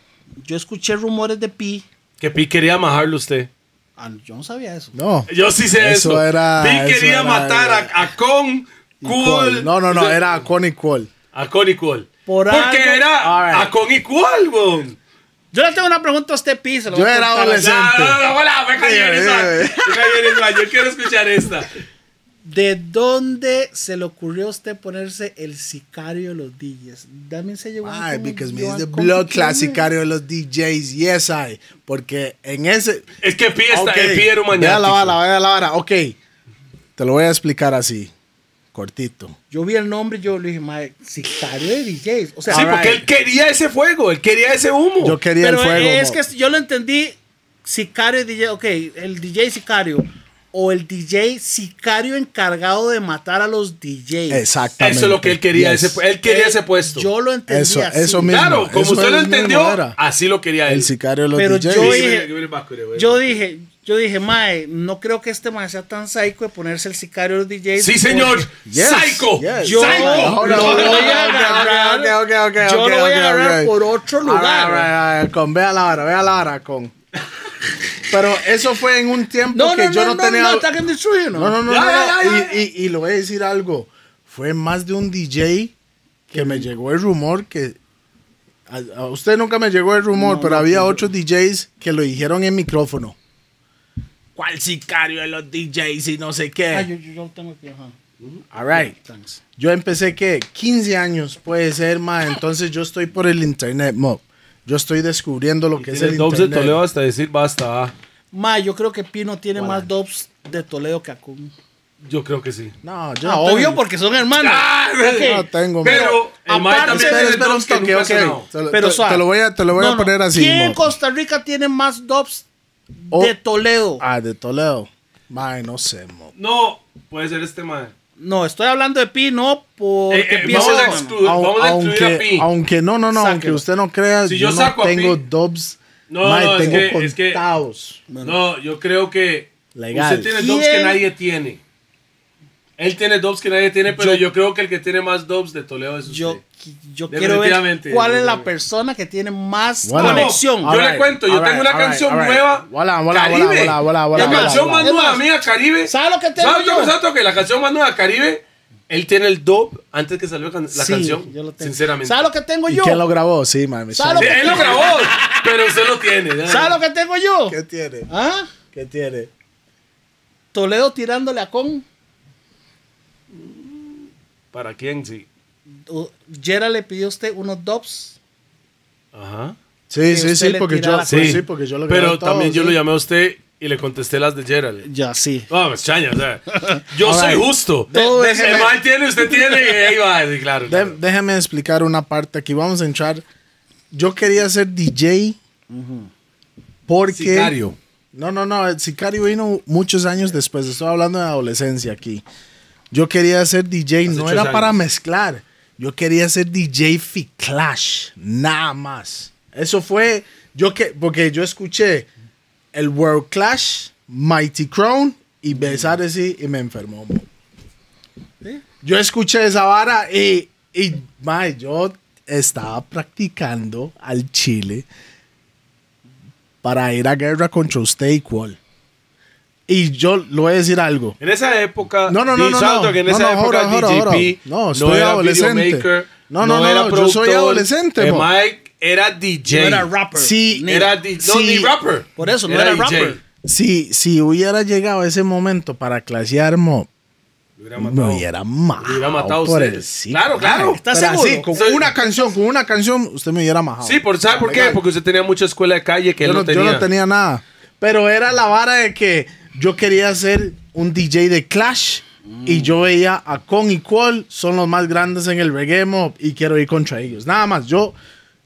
Yo escuché rumores de Pi.
Que Pi quería majarlo usted.
Ah, yo no sabía eso.
No.
Yo sí sé eso.
Eso era-
Pi
eso
quería
era-
matar a, a Con, Cool.
Equal. No, no, no, era con equal.
A Con y Cool.
Por
Porque
algo-
era
Alright.
a Con y Cool, weón.
Yo le tengo una pregunta a usted, Pi. se lo
Yo
voy a
era
contar.
adolescente.
No, no, no, hola, me cayó en esa.
Eh, eh.
Me cayó en esa. Yo quiero escuchar esta.
¿De dónde se le ocurrió a usted ponerse el sicario de los DJs? También se llevó.
Why?
como-
Because me
yo
is the
a-
blood
¿cómo?
clasicario de los DJs. Yes, I. Porque en ese.
Es que Pi está,
Ok,
el Pi era un
Vea la
maniático.
vara, vea la vara. Ok. Te lo voy a explicar así. Cortito.
Yo vi el nombre y yo le dije, madre, sicario de DJs. O sea,
Sí,
Alright.
porque él quería ese fuego, él quería ese humo.
Yo quería
Pero eh,
el fuego.
es
mo.
que yo lo entendí sicario y DJ, ok, el DJ sicario o el DJ sicario encargado de matar a los DJs.
Exactamente.
Eso es lo que él quería,
Yes.
ese, él quería ese puesto.
Yo lo entendí
Eso-
así.
eso mismo.
claro, como
eso
usted
es
lo
el mismo
entendió,
era.
así lo quería él.
El sicario de los
Pero
DJs.
yo
Sí,
dije-
give it back, güey.
Yo dije, yo dije, mae, no creo que este mae sea tan psycho de ponerse el sicario de los DJs.
Sí, señor.
Yes,
Psycho.
yes.
Yo
Psycho.
lo voy a agarrar.
Ok, ok, ok, ok,
Yo lo voy
ok,
a agarrar
ok.
por otro lugar.
All right, all right, all right, Con, vea la hora, vea la hora, con. Pero eso fue en un tiempo
No,
que
no,
yo
no,
no,
no,
tenía.
no, ataquen de suyo, no.
No, no, no,
Ya,
no,
ya,
no.
ya,
Y, y, y le voy a decir algo. Fue más de un DJ que me llegó el rumor que. A, a usted nunca me llegó el rumor, pero había otros DJs que lo dijeron en micrófono. ¿Cuál sicario de los DJs y no sé qué?
Eh.
Ah, yo, yo- yo lo tengo aquí, ajá.
All right.
Thanks.
Yo empecé que 15 años puede ser, ma. Entonces yo estoy por el internet, mo. Yo estoy descubriendo lo que es
Tiene
el
dubs de
internet.
Toledo hasta decir basta. ah.
Mae, yo creo que Pino tiene más dobs de Toledo que Acun.
Yo creo que sí.
No, yo
Ah,
no
obvio,
tengo-
porque son hermanos.
Ah,
yo no tengo.
Pero el Mike
Aparte-
también
espera,
tiene
espera un
dubs que
toque,
nunca ha
ok.
sonado.
Te lo-
Pero
te,
suave.
te lo voy a, te lo voy
No,
a
no.
poner así.
¿Quién en
mo.
Costa Rica tiene más dobs
Oh.
de Toledo?
Ah, de Toledo. Ma, no sé, mo.
No, puede ser este man.
No, estoy hablando de Pi, no porque
Eh, eh,
Pi es
vamos a
hermano.
excluir- Dude,
Au-
vamos a excluir
aunque,
a Pi.
aunque no, no, no, aunque
Sáquelo.
usted no crea,
Si yo
yo,
saco
no
a
tengo
Pi-
dubs.
No,
ma,
no, es
tengo
que- es que-
contados.
No, yo creo que
Legal.
usted tiene dubs que
¿Quién?
nadie tiene. Él tiene dubs que nadie tiene, pero yo, creo que el que tiene más dubs de Toledo es usted.
Yo, yo quiero ver
Definitivamente,
cuál es la
definitivamente.
persona que tiene más
Bueno,
conexión.
Yo le cuento, yo tengo una canción nueva,
Hola, hola,
Caribe.
hola, hola, hola.
la canción más
Es
nueva
más,
mía, Caribe.
¿sabe lo que tengo
¿Sabe
yo?
yo? ¿Sabe que la canción más nueva, Caribe? Él tiene el dub antes que salió can- la
Sí,
canción.
yo lo tengo.
Sinceramente.
¿Sabe lo que tengo
¿Y
yo?
quién lo grabó? Sí, mami.
¿Sabe
Sí, él lo grabó, pero usted lo tiene. ya.
¿Sabe lo que tengo yo?
¿Qué tiene?
¿Ah?
¿Qué tiene?
Toledo tirándole a con.
¿Para quién? Sí.
o- Yera le pidió a usted unos dobs.
Ajá.
Sí,
usted
sí, sí,
le
porque
tira
yo, pues
la-
sí. porque yo lo grabé
Pero
todo,
también yo
sí.
lo llamé a usted y le contesté las de Gerald.
Ya, sí.
No, me chaña, o sea, yo soy
Alright.
justo.
Todo
el
es-
mal tiene, usted tiene, y ahí va, sí, claro.
De-
claro.
déjeme explicar una parte aquí. Vamos a entrar. Yo quería ser DJ porque.
Sicario.
No, no, no. El sicario vino muchos años después. Estoy hablando de adolescencia aquí. Yo quería ser DJ,
Hace
no
ocho
era
años.
para mezclar. Yo quería ser DJ Fi Clash, nada más. Eso fue. Yo que, porque yo escuché el World Clash, Mighty Crown y
Mm.
besar así y me enfermó. mo. Yo escuché esa vara y, y mae, yo estaba practicando al Chile para ir a guerra contra usted y cuál. Y yo le voy a decir algo.
En esa época,
No, no, no,
Di-
no,
Santo,
no.
que en
No,
esa
no,
época
jora, jora,
DJP
jora. No, estoy
era
adolescente.
videomaker,
No, no, no,
era
yo soy
productor.
adolescente,
Eh,
mo.
Mike era DJ.
No era rapper.
Sí,
Ni-
Era di- no,
Sí.
ni rapper.
Por eso, no era
DJ.
rapper.
Si, si hubiera llegado ese momento para clasear, mo,
Lo hubiera
me
matado.
hubiera matado,
Lo hubiera matado
por
usted.
el sí.
Claro, claro.
¿Estás
Pero
seguro?
así, con
Soy-
una canción, con una canción, usted me hubiera majado.
Sí, por, ¿sabe por qué? Porque usted tenía mucha escuela de calle que
Oh yo,
él
no,
no tenía.
yo no tenía nada. Pero era la vara de que yo quería ser un DJ de Clash y yo veía a Con y Qual son los más grandes en el reggae mob y quiero ir contra ellos. Nada más, yo,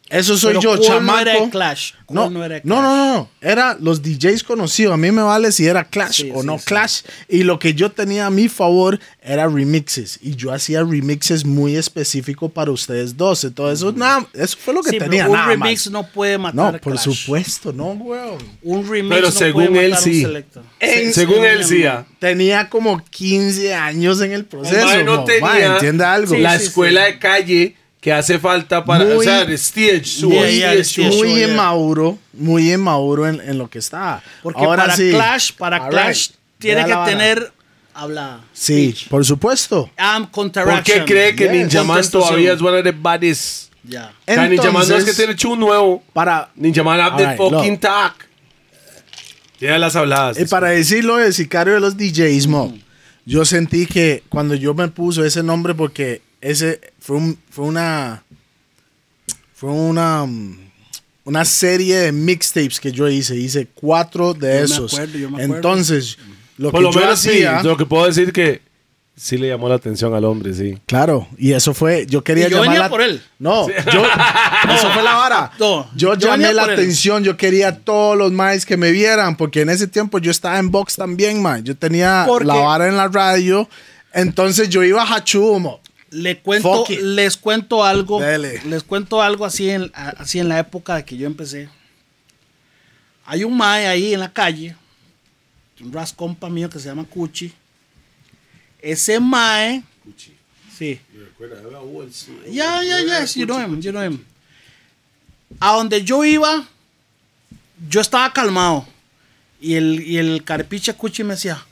eso soy
Pero
yo,
Cole
chamaco.
No era de Clash. Cole
No,
no era de
no,
Clash.
no, no, no. Era los DJs conocidos. A mí me vale si era Clash
Sí,
o
sí,
no
sí.
Clash. Y lo que yo tenía a mi favor era remixes. Y yo hacía remixes muy específico para ustedes dos. Entonces, eso, nada, eso fue lo que
Mm. Sí, pero
tenía.
un
nada
remix
más.
no puede matar
No,
a
por
Clash.
supuesto, no, weón.
Un remix
Pero
no
según
puede
él,
matar a un
sí.
selecto.
En- Según él, sí. ah.
Tenía como 15 años en el
El
proceso.
mae no
no,
tenía
mae, entiende algo.
la
La-
escuela de calle que hace falta para.
Muy-
o sea, de stage, su
Yeah,
oído,
yeah,
su-
sí, eso,
muy
yeah.
inmauro, muy inmauro en, en lo que estaba.
Porque
Ahora
para
sí.
Clash, para
All
Clash,
right.
tiene
Ya
que
la vara.
tener habla.
Sí, por supuesto.
Am counteraction.
¿Por qué cree que
Yeah.
Ninja Man todavía es one of the baddest?
Ya.
O sea, Ninja Man no es que
Entonces,
tiene chu nuevo.
para
Ninja Man up the
Alright, look.
fucking tack. Tiene las habladas.
Y para decirlo de sicario de los DJs, mo,
Mm.
yo sentí que cuando yo me puso ese nombre, porque ese fue, un- fue una. Fue una. mm, Una serie de mixtapes que yo hice. Hice cuatro de
me
esos.
acuerdo, yo me acuerdo.
Entonces, lo
Por
que
lo
yo
menos sí.
hacía.
Lo que puedo decir que sí le llamó la atención al hombre, sí.
Claro, y eso fue. Yo quería
Y yo
llamar.
venía
la-
por él.
No, yo. eso fue la vara.
No, yo
yo llamé
venía
la
por él.
atención. Yo quería a todos los maes que me vieran, porque en ese tiempo yo estaba en box también, man. Yo tenía
Porque-
la vara en la radio. Entonces yo iba a Hachumo.
Le cuento,
Fuck it.
les cuento algo.
Dele.
Les cuento algo así en, a- así en la época de que yo empecé. Hay un mae ahí en la calle, un ras compa mío que se llama Cuchi. Ese mae. Sí. Ya, ya, ya, you know him, you know him. A donde yo iba, yo estaba calmado. Y el, y el carepicha Cuchi me decía,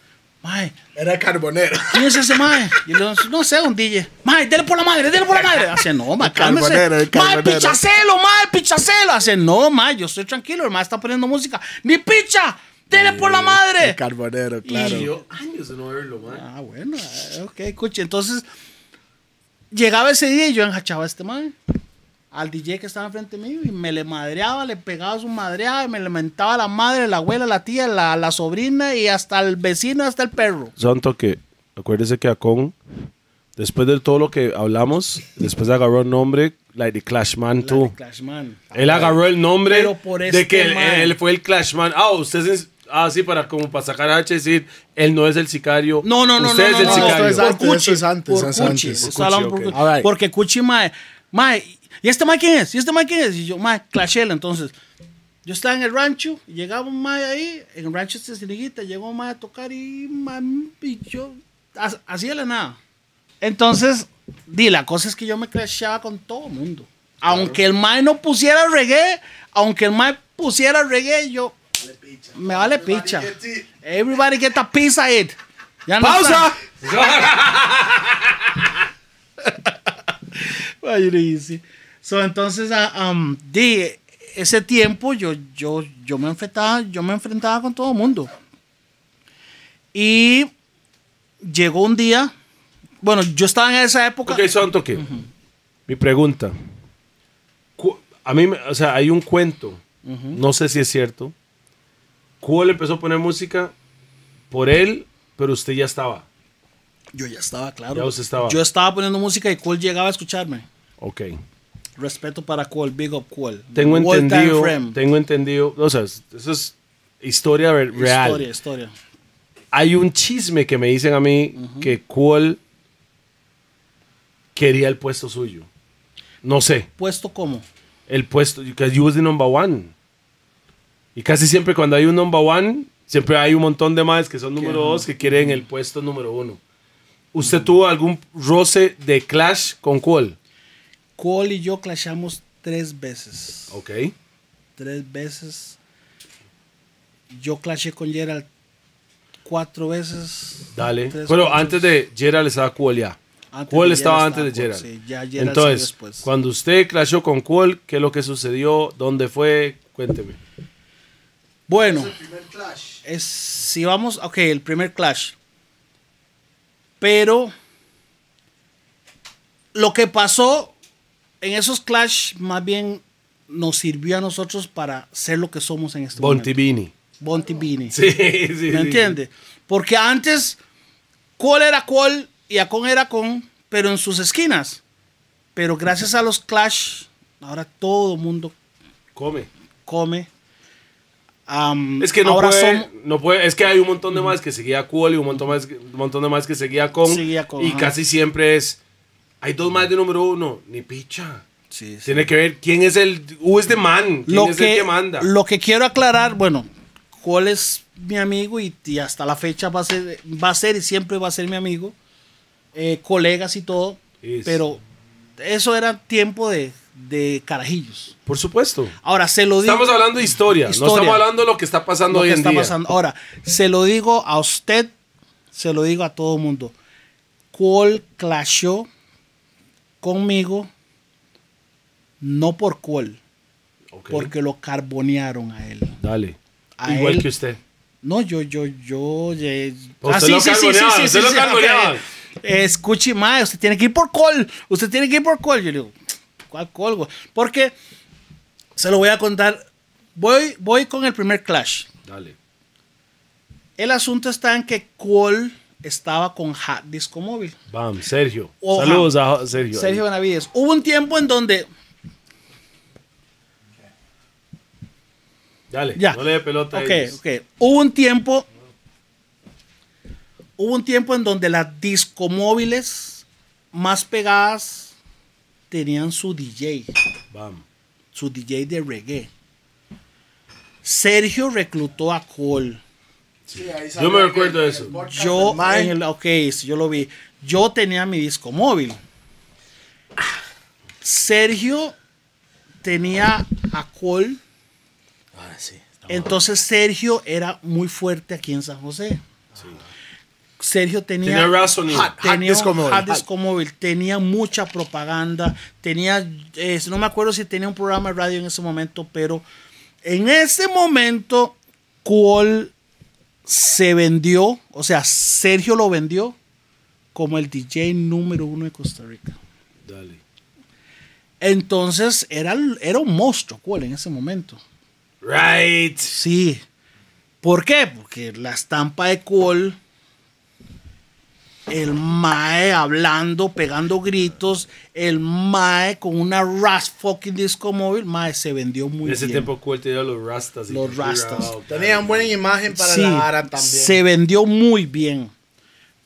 mae,
Era carbonero.
¿Quién es ese mae? Y le digo, no sé, un DJ. Mae, dele por la madre, dele por la madre. Hace, no, mae, cálmese.
carbonero, el
Mae,
carbonero.
pichacelo, mae, pichacelo. Hace, no, mae, yo estoy tranquilo, el mae está poniendo música. ¡Ni picha! ¡Dele por la madre!
carbonero, claro.
Y
Yo años de no verlo, man.
Ah, bueno, eh, ok, escuche. Entonces, llegaba ese día y yo enjachaba a este mae. Al DJ que estaba enfrente mío y me le madreaba, le pegaba su madreada, y me le mentaba la madre, la abuela, la tía, la, la sobrina y hasta el vecino, hasta el perro.
Santo que acuérdese que Acon, después de todo lo que hablamos, después agarró el nombre like the Clashman
La de
too.
Clash, man.
Él agarró el nombre
Pero por
de
este
que él,
man.
él fue el Clashman. Ah, usted es ah, sí, para como para sacar a H y decir, él no es el sicario.
No, no, no,
Usted
no,
es el
no,
no,
sicario.
esto
Por
es antes,
Cuchi,
eso es antes,
por
eso es
Cuchi,
antes.
por
Cuchi,
Alan,
ok.
por Cuchi.
All right.
Porque Cuchi, mae, mae, ¿y este mae quién es? ¿Y este mae quién es? Y yo, mae, Clashel, entonces. Yo estaba en el rancho, y este llegaba un mae ahí, en el rancho de Ciniguita, llegó un mae a tocar y, mae, y yo, as- así de la nada. Entonces, di, la cosa es que yo me crashaba con todo el mundo. Aunque el mae no pusiera reggae, aunque el mae pusiera reggae, yo me vale picha. Everybody get a piece of it. Ya no
¡Pausa!
está. Ay, yo le hice. So, entonces, ah, um, di, ese tiempo yo, yo, yo, me enfrentaba, yo me enfrentaba con todo el mundo. Y llegó un día, bueno, yo estaba en esa época.
Ok, son toque. Mi pregunta. Cu- A mí, me- o sea, hay un cuento. No sé si es cierto. Cubo le empezó a poner música por él, pero usted ya estaba.
Yo ya estaba, claro.
Ya usted estaba.
Yo estaba poniendo música y Cole llegaba a escucharme.
Ok.
Respeto para Cole, big up Cole.
Tengo
All-time
entendido.
friend.
Tengo entendido. O sea, es- eso es historia ver- real.
Historia, historia.
Hay un chisme que me dicen a mí que Cuol quería el puesto suyo. No sé.
Puesto como.
el puesto, because you was the number one. Y casi siempre cuando hay un number one, siempre hay un montón de más que son número dos que quieren el puesto número uno. ¿Usted tuvo algún roce de clash con cuál?
Cole y yo clashamos tres veces.
Ok.
tres veces. Yo clashé con Gerald cuatro veces.
Dale.
Tres,
Pero
cuatro
antes
veces.
de Gerald estaba Cuol ya.
Antes
Cuol
de
estaba
Gerald
antes de
estaba
Gerald.
Cuol, sí, ya Gerald salió
Entonces,
después.
cuando usted clashó con Cuol, ¿qué es lo que sucedió? ¿Dónde fue? Cuénteme.
Bueno,
Primer clash.
es, si vamos, ok, el primer clash. Pero lo que pasó en esos clash más bien nos sirvió a nosotros para ser lo que somos en este momento.
Bontibini.
Bonti Bini.
Sí, sí. sí.
¿Me entiendes? Porque antes, Col era Col y Acon era Con, pero en sus esquinas. Pero gracias a los Clash, ahora todo el mundo
Come.
come. Am,
Es que no
ahora
puede,
somos-
no puede, es que hay un montón de más que seguía Cool y un montón, más, un montón de más que seguía con.
Seguía con,
y
ajá.
casi siempre es, hay dos más de número uno, ni picha.
Sí, sí.
Tiene que ver quién es el, who is the man, quién
Lo
es
que,
el que manda.
lo que quiero aclarar, bueno, Col es mi amigo y, y hasta la fecha va a, ser, va a ser y siempre va a ser mi amigo, eh, colegas y todo,
Yes.
pero eso era tiempo de, de carajillos.
Por supuesto.
Ahora se lo digo.
Estamos hablando de historia, no
Historia.
estamos hablando de lo que está pasando
lo
hoy
que
en
está
día.
pasando. Ahora, se lo digo a usted, se lo digo a todo el mundo. Cole clashó conmigo, no por Cole,
Ok,
porque lo carbonearon a él.
Dale.
A
Igual
él-
que usted.
No, yo, yo, yo. eh, ah,
Pues usted
ye-
lo carboneaban, usted lo carboneaban.
ok. Eh, Escuche, mae, usted tiene que ir por Cole. Usted tiene que ir por Cole. Yo le digo, ¿cuál Cole? güey? Porque se lo voy a contar. Voy, voy con el primer clash.
Dale.
El asunto está en que Cole estaba con Hat Disco Móvil.
Bam, Sergio.
Oja.
Saludos a Sergio.
Sergio Benavides. Hubo un tiempo en donde.
Dale,
Ya.
no le dé pelota a
Ok,
ellos.
ok. Hubo un tiempo. Hubo un tiempo en donde las discomóviles más pegadas tenían su DJ.
Bam.
Su DJ de reggae. Sergio reclutó a Cole.
Sí, ahí
Yo
salió
me
en
recuerdo
el-
eso.
el podcast
Yo,
del
Ah,
Mae.
pues,
en el- ok, sí, yo lo vi. Yo tenía mi disco móvil. Sergio tenía a Cole.
Ah, sí.
Entonces Sergio era muy fuerte aquí en San José. Sergio tenía,
Tenía Razoning.
Hot. Hack
tenía un
Disco Móvil,
Hack
Hack.
Disco Móvil, tenía mucha propaganda, tenía, eh, no me acuerdo si tenía un programa de radio en ese momento, pero en ese momento Cole se vendió, o sea, Sergio lo vendió como el DJ número uno de Costa Rica.
Dale.
Entonces era, era un monstruo Cole en ese momento.
Right.
Sí. ¿Por qué? Porque la estampa de Cole, el Mae hablando, pegando gritos, el Mae con una Ras fucking disco móvil, Mae se vendió muy
En ese
bien.
tiempo Cuel tenía los rastas. y
Los
Shakira,
rastas.
ok.
Tenían buena imagen para
Sí,
la vara también.
se vendió muy bien.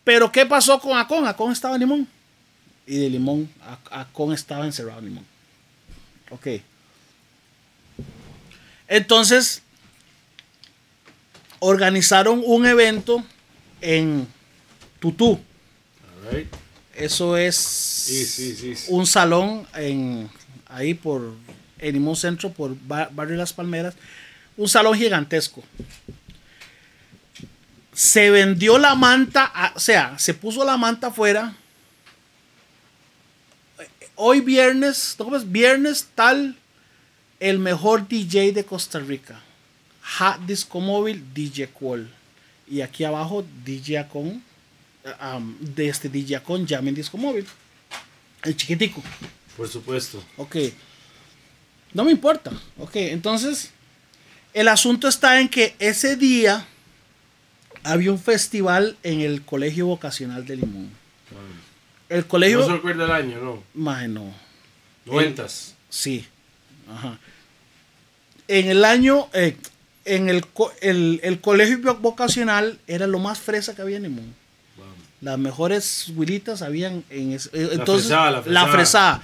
Pero ¿qué pasó con Acon? Acon estaba en Limón. Y de Limón, Ac- Acon estaba encerrado en Limón. Ok. Entonces, organizaron un evento en Tutú.
right?
Eso es
sí, sí, sí.
un salón en ahí por en Limón Centro, por Ba- Barrio Las Palmeras. Un salón gigantesco. Se vendió la manta, a- o sea, se puso la manta afuera. Hoy viernes, ¿cómo es? Viernes tal, el mejor DJ de Costa Rica. Hat Disco Móvil, DJ Qual. Y aquí abajo, DJ Acon, am, de este DJ Acon, llamen Disco Móvil. El chiquitico.
Por supuesto.
Ok. No me importa. Ok, entonces, el asunto está en que ese día había un festival en el Colegio Vocacional de Limón. El colegio...
No se recuerda el año, ¿no?
Mae, no.
Noventas.
Sí. Ajá. En el año, eh, en el, co- el, el colegio vo- vocacional era lo más fresa que había en Limón. Las mejores huilitas habían en ese- eh,
La
entonces
fresada, la fresada.
fresada.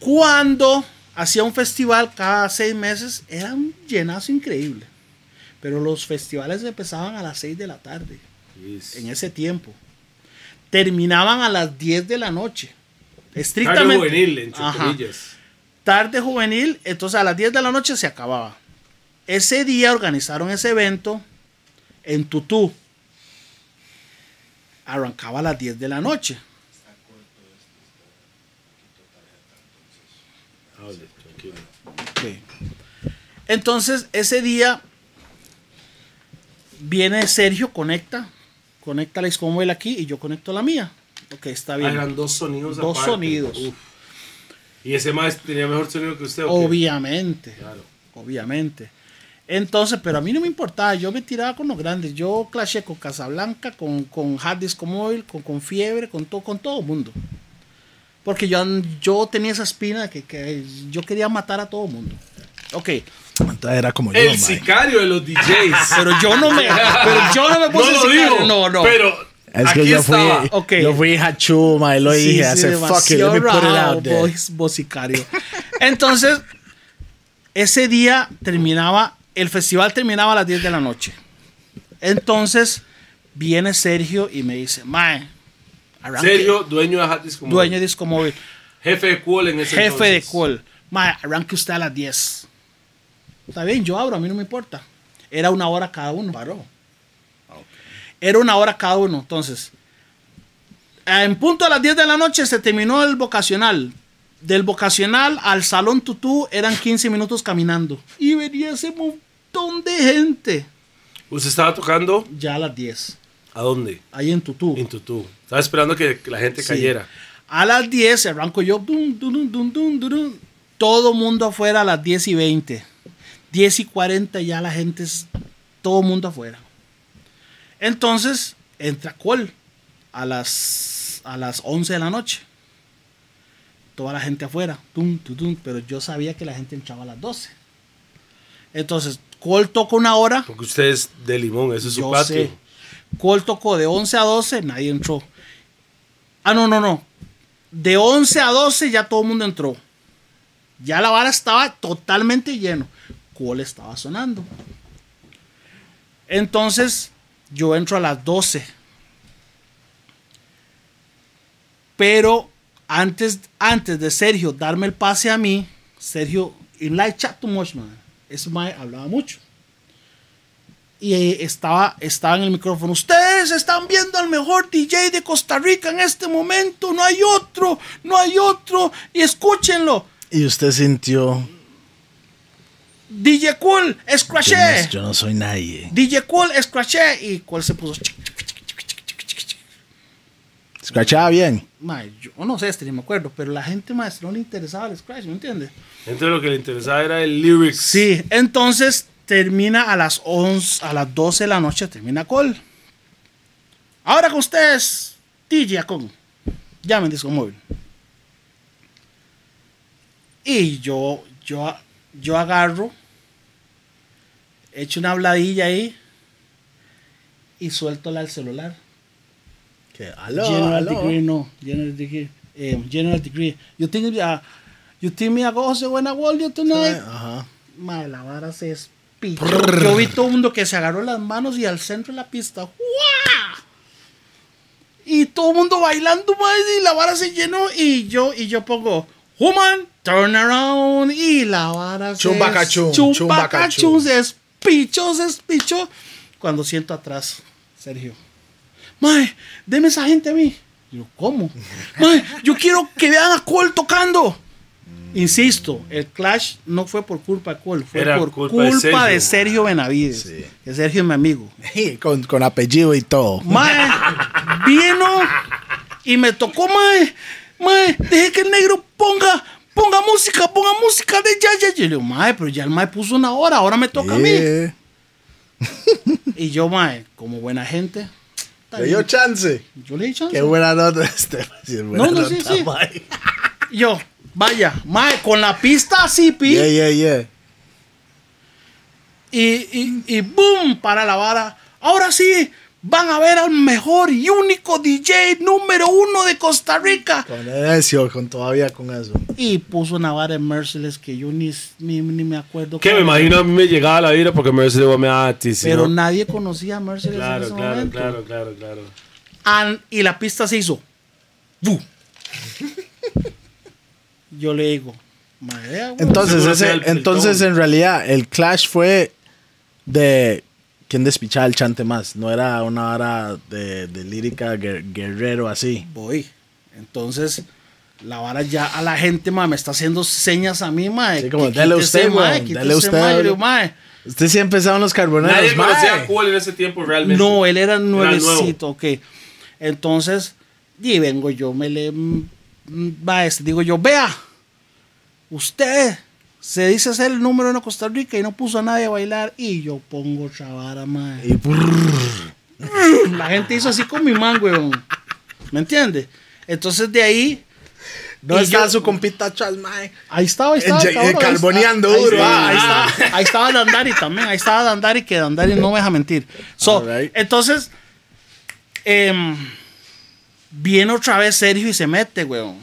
Cuando hacía un festival cada seis meses era un llenazo increíble. Pero los festivales empezaban a las 6 de la tarde
Yes.
en ese tiempo. Terminaban a las 10 de la noche.
Tarde
Estrictamente
juvenil, entre
Ajá
comillas.
tarde juvenil, entonces a las 10 de la noche se acababa. Ese día organizaron ese evento en Tutú. Arrancaba a las 10 de la noche.
Hable, tranquilo.
Entonces ese día viene Sergio, conecta, conecta la él aquí y yo conecto la mía. Ok, está
Ah,
bien.
eran dos sonidos
Dos
aparte.
sonidos.
Uf. ¿Y ese más tenía mejor sonido que usted? o qué?
Obviamente.
Claro.
obviamente. Entonces, pero a mí no me importaba, yo me tiraba con los grandes, yo clashé con Casablanca, con, con Hard Disco Móvil, con, con Fiebre, con todo, con todo mundo. Porque yo, yo tenía esa espina de que, que yo quería matar a todo mundo. Ok,
Entonces era como yo,
El
mae.
sicario de los DJs.
pero yo no me, pero yo no me
no
puse
lo
sicario,
digo.
No, no.
Pero
Es
aquí
que yo fui,
estaba.
Ok.
yo fui hachu, mae, lo
Sí,
dije,
sí,
I said, fuck it, let me put it
demasiado
out there.
bravo, vos- sicario. Entonces, ese día terminaba, el festival terminaba a las 10 de la noche. Entonces, viene Sergio y me dice, Mae, arranque-
Sergio, dueño de Hatis como
dueño de Disco Móvil,
jefe de Cool en ese
jefe de
entonces.
call, Mae, arranque usted a las 10. Está bien, yo abro, a mí no me importa. Era una hora cada uno. Paró.
Ah,
Era una hora cada uno, entonces. eh, En punto a las 10 de la noche se terminó el vocacional. Del vocacional al salón tutú eran 15 minutos caminando. Y venía ese montón de gente.
¿Usted estaba tocando
Ya a las 10,
a dónde?
ahí en tutú.
En Tutú. Estaba esperando que que la gente
Sí.
cayera.
A las 10 arranco yo. dun, dun, dun, dun, dun, dun, dun. Todo mundo afuera a las 10 y 20. 10 y 40 ya la gente es todo mundo afuera. Entonces entra Col a las, a las 11 de la noche. Toda la gente afuera. tum, tum, tum, pero yo sabía que la gente entraba a las 12. Entonces Col toca una hora.
Porque usted es de Limón, ese es su
Yo
patio.
sé. Cole tocó de 11 a 12, nadie entró. Ah, no, no, no. De 11 a 12 ya todo el mundo entró. Ya la vara estaba totalmente lleno. Cole estaba sonando. Entonces, yo entro a las 12. Pero antes, antes de Sergio darme el pase a mí, Sergio, in light chat too much, man. Ese mae hablaba mucho y eh, estaba, estaba en el micrófono. Ustedes están viendo al mejor DJ de Costa Rica en este momento. No hay otro, no hay otro. Y escúchenlo.
Y usted sintió,
DJ Cool,
yo no,
escraché.
yo no soy nadie.
DJ Cool, escraché. Y cuál se puso. chic, chic.
Escrachaba bien.
Mae, yo no sé, este ni me acuerdo, pero la gente maestra no le interesaba el scratch, ¿me entiendes?
Entonces lo que le interesaba era el lyrics.
Sí, entonces termina a las 11, a las 12 de la noche, termina Col. Ahora con ustedes, DJ Acon. Llamen disco móvil. Y yo, yo, yo agarro, echo una habladilla ahí y suelto la al celular.
Que, aló,
General
aló.
degree, no. General degree. eh, general degree. You think, uh, you think me a gozo when I want you tonight?
Ajá.
Madre, la vara se despichó. Yo vi todo el mundo que se agarró las manos y al centro de la pista. ¡guau! y todo el mundo bailando, mae, y la vara se llenó y yo y yo pongo Human Turn Around y la vara se
Chumbacachum,
chumbacachum,
chumbacachum.
se espichó, se espichó cuando siento atrás, Sergio. Mae, deme esa gente a mí. Yo, ¿cómo? Mae, yo quiero que vean a Cole tocando. Insisto, el clash no fue por culpa de Cole, fue
Era
por culpa,
culpa de Sergio.
de Sergio Benavides.
Sí.
Que Sergio es mi amigo.
con, con apellido y todo.
Mae, vino y me tocó, mae. Mae, dejé que el negro ponga, ponga música, ponga música de ya, ya. Yo le digo, mae, pero ya el mae puso una hora, ahora me toca a
Yeah.
mí. Y yo, mae, como buena gente, está
Le dio
bien.
chance.
yo le di chance.
Qué buena nota este. sí, buena
No, no, sí,
nota,
sí.
mae.
Y Yo, vaya, mae, con la pista así, pi.
Yeah, yeah, yeah.
y, y, y boom para la vara. Ahora sí, van a ver al mejor y único DJ número uno de Costa Rica.
Con eso, con todavía con eso.
Y puso una vara en Merciless que yo ni, ni, ni me acuerdo.
Que me
cuál era.
imagino a mí me llegaba la vida porque me dice, me da
Pero nadie conocía a Merciless en
Claro,
ese
claro,
momento.
claro, claro, claro.
An- y la pista se hizo. Bu. yo le digo, "Madre, güey".
Entonces,
Seguro
ese-
sea el- el
entonces
don.
en realidad, el clash fue de quién despichaba el chante más. No era una vara de, de lírica guer- guerrero así.
voy. Entonces, la vara ya a la gente, ma, me está haciendo señas a mí, ma.
Sí, como,
que
dale
quítese,
usted,
ma,
weón,
quítese,
dale usted,
ma. Yo le digo,
weón.
ma,
Usted sí empezaba en los carboneros.
Nadie
mae.
conocía a Cool en ese tiempo realmente.
No, él era
nuevo.
nuevecito, ok. Entonces, y vengo yo, me le. mm, ma, este, digo yo, vea, usted se dice ser el número uno de Costa Rica y no puso a nadie a bailar. Y yo pongo otra vara, ma.
Y brrr.
La gente hizo así con mi man, weón. ¿Me entiende? Entonces, de ahí,
no
Y
estaba
yo-
su compita Chas, mae.
Ahí estaba, ahí estaba.
Eh,
cabrón, ahí
carboneando
está- ahí
duro,
estaba,
ah.
Ahí estaba, ahí estaba Dandari también. Ahí estaba Dandari, que Dandari no me deja mentir. So,
Alright.
Entonces, em, viene otra vez Sergio y se mete, weón.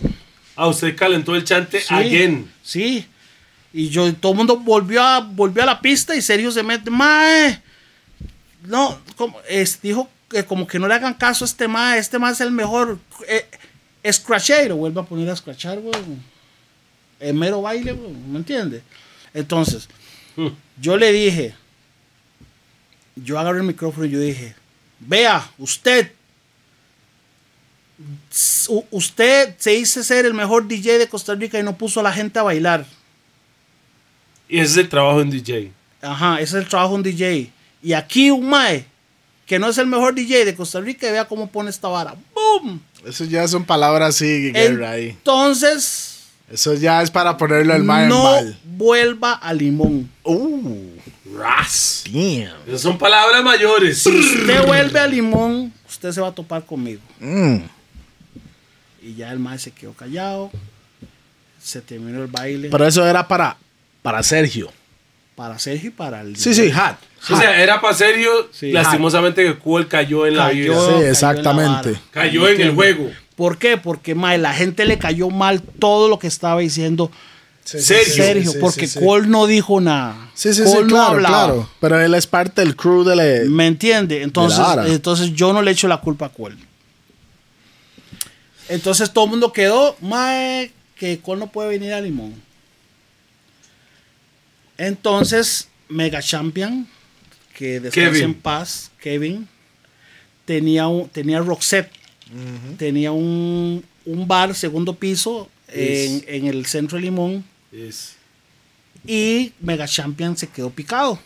Ah, usted calentó el chante
eh. Sí,
again.
Sí. Y yo, todo el mundo volvió a, volvió a la pista y Sergio se mete. Mae. No, como, es, dijo que como que no le hagan caso a este mae. Este mae es el mejor. Eh, escrachero. Vuelve a poner a escrachar, weón. Es mero baile, weón. ¿Me entiendes? Entonces,
Hmm.
yo le dije. Yo agarré el micrófono y yo dije. Vea, usted u- usted se dice ser el mejor DJ de Costa Rica y no puso a la gente a bailar.
Y ese es el trabajo de un DJ.
Ajá, ese es el trabajo de un DJ. Y aquí un mae que no es el mejor DJ de Costa Rica y vea cómo pone esta vara. ¡Boom!
Eso ya son palabras así, guerra ahí.
Entonces,
Eso ya es para ponerlo el mae en
no
mal.
vuelva a Limón.
Uh,
Ras.
damn.
Esas son palabras mayores.
Usted vuelve a Limón, usted se va a topar conmigo.
Mm.
Y ya el mae se quedó callado. Se terminó el baile
Pero eso era para, para Sergio.
para Sergio y para el
Sí, sí, hat.
o sea, era para serio.
Sí.
lastimosamente que Cool cayó en la
Cayó,
vida.
cayó en la
exactamente.
vara.
Cayó en el juego.
¿Por qué? Porque mae, la gente le cayó mal todo lo que estaba diciendo
Sergio.
Sergio, porque Cole no dijo nada.
Sí, sí, sí,
Cole no
claro,
hablaba.
claro. Pero él es parte del crew de la...
¿Me entiende? Entonces,
vara.
entonces yo no le echo la culpa a Cole. Entonces todo el mundo quedó, mae, que Cole no puede venir a Limón. Entonces, Mega Champion, que descanse
Kevin.
en paz, Kevin, tenía, un, tenía Roxette, tenía un, un bar, segundo piso, en,
Yes.
en el centro de Limón.
Es-
Y Mega Champion se quedó picado.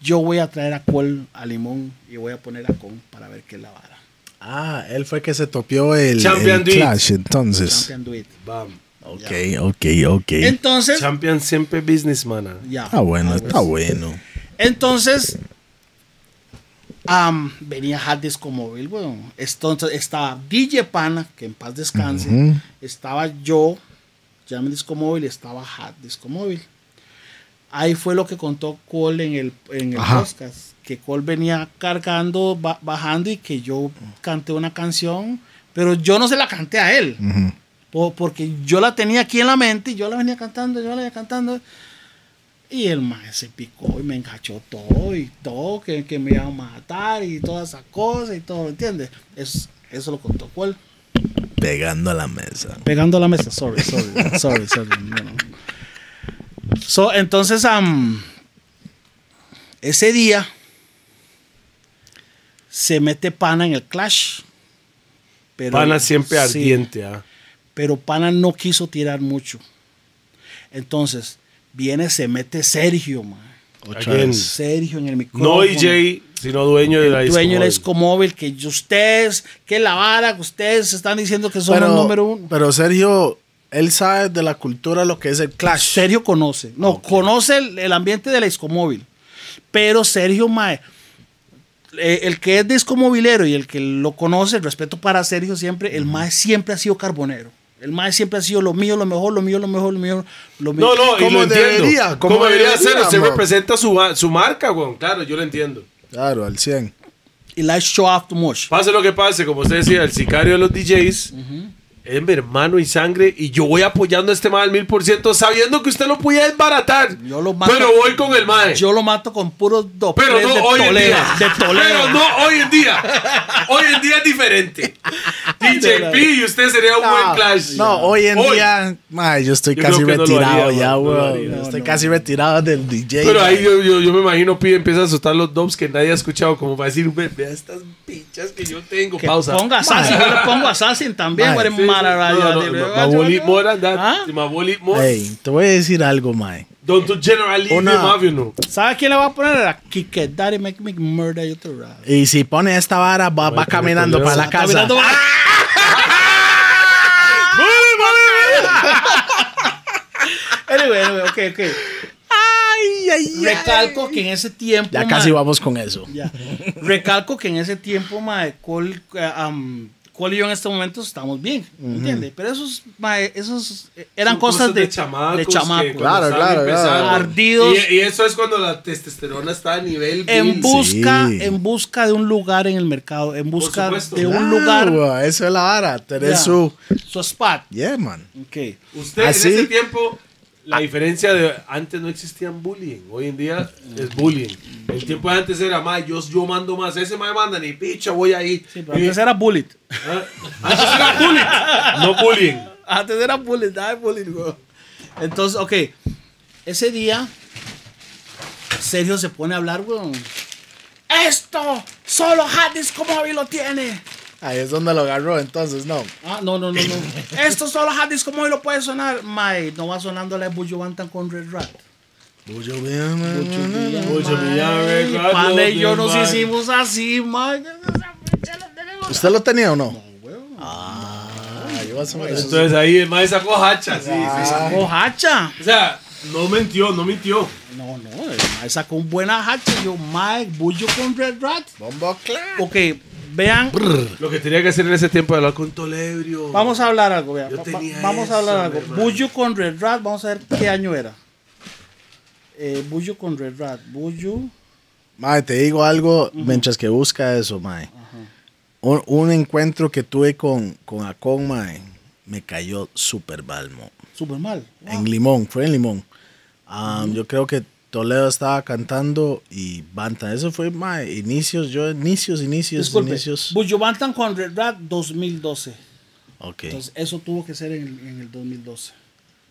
Yo voy a traer a Col a Limón y voy a poner a Con para ver qué es la vara.
Ah, él fue que se topió el,
Champion
el
Dude.
Clash, entonces.
Champion do it.
Bam.
Ok, ok, ok.
Entonces,
Champion siempre businessman. ah.
ya.
Está bueno, está bueno.
Entonces, am, venía Hades como Bill, weón. Entonces, estaba DJ Pana, que en paz descanse.
Ujú.
Estaba yo, Jamie Disco Móvil, estaba Hat Disco Móvil. Ahí fue lo que contó Cole en el, en el
Ajá.
podcast. Que Cole venía cargando, ba- bajando y que yo canté una canción, pero yo no se la canté a él.
Ujú.
Po- porque yo la tenía aquí en la mente y yo la venía cantando, yo la venía cantando. Y el mae se picó y me enganchó todo y todo, que, que me iba a matar y toda esa cosa y todo, ¿entiendes? Es, Eso lo contó. ¿Cuál?
Pegando a la mesa.
Pegando a la mesa. Sorry, sorry, sorry, sorry. No, no. So, entonces, am, ese día se mete Pana en el clash. Pero,
Pana siempre
sí,
ardiente, ah.
Pero Pana no quiso tirar mucho. Entonces, viene, se mete Sergio, man.
Again.
Sergio en el micrófono.
No DJ, sino dueño de la
El dueño de la
disco.
Móvil, que yo- ustedes, que la vara, que ustedes están diciendo que son
Pero,
los número uno.
pero Sergio, él sabe de la cultura lo que es el clash.
Sergio conoce, no, conoce el, el ambiente de la discomóvil. Pero Sergio Mae, eh, el que es discomovilero y el que lo conoce, el respeto para Sergio siempre, el Mae siempre ha sido carbonero. El Mae siempre ha sido lo mío, lo mejor, lo mío, lo mejor, lo mío, lo mío.
No, no, y
¿Cómo
lo entiendo.
debería?
¿Cómo,
¿Cómo
debería
debería,
ser? Usted
man?
representa su, su marca, weón. Claro, yo lo entiendo.
Claro, al 100.
Y la show off too much.
Pase lo que pase, como usted decía, el sicario de los DJs es mi hermano y sangre. Y yo voy apoyando a este mal al mil por ciento, sabiendo que usted lo podía desbaratar.
Yo lo mato.
Pero voy con el mae.
Yo lo mato con puros dos
Pero
tres
no
de
hoy
Toledo,
en día.
de Toledo.
Pero no hoy en día. hoy en día es diferente. DJ P y usted sería un buen clash.
No, hoy en día, mae, yo estoy
Yo
casi
creo que no lo
retirado
haría,
ya,
no lo
weón.
haría.
Yo estoy casi retirado del DJ.
Pero ahí
mae.
yo, yo, yo me imagino P empieza a soltar los dubs que nadie ha escuchado, como para decir, ve, vea estas pinchas que yo tengo.
Que
Pausa.
ponga Assassin, yo le pongo Assassin también, güey,
Mae.
Sí, sí.
mala
No,
raya,
no,
de-
no, my wallet more than that.
¿Ah?
My wallet more.
Ey, te voy a decir algo, mae.
Don't do generally
Una-
him up, you know.
¿Sabe quién le va a poner? A Kike Daddy Make Me Murder You to Rap.
Y si pone esta vara, va, va caminando para la casa.
Caminando-
Ah,
Anyway, anyway, ok, ok.
Ay, ay, ay.
Recalco que en ese tiempo.
Ya
mae,
casi vamos con eso.
ya. Recalco que en ese tiempo, mae, Cole, eh, am, Cole y yo en este momento estamos bien, ¿entiendes? Pero esos, mae, esos eh, eran
Son
cosas, de, de chamacos.
chamacos. que cuando
Claro,
están
claro,
empezando-
claro.
Ardidos.
Y, y eso es cuando la testosterona está a nivel.
en
mil.
busca,
Sí.
en busca de un lugar en el mercado, en busca
supuesto.
de un
Claro,
lugar,
weón, eso es la vara. Tenés
Ya.
su.
su spot.
Yeah, man.
Okay.
Usted
Así.
en ese tiempo, la diferencia de antes no existían bullying, hoy en día es bullying. El tiempo de antes era más, yo, yo mando más, ese más manda ni picha, voy ahí.
Sí, pero antes era bullet.
Ah, antes era bullying, no bullying.
Antes era bullet, nada de bullet, bro. Entonces, ok. Ese día, Sergio se pone a hablar, weón. Esto solo Hadis como lo tiene.
Ahí es donde lo agarró, entonces, no.
Ah, no, no, no, no. Esto solo Hadis como lo puede sonar. Mae, no va sonando la de Bujo Bantam con Red Rat.
Mucho bien, man.
Mucho millán,
Ay,
güey, cuando
Pana y yo
te
nos
vas.
hicimos así, mae.
¿Usted lo tenía o no? Ah, yo voy a sumar eso.
Entonces ahí el maestro sacó hacha, sí, sí, sí.
Ojacha.
O sea, no mintió, no mintió.
No, no, el mae sacó un buen hacha. Yo, mae, Bujo con Red Rat.
Bombo clap.
Ok, vean.
Lo que tenía que hacer en ese tiempo era hablar con Tolebrio.
Vamos a hablar algo, vea.
Yo
Va- va-
tenía
vamos
eso,
a hablar algo.
mi hermano.
Bullo con Red Rat, vamos a ver qué año era. Eh, Bullo con Red Rat, Bullo.
Mae, te digo algo mientras que busca eso, mae. Un, un encuentro que tuve con, con Acon, mae, me cayó súper balmo.
Super mal.
En Limón, fue en Limón. Am, Yo creo que Toledo estaba cantando y Bantan. Eso fue, mae, inicios, yo, inicios, inicios,
Disculpe.
inicios.
Bullo Bantam con Red Rat 2012.
Ok.
Entonces, eso tuvo que ser en, el- en el 2012.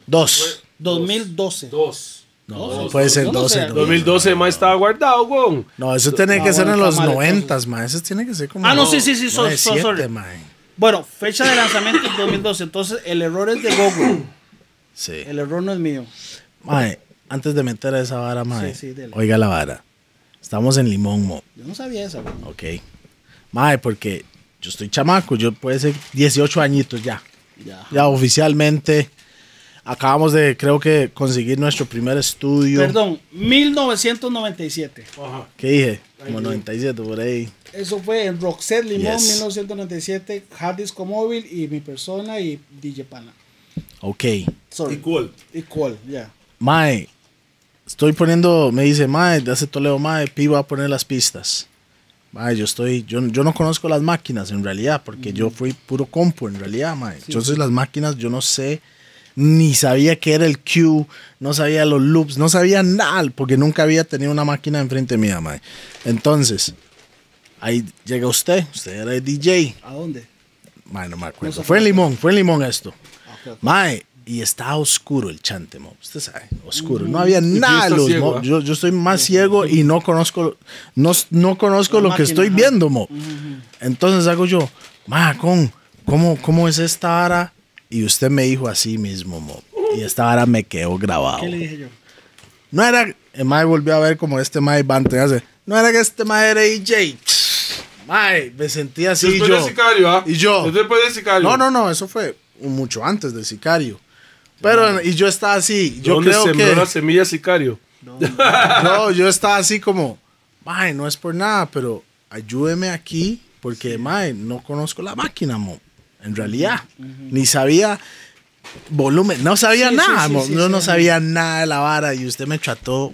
Dos.
2012.
Dos.
No, no puede ser
Yo no
doce.
sé.
no.
2012 el maestro estaba guardado, güey.
No, eso tiene
Ah,
que ser
bueno,
en
está
los
mal,
noventas, mae. Eso tiene que ser como...
Ah, no, sí, sí, sí, so-
nueve,
so-
siete, eh.
sorry.
mae.
Bueno, fecha de lanzamiento 2012. Entonces, el error es de Google.
Sí.
El error no es mío.
Mae, antes de meter a esa vara, mae.
Sí, sí, dele.
oiga la vara. Estamos en Limón, mo.
Yo no sabía eso. bro.
Ok. Mae, porque yo estoy chamaco. Yo puede ser 18 añitos ya.
Ya.
Ya oficialmente. Acabamos de, creo que, conseguir nuestro primer estudio.
Perdón, 1997.
Ajá.
¿Qué dije? Como 97 por ahí.
Eso fue en Roxette Limón,
Yes.
1997, Hard Disco Móvil y mi persona y DJ Pana.
Ok.
Sorry.
Y cool.
Y Cole, ya.
Mae, estoy poniendo, me dice, Mae, de hace Toledo, Mae, Pi va a poner las pistas. Mae, yo estoy, yo, yo no conozco las máquinas en realidad, porque yo fui puro compu en realidad, Mae. Entonces las máquinas yo no sé, ni sabía qué era el Q, no sabía los loops, no sabía nada, porque nunca había tenido una máquina enfrente mía, Mae. Entonces, ahí llega usted, usted era el DJ.
¿A dónde?
Mae, no me acuerdo. fue en Limón, fue en Limón esto.
ok.
Mae, y estaba oscuro el chante, mo. Usted sabe, oscuro. No había nada de
estás
luz,
ciego,
mo.
ah?
Yo, yo estoy más ciego y no conozco, no, no conozco
La
lo que
máquina,
estoy
ajá.
viendo, mo. Entonces hago yo, ma, con, ¿cómo, ¿cómo es esta ara? Y usted me dijo así mismo, mo. Y esta ara me quedó grabado.
¿Qué le dije yo?
No era. El mae volvió a ver como este mae Bante hace. No era que este mae era DJ. Mae, me sentía así
Después
yo.
del sicario, ¿ah?
Y yo.
Después del sicario.
No, no, no, eso fue mucho antes del sicario. Pero,
Ah.
y yo estaba así. Yo
¿Dónde
creo
sembró
que.
la semilla sicario?
No, yo estaba así como. Mae, no es por nada, pero ayúdeme aquí. Porque, mae, no conozco la máquina, mo. En realidad, ni sabía volumen, no sabía
Sí, sí,
nada,
sí,
mo.
sí,
yo
sí,
no
ajá.
sabía nada de la vara y usted me trató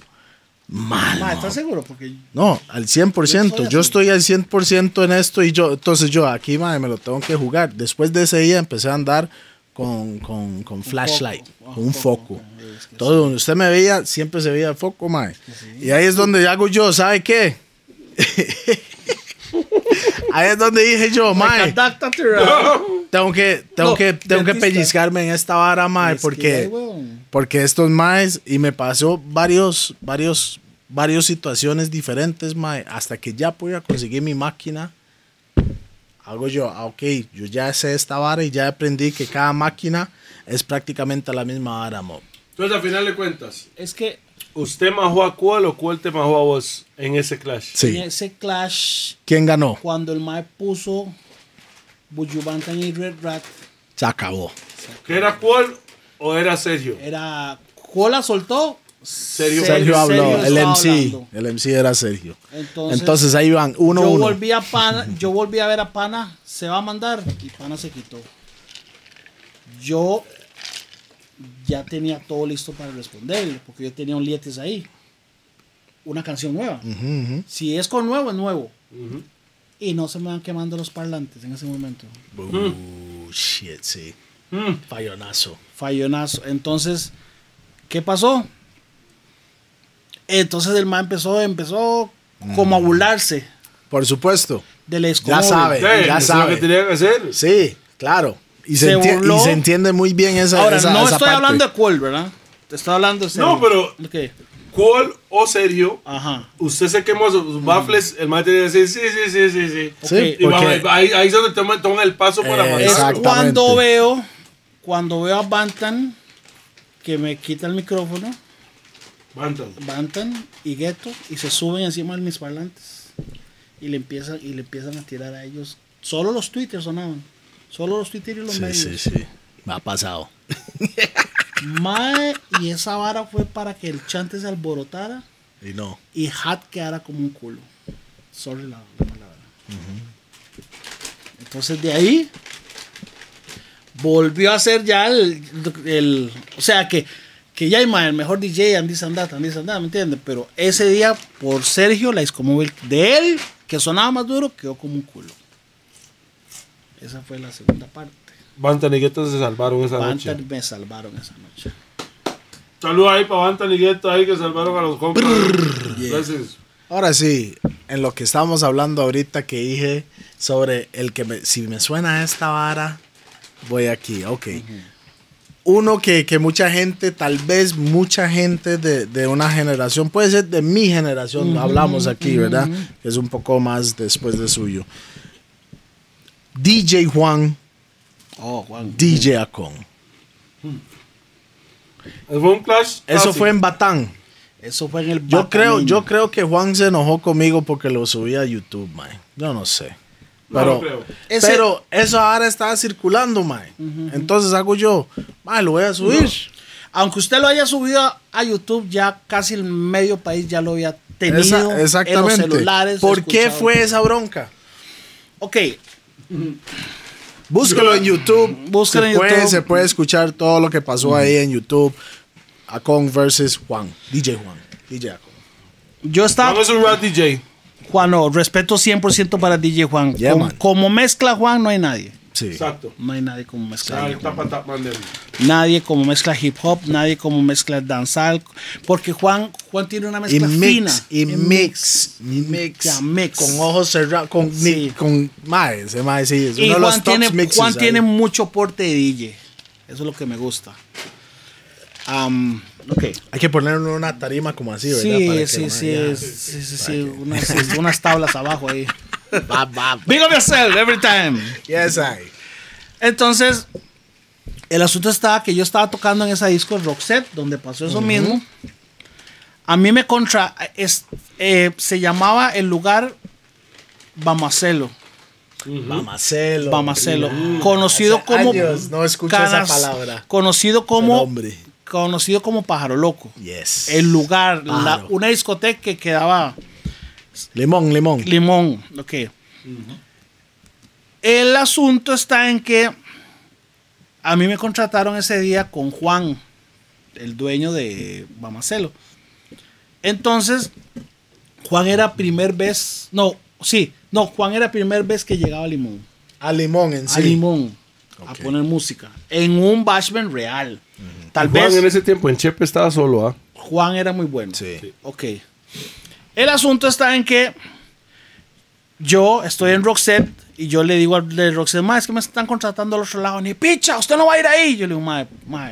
mal.
Ma,
mo.
¿estás seguro? Porque
No, al 100%. Yo estoy al 100% en esto y yo, entonces yo aquí, madre, me lo tengo que jugar. Después de ese día empecé a andar con, con, con flashlight,
foco.
con un foco.
Ah, es que
Todo donde usted me veía, siempre se veía el foco, madre. Y ahí es donde hago yo, ¿sabe qué? ahí es donde dije yo, madre,
Adáctate, ra.
tengo que, tengo
No,
que, tengo que
dentista.
pellizcarme en esta vara, madre,
Es que,
porque...
weón.
Porque estos maes, y me pasó varios, varios, varios situaciones diferentes, mae, hasta que ya pude conseguir mi máquina. Hago yo, ah, ok, yo ya sé esta vara y ya aprendí que cada máquina es prácticamente la misma vara, mo.
Entonces, al final de cuentas,
Es que
¿usted majó a cuál o cuál te majó a vos en ese clash?
en ese clash,
¿Quién ganó?
cuando el Mae puso Bujubantan y Red Rat,
Se acabó.
¿Que era cuál o era Sergio?
era. Cola soltó.
Sergio-
Sergio habló,
Sergio
el
estaba
MC.
hablando.
El MC era Sergio.
Entonces,
Entonces, ahí van, uno
yo,
uno.
volví a Pana, yo volví a ver a Pana, se va a mandar y Pana se quitó. Yo ya tenía todo listo para responderle, porque yo tenía un lietes ahí. Una canción nueva.
Ujú, ujú.
Si es con nuevo, es nuevo.
Ujú.
Y no se me van quemando los parlantes en ese momento.
Uh, shit, sí.
Mm.
Fallonazo.
Fallonazo. Entonces, ¿qué pasó? Entonces el man empezó, empezó como a burlarse
Por supuesto.
del
Mm. Ya
escombro.
sabe,
Sí,
Pues,
eso es
ya
lo
sabe.
que tenía que hacer.
Sí, claro. Y se,
Se
entie-
burló.
y se entiende muy bien esa.
Ahora,
esa-
no
esa
estoy
parte.
hablando de Cole, ¿verdad? Te estoy hablando de
No, pero-
¿Qué?
¿Cuál o Sergio?
Ajá.
Usted se quemó
Mm.
sus baffles, el man tenía que decir, sí, sí, sí, sí, sí.
Sí,
Ok.
Y
porque-
vamos, ahí, ahí es donde toma, toma el paso para
Eh,
mandar.
Es
Exactamente.
cuando veo, cuando veo a Bantan, que me quita el micrófono,
Bantam.
Bantan y Ghetto, y se suben encima de mis parlantes. Y le empiezan, y le empiezan a tirar a ellos. Solo los Twitter sonaban. Solo los Twitter y los
Sí,
medios.
sí, sí. Me ha pasado.
Mae, y esa vara fue para que el chante se alborotara
Y no.
y Hat quedara como un culo. Sorry la, la palabra. Entonces de ahí volvió a ser ya el, el- o sea que que ya ima, el mejor DJ Andy Sandata, Andy Sandata, ¿me entiendes? Pero ese día por Sergio la Iscomóvil de él que sonaba más duro quedó como un culo. Esa fue la segunda parte.
Bantam y Guetta se salvaron esa noche.
Bantan me salvaron esa noche.
Saludos ahí para Bantam y Guetta ahí que salvaron a los compas. Gracias.
Ahora sí, en lo que estábamos hablando ahorita que dije sobre el que me- si me suena esta vara, voy aquí, ok. Uno que, que mucha gente, tal vez mucha gente de, de una generación, puede ser de mi generación, hablamos aquí, ¿verdad? Que es un poco más después de suyo. DJ Juan,
Oh, Juan.
DJ Acon.
Fue un clash.
Eso
clásico.
fue en Batán.
Eso fue en el
Yo creo,
Batameño.
yo creo que Juan se enojó conmigo porque lo subí a YouTube, mae. Yo no sé.
No,
Pero,
no creo.
Ese-
pero eso ahora está circulando, mae. Entonces hago yo, mae, lo voy a subir.
Aunque usted lo haya subido a- a YouTube, ya casi el medio país ya lo había tenido
Esa-
en los
exactamente.
celulares.
¿Por qué
escuchado.
fue esa bronca?
Ok,
Búscalo en YouTube.
Búscalo
se
en
puede,
YouTube.
Se puede escuchar todo lo que pasó ahí en YouTube. Acon versus Juan. DJ Juan. DJ Acon.
yo estaba...
Vamos a un rap DJ.
Juan, no, respeto 100% para DJ Juan.
Yeah,
Com-
man.
como mezcla Juan, no hay nadie.
Sí.
Exacto.
No hay nadie como mezcla.
Ah,
hip
el
hop.
tapa tapa del-
Nadie como mezcla hip hop, nadie como mezcla danzal. Porque Juan, Juan tiene una
Y
mezcla fina.
mix, y mix, y mix,
Ya, mix.
Con ojos cerrados, con,
Sí.
mi- con mae, ese mae sí, es
Y
uno de los
Juan,
top
tiene,
mixes
Juan
ahí.
tiene mucho porte de DJ. Eso es lo que me gusta. Am, ok.
Hay que ponerle una tarima como así, ¿verdad? Para que
Sí,
el
sí,
mae
sí,
ya-
es- sí, sí, sí, unas, sí, unas tablas abajo ahí. Big up yourself every time.
Yes, I.
Entonces, el asunto estaba que yo estaba tocando en esa disco Roxette, donde pasó eso mismo. A mí me contra. es- eh, se llamaba el lugar Bamacelo.
Mamacelo.
Bamacelo. Conocido
Hace
como.
años no escucho esa
Canas-
palabra.
Conocido
Pero,
como.
hombre.
Conocido como Pájaro Loco.
Yes.
El lugar, la-
Pájaro.
una discoteca que quedaba.
Limón, limón.
Limón, ok. El asunto está en que a mí me contrataron ese día con Juan, el dueño de Bamacelo. Entonces, Juan era primer vez, no, sí, no, Juan era primer vez que llegaba a Limón.
A Ah, limón en sí.
A Limón, a
Ok.
poner música, en un bashment real. Tal
Juan
vez
en ese tiempo en Chepe estaba solo, ¿ah?
Juan era muy bueno.
Sí.
Ok. El asunto está en que yo estoy en Roxette y yo le digo al de Roxette, ma, es que me están contratando al otro lado. Ni picha, usted no va a ir ahí. Yo le digo, ma, ma,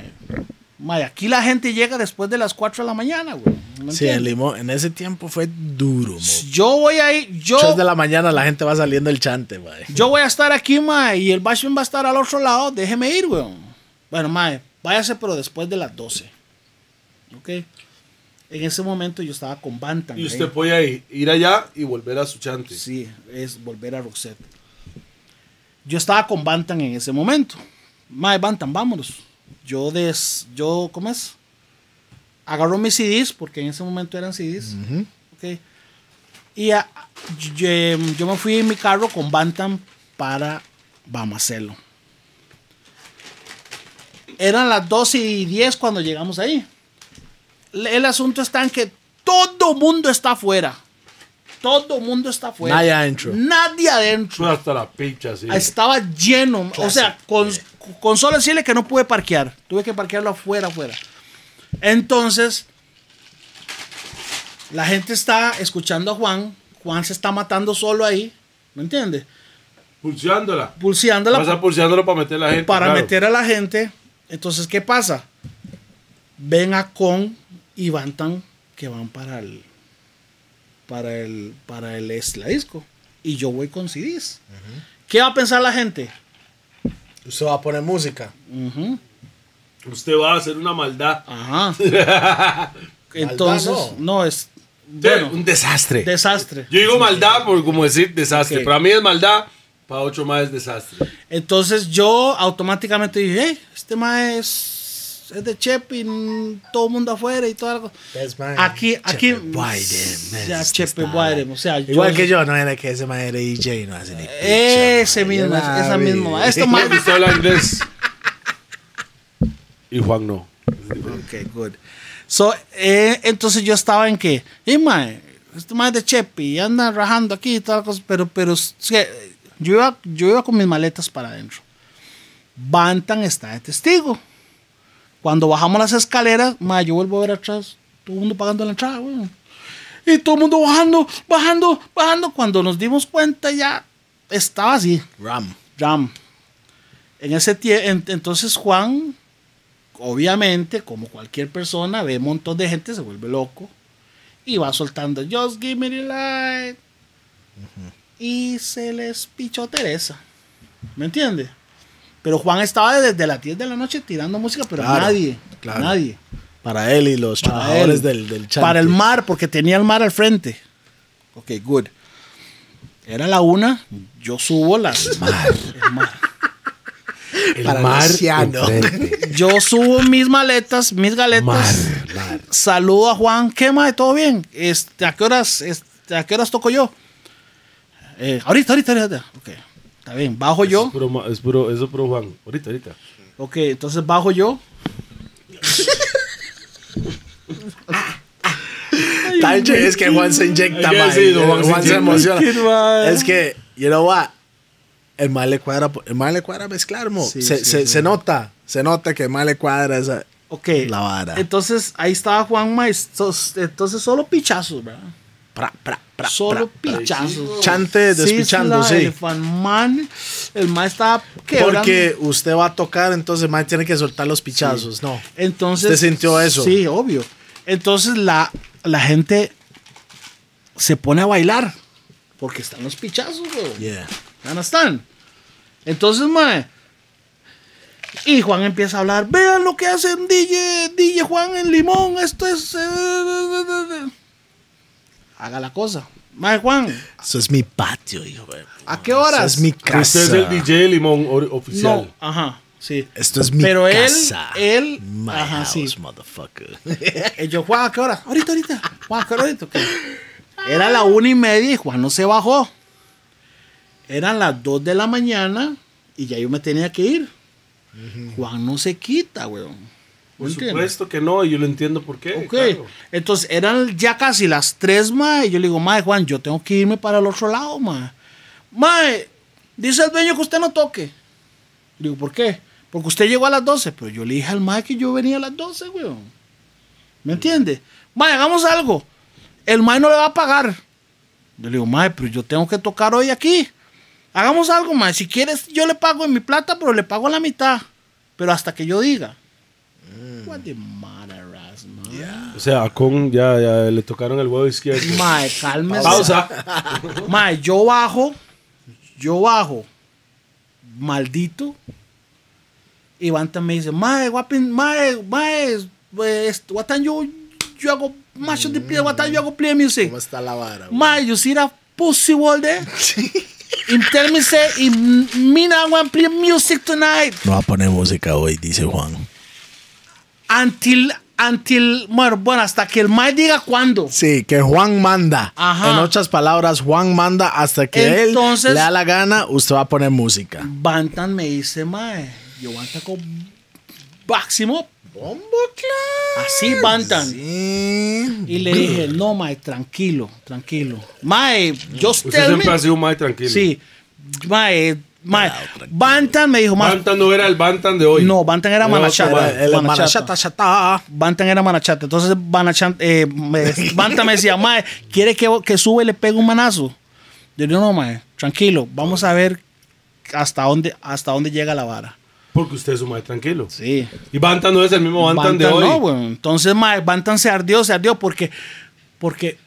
ma, aquí la gente llega después de las 4 de la mañana, güey. ¿Me
Sí, el
entiende?
limón. En ese tiempo fue duro, mo.
Yo voy ahí, yo,
Muchas de la mañana la gente va saliendo el chante, mae.
yo voy a estar aquí, ma, y el Bashman va a estar al otro lado. Déjeme ir, güey. Bueno, ma, váyase, pero después de las 12. Ok. En ese momento yo estaba con Bantam.
Y
ahí.
usted podía ir, ir allá y volver a su chante.
Sí, es volver a Roxette. Yo estaba con Bantan en ese momento. Mae, Bantan, vámonos. Yo des, yo, ¿cómo es? Agarró mis CDs, porque en ese momento eran CDs. Ok. Y a- yo, yo me fui en mi carro con Bantam para Bamacelo. Eran las 12 y 10 cuando llegamos ahí. Le- El asunto está en que todo mundo está afuera. Todo mundo está afuera.
Nadie adentro.
Nadie adentro.
Fue hasta la picha, sí.
Estaba lleno. O sea, con, con solo decirle que no pude parquear. Tuve que parquearlo afuera, afuera. Entonces, la gente está escuchando a Juan. Juan se está matando solo ahí. ¿Me entiendes?
Pulseándola.
Pulseándola
Vas a pulseándola para meter la gente.
para
claro.
meter a la gente. Entonces, ¿qué pasa? Ven a Con y Van Tan que van para el para el para el es- la disco y yo voy con CDs. ¿Qué va a pensar la gente?
Usted va a poner música.
Ujú,
Usted va a hacer una maldad.
Ajá. Entonces,
Maldad,
no. es
Sí,
bueno,
un desastre.
desastre.
Yo digo maldad por como decir desastre.
Ok.
Para mí es maldad, para ocho más es desastre.
Entonces yo automáticamente dije, "Hey, este mae es, es de Chep y mm, todo el mundo afuera y todo algo.
Yes, mae.
Aquí, aquí.
Chepe Biden,
Ya,
es-
Chepe
está-
Biden, o sea, yo-
Igual que yo, no era que ese mae era DJ y no hace ni picha,
Ese
mae.
mismo,
Ya la
esa
vi.
misma. Esto
No
mae-
me gusta hablar inglés. Y Juan no.
Ok, good. So, eh, entonces yo estaba en que, y mae, este mae de Chepi anda rajando aquí y todas las cosas, pero, pero es que yo, iba, yo iba con mis maletas para adentro. Bantan está de testigo. Cuando bajamos las escaleras, mae, yo vuelvo a ver atrás, todo el mundo pagando la entrada, weón. Y todo el mundo bajando, bajando, bajando. Cuando nos dimos cuenta ya estaba así.
Ram.
Ram. En ese tie- en- entonces Juan, obviamente, como cualquier persona, ve un montón de gente, se vuelve loco y va soltando Just Give Me the Light y se les pichó Teresa, ¿me entiende? Pero Juan estaba desde las 10 de la noche tirando música, pero a
Claro,
nadie,
claro.
nadie,
Para él y los
Para
trabajadores
él.
del, del chante.
para el mar, porque tenía el mar al frente. Ok, good. Era la una, yo subo las. El mar.
El
Para el océano.
enfrente.
Yo subo mis maletas, mis galetas. Saludo a Juan. ¿Qué más? ¿Todo bien? Este, ¿A qué horas, este, ¿a qué horas toco yo? Eh, ahorita, ahorita, ahorita. Ok, está bien. Bajo
Eso es
yo.
puro, ma- es puro- eso es puro Juan. Ahorita, ahorita.
Ok, entonces bajo yo.
Tanche, es que Juan se inyecta,
Hay que
mae.
decirlo, Juan
Juan
se
se
inyecta.
emociona. Es que, you know what? El mal le cuadra, el mae le cuadra mezclar, mo.
Sí,
se,
sí,
se-
sí.
se nota, se nota que el mal le cuadra esa.
Ok.
La vara.
Entonces ahí estaba Juanma. estos- Entonces solo pichazos, ¿verdad?
Pra, pra, pra,
solo
pra.
pichazos.
Chante
Sisla,
despichando, sí.
El fanman, el man estaba quebrando.
Porque usted va a tocar, entonces el mae tiene que soltar los pichazos, no.
Entonces,
¿Usted sintió eso?
Sí, obvio. Entonces la, la gente se pone a bailar porque están los pichazos, weón.
Yeah.
Ya no están. Entonces, mae. Y Juan empieza a hablar, vean lo que hacen DJ, DJ Juan en Limón, esto es... eh, eh, eh, eh". Haga la cosa. Mae Juan,
Eso es mi patio, hijo. de-
¿a qué
Eso
horas?
es mi
Usted
casa.
es el DJ Limón or-
No,
oficial.
ajá, sí.
Esto es mi
Pero él-
casa.
él-
My
ajá,
house,
sí.
motherfucker.
Y yo, Juan, ¿a qué hora? Ahorita, ahorita. Juan, ¿a qué hora? Ahorita, ok. Era la una y media y Juan no se bajó. Eran las dos de la mañana y ya yo me tenía que ir. Juan no se quita, weón. ¿Me
Por
entiendes?
supuesto que no, y yo lo entiendo por qué.
Ok.
claro.
Entonces eran ya casi las tres, mae. Y yo le digo, mae, Juan, yo tengo que irme para el otro lado, mae. Mae, dice el dueño que usted no toque. Digo, ¿por qué? Porque usted llegó a las 12. Pero yo le dije al mae que yo venía a las 12, weón. ¿Me entiende? Mae, hagamos algo. El mae no le va a pagar. Yo le digo, mae, pero yo tengo que tocar hoy aquí. Hagamos algo, mae. Si quieres, yo le pago en mi plata, pero le pago la mitad. Pero hasta que yo diga. What the matter, ass, mae?
O sea, a Con ya, ya le tocaron el huevo izquierdo.
Mae, cálmese.
Pausa.
Mae, yo bajo, yo bajo, maldito. Y Vanta me dice, mae, guapin, mae, mae, pues, what time you, you hago macho de play, what time you hago play music?
¿Cómo está la vara? güey?
Mae, you see that pussy wall there? and tell me say, if me not want play music tonight.
No va a poner música hoy, dice Juan.
Until, until, bueno, bueno, hasta que el mae diga cuándo.
Sí, que Juan manda.
Ajá.
En otras palabras, Juan manda hasta que
Entonces-
él le da la gana, usted va a poner música.
Bantan me dice, mae, yo Bantan con máximo.
Bombo
Así Bantan.
Sí.
Y le dije, no, mae, tranquilo, tranquilo. Mae, yo
Usted
tell me.
siempre ha sido un mae tranquilo.
Sí, mae, mae. Bantan me dijo, mae.
Bantan no era el Bantan de hoy.
No, Bantan era
Era otro
manachata.
mae.
El
Manachata.
manachata, chata.
Bantan era manachata. Entonces, Banachan- eh, me- Bantan me decía, mae, ¿quiere que, que sube y le pegue un manazo? Yo digo, no, mae, tranquilo, vamos a ver hasta dónde, hasta dónde llega la vara.
Porque usted es un mae tranquilo.
Sí.
Y Bantan no es el mismo Bantan, de
Bantam
hoy.
no, weón. Entonces, mae, Bantam se ardió, se ardió porque, porque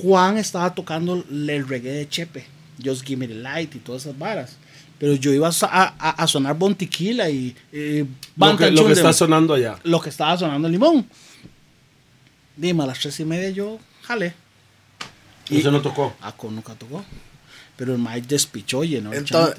Juan estaba tocando el reggae de Chepe, Just Give Me the Light y todas esas varas. Pero yo iba a, a- a sonar Bontiquila y
lo
eh,
que,
Bantam
lo que
Chundel,
está sonando allá.
lo que estaba sonando el limón. Dime, a las tres y media yo jalé.
Y usted no tocó.
Ah, con nunca tocó. Pero el Mike despichó y no
Entonces,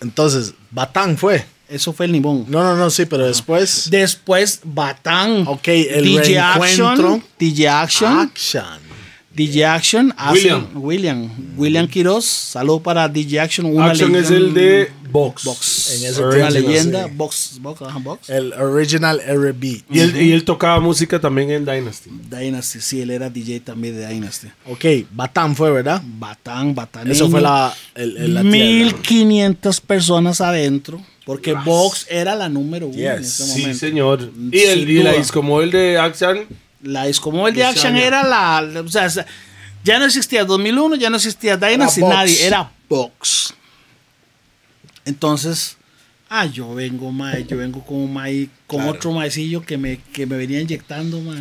entonces, Batán fue.
Eso fue el limón.
No, no, no, sí, pero después.
Después, Batán.
Ok, el
Action.
reencuentro.
DJ Action.
Ah,
Action.
DJ Action. hace-
William.
William. William Quiroz. Salud para DJ Action. una
Action es
leyenda-
el de Box.
Box.
En ese
Una
tiempo,
leyenda.
sí.
Box. Box. ajá, box.
El original R&B.
Y él, y él tocaba música también en Dynasty.
Dynasty. Sí, él era DJ también de Dynasty.
Ok, Batán fue, ¿verdad?
Batán, Batán.
Eso fue la, el, el- la tierra.
1500 personas adentro. Porque Box era la número uno en
Yes,
ese
Sí,
momento.
señor. Y,
Sin
el, y la
duda.
disco el de Action.
La disco móvil de
Ese
Action
año.
era la, la- O sea, esa- ya no existía 2001, ya no existía Dynasty,
Box.
nadie. Era Box. Entonces, ah, yo vengo, mae, yo vengo con, mae, con otro maecillo que me, que me venía inyectando, mae.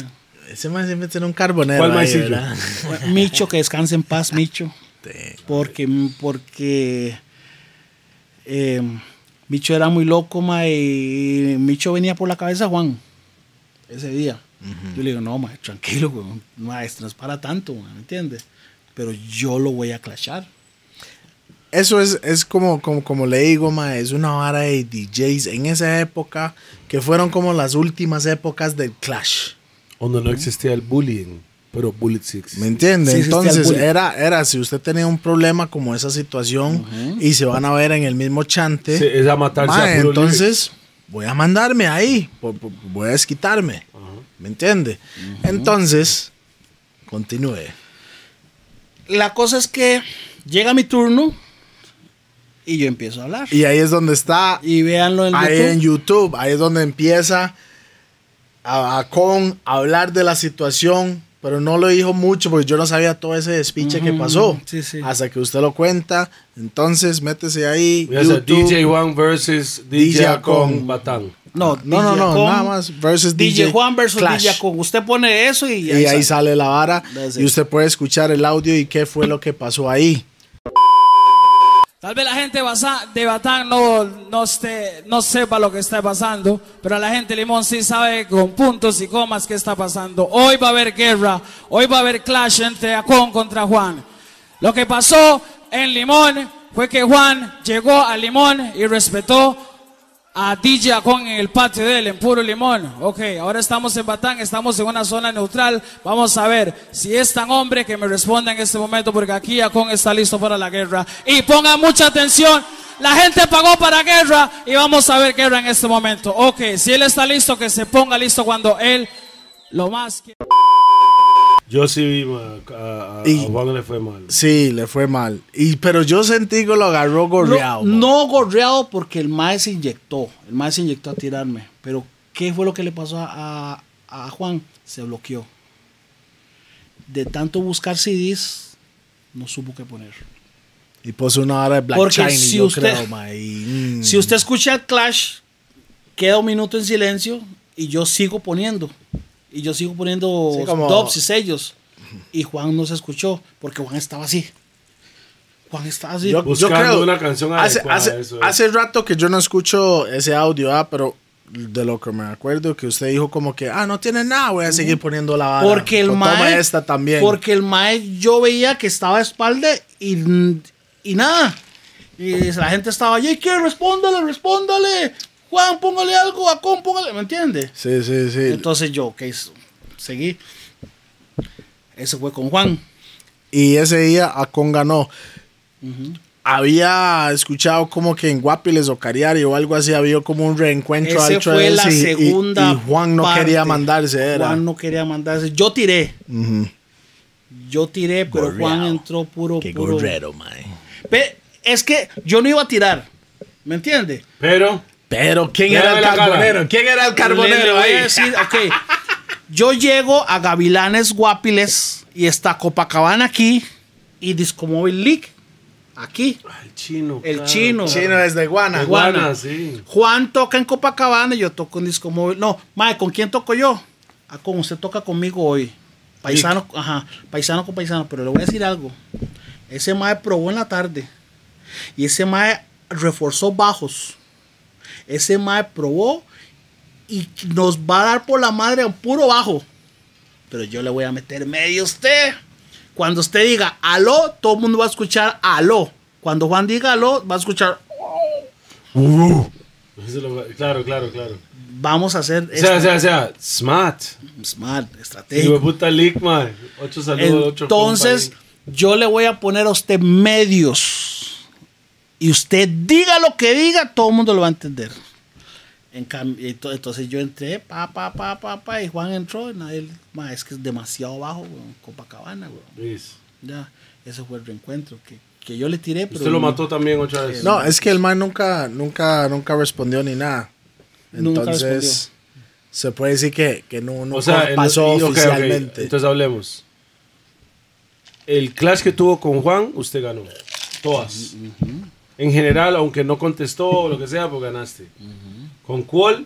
Ese man siempre tiene un carbonero.
¿Cuál
ahí,
maicillo?
¿verdad? Este,
Micho, que descanse en paz, Micho.
Sí.
Porque, porque eh, Micho era muy loco, ma, y Micho venía por la cabeza a Juan ese día. Yo le digo, no, ma, tranquilo, weón, ma, esto no es para tanto, ma, ¿me entiendes? Pero yo lo voy a clashar.
Eso es, es como, como, como le digo, ma, es una vara de DJs en esa época que fueron como las últimas épocas del Clash.
Donde no existía el bullying. Pero Bullet Six.
¿Me entiende?
Sí, existía el
Entonces,
bullying.
era, era si usted tenía un problema como esa situación y se van a ver en el mismo chante,
Sí, es a matarse
ma,
a puro
entonces voy a mandarme ahí, po- po- voy a desquitarme. ¿Me entiende? Entonces, continúe.
La cosa es que llega mi turno y yo empiezo a hablar.
Y ahí es donde está.
Y véanlo en
ahí
YouTube.
en YouTube. Ahí es donde empieza a, a con hablar de la situación. Pero no lo dijo mucho porque yo no sabía todo ese despiche que
Ujú,
pasó.
sí, sí.
Hasta que usted lo cuenta. Entonces, métese ahí.
Voy a hacer
YouTube.
DJ One versus DJ, con
DJ con-
Batán.
No,
No, no,
DJ
no,
Con,
nada más. Versus
DJ,
DJ,
Juan versus
Clash.
DJ Con. Usted pone eso y,
Y ahí, sale la vara.
That's
Y
it.
usted puede escuchar el audio y qué fue lo que pasó ahí.
Tal vez la gente basa- de Batán no, no, esté- no sepa lo que está pasando, pero la gente de Limón sí sabe con puntos y comas qué está pasando. Hoy va a haber guerra, hoy va a haber clash entre Acón contra Juan. Lo que pasó en Limón fue que Juan llegó a Limón y respetó a DJ Acón en el patio de él, en Puro Limón. Ok, ahora estamos en Batán, estamos en una zona neutral. Vamos a ver si es tan hombre que me responda en este momento, porque aquí Acón está listo para la guerra. Y pongan mucha atención, la gente pagó para guerra y vamos a ver guerra en este momento. Ok, si él está listo, que se ponga listo cuando él lo más quiera.
Yo sí vi, ma, a, a-
Y-
a Juan le fue mal.
Sí, le fue mal. Y, pero yo sentí que lo agarró
No,
gorreado.
no gorreado porque el mae se inyectó. El mae se inyectó a tirarme. Pero, ¿qué fue lo que le pasó a, a- a Juan? Se bloqueó. De tanto buscar CDs, no supo qué poner.
Y puso una hora de Black
Porque
China,
si
yo
usted-
creo, ma, y, mm.
Si usted escucha el Clash, queda un minuto en silencio y yo sigo poniendo. Y yo sigo poniendo
Sí, como-
dubs y sellos. Y Juan no se escuchó porque Juan estaba así. Juan estaba así.
yo, yo
Buscando
creo-
una canción
hace,
adecuada,
hace-
eso es.
hace rato que yo no escucho ese audio, ah, pero de lo que me acuerdo que usted dijo como que, ah, no tiene nada, voy a seguir poniendo la vara.
Mm. Porque el
O Toma
mae.
esta también.
Porque el mae yo veía que estaba a espalda y, y nada. Y la gente estaba allí, que respóndale, respóndale. Juan, póngale algo, a con, póngale, ¿me entiendes?
Sí, sí, sí.
Entonces yo, ok, seguí. Eso fue con Juan.
y ese día Acon ganó. Había escuchado como que en Guapiles o Cariari o algo así había como un reencuentro
Esa
al
fue
Trails
la
y- y-
segunda.
Y, Juan no
parte.
quería mandarse, era.
Juan no quería mandarse. Yo tiré.
Ujú.
Yo tiré, pero Juan
Gorreao.
entró puro.
Qué
puro.
gorrero, mae.
Pe- es que yo no iba a tirar. ¿Me entiendes?
Pero,
Pero ¿quién
Mírame
era el
la cara.
carbonero? ¿Quién era el
Le- le
carbonero
voy a
ahí?
decir, ok, yo llego a Gavilanes Guapiles y está Copacabana aquí y Discomóvil League aquí.
el chino.
El
claro.
chino.
Ah, Chino desde Guana.
Guana. sí.
Juan toca en Copacabana y yo toco en Discomóvil. No, mae, ¿con quién toco yo? Ah, con usted toca conmigo hoy. Paisano, ajá, paisano con paisano, pero le voy a decir algo. Ese mae probó en la tarde y ese mae reforzó bajos. Ese mae probó y nos va a dar por la madre a un puro bajo. Pero yo le voy a meter medio a usted. Cuando usted diga aló, todo el mundo va a escuchar aló. Cuando Juan diga aló, va a escuchar
Eso lo- claro, claro, claro.
vamos a hacer
O sea, o
esto.
sea, o sea, smart.
smart,
Y
Pues, estratégico.
puta leak, man. Ocho saludos, ocho
Entonces,
compas
yo le voy a poner a usted medios. Y usted diga lo que diga, todo el mundo lo va a entender. En cambio, ento- entonces yo entré, pa, pa, pa, pa, pa, y Juan entró, y nadie, ma, es que es demasiado bajo, weón, Copacabana, weón.
ahí. Luis,
Ya, ese fue el reencuentro que, que yo le tiré, pero...
Usted lo
no-
mató también otra vez.
No, es que el man nunca, nunca, nunca respondió ni nada.
Nunca
Entonces, se puede decir que, que no, no
o sea, el-
pasó
y- ok, ok,
oficialmente.
Entonces hablemos. El clash que tuvo con Juan, usted ganó. Todas. En general, aunque no contestó o lo que sea, pues ganaste. Con Cuol,
dos,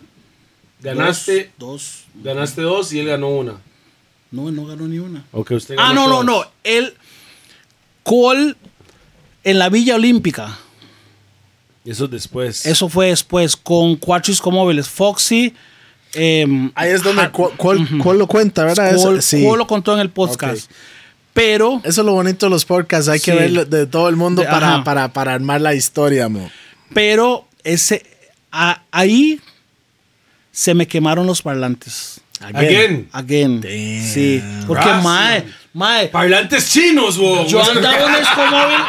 ganaste,
Dos,
ganaste dos y él ganó una.
no, no ganó ni una.
Aunque usted
Ah,
ganó
no, no,
todas.
no, él, Cole, en la Villa Olímpica,
Eso después.
Eso fue después con cuatro móviles. Foxy. em,
Ahí es donde cu- cuál, cuál lo cuenta, ¿verdad? Eso-
Cole,
sí.
Cole lo contó en el podcast. Pero,
Eso es lo bonito de los podcasts. Hay que
Sí.
ver de todo el mundo
De-
para,
ajá.
para, para armar la historia, amor.
pero ese, a- ahí se me quemaron los parlantes.
Again.
Again. Sí. Porque,
Raza.
mae, mae,
Parlantes chinos, wow.
yo andaba en Escomóvil.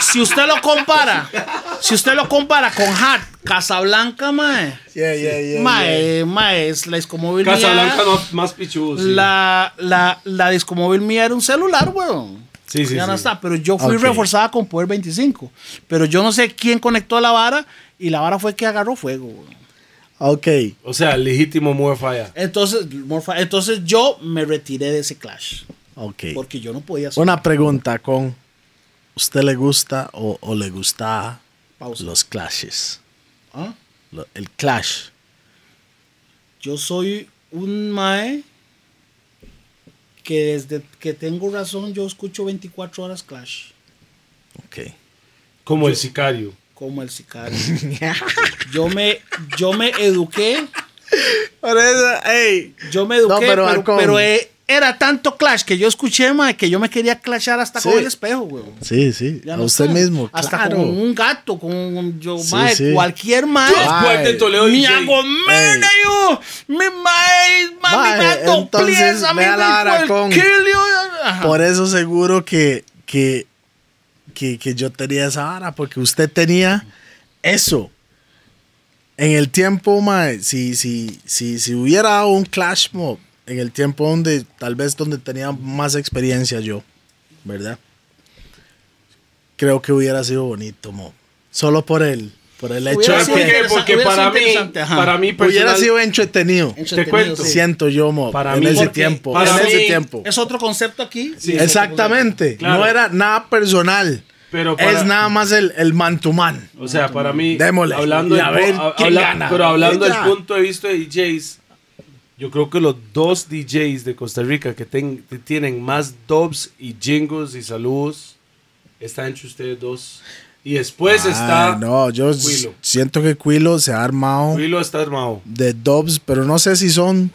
Si usted lo compara, si usted lo compara con Hart, Casablanca, mae.
Yeah, yeah, yeah, yeah.
Mae, mae, es la Escomóvil.
Casablanca no- más pichudo. pues sí.
La, la, la discomóvil mía era un celular, weón.
Sí, sí,
ya no
sí.
está, pero yo fui
Ok.
reforzada con Poder 25. Pero yo no sé quién conectó la vara y la vara fue que agarró fuego. güey.
Ok.
O sea, legítimo More Fire.
Entonces, Morfa- entonces yo me retiré de ese clash.
Ok.
Porque yo no podía hacer
Una pregunta con... ¿Usted le gusta o, o le gustaba
pausa.
los clashes?
¿Ah?
Lo- el clash.
Yo soy un mae que desde que tengo razón yo escucho 24 horas clash.
Ok.
Como el sicario.
Como el sicario. yo, me, yo me eduqué
Por eso, hey.
Yo me eduqué,
No, pero
pero,
Arcón.
pero, eh, era tanto clash que yo escuché, mae, que yo me quería clashar hasta
Sí.
con el espejo, güey.
Sí, sí.
Ya
a
no
usted
está.
mismo.
Hasta
claro.
con un gato, con un, yo,
Sí,
mae,
sí.
cualquier mae.
Ay,
Después de Toledo
Mi
DJ.
hago mene, yo. Mi mae, mae,
Mae,
mi gato,
eh, entonces,
pliesa, mi
vea la vara
hijo, el
con-
kill you. Ajá.
Por eso seguro que, que, que, que yo tenía esa vara, porque usted tenía eso. En el tiempo, mae, si, si, si, si hubiera dado un clash mob, en el tiempo donde tal vez donde tenía más experiencia yo, ¿verdad? Creo que hubiera sido bonito, mo. Solo por el, por el hecho
Hubiera
¿Sabes
de
sido
por qué? Porque
interesa-
que
hubiera sido
para mí,
interesante, ajá.
para mí
hubiera
personal,
sido entretenido.
Entretenido,
cuento.
sí.
Siento yo, mo,
Para
en
mí,
ese
porque
tiempo.
para
en ese
mí-
tiempo.
Es otro concepto aquí.
Sí.
Exactamente.
Claro.
No era nada personal.
Pero para-
es nada más el, el man to man.
O sea, para mí,
Démosle.
hablando,
Y
del
a
pu-
ver
ha-
quién
habla-
gana.
pero hablando
Ella.
del punto de vista de DJs, yo creo que los dos DJs de Costa Rica que, ten- que tienen más dubs y jingles y saludos están entre ustedes dos. Y después
Ah,
Pues está
no, yo s-
Quilo.
siento que Quilo se ha armado
Willo está armado.
de dubs, pero no sé si son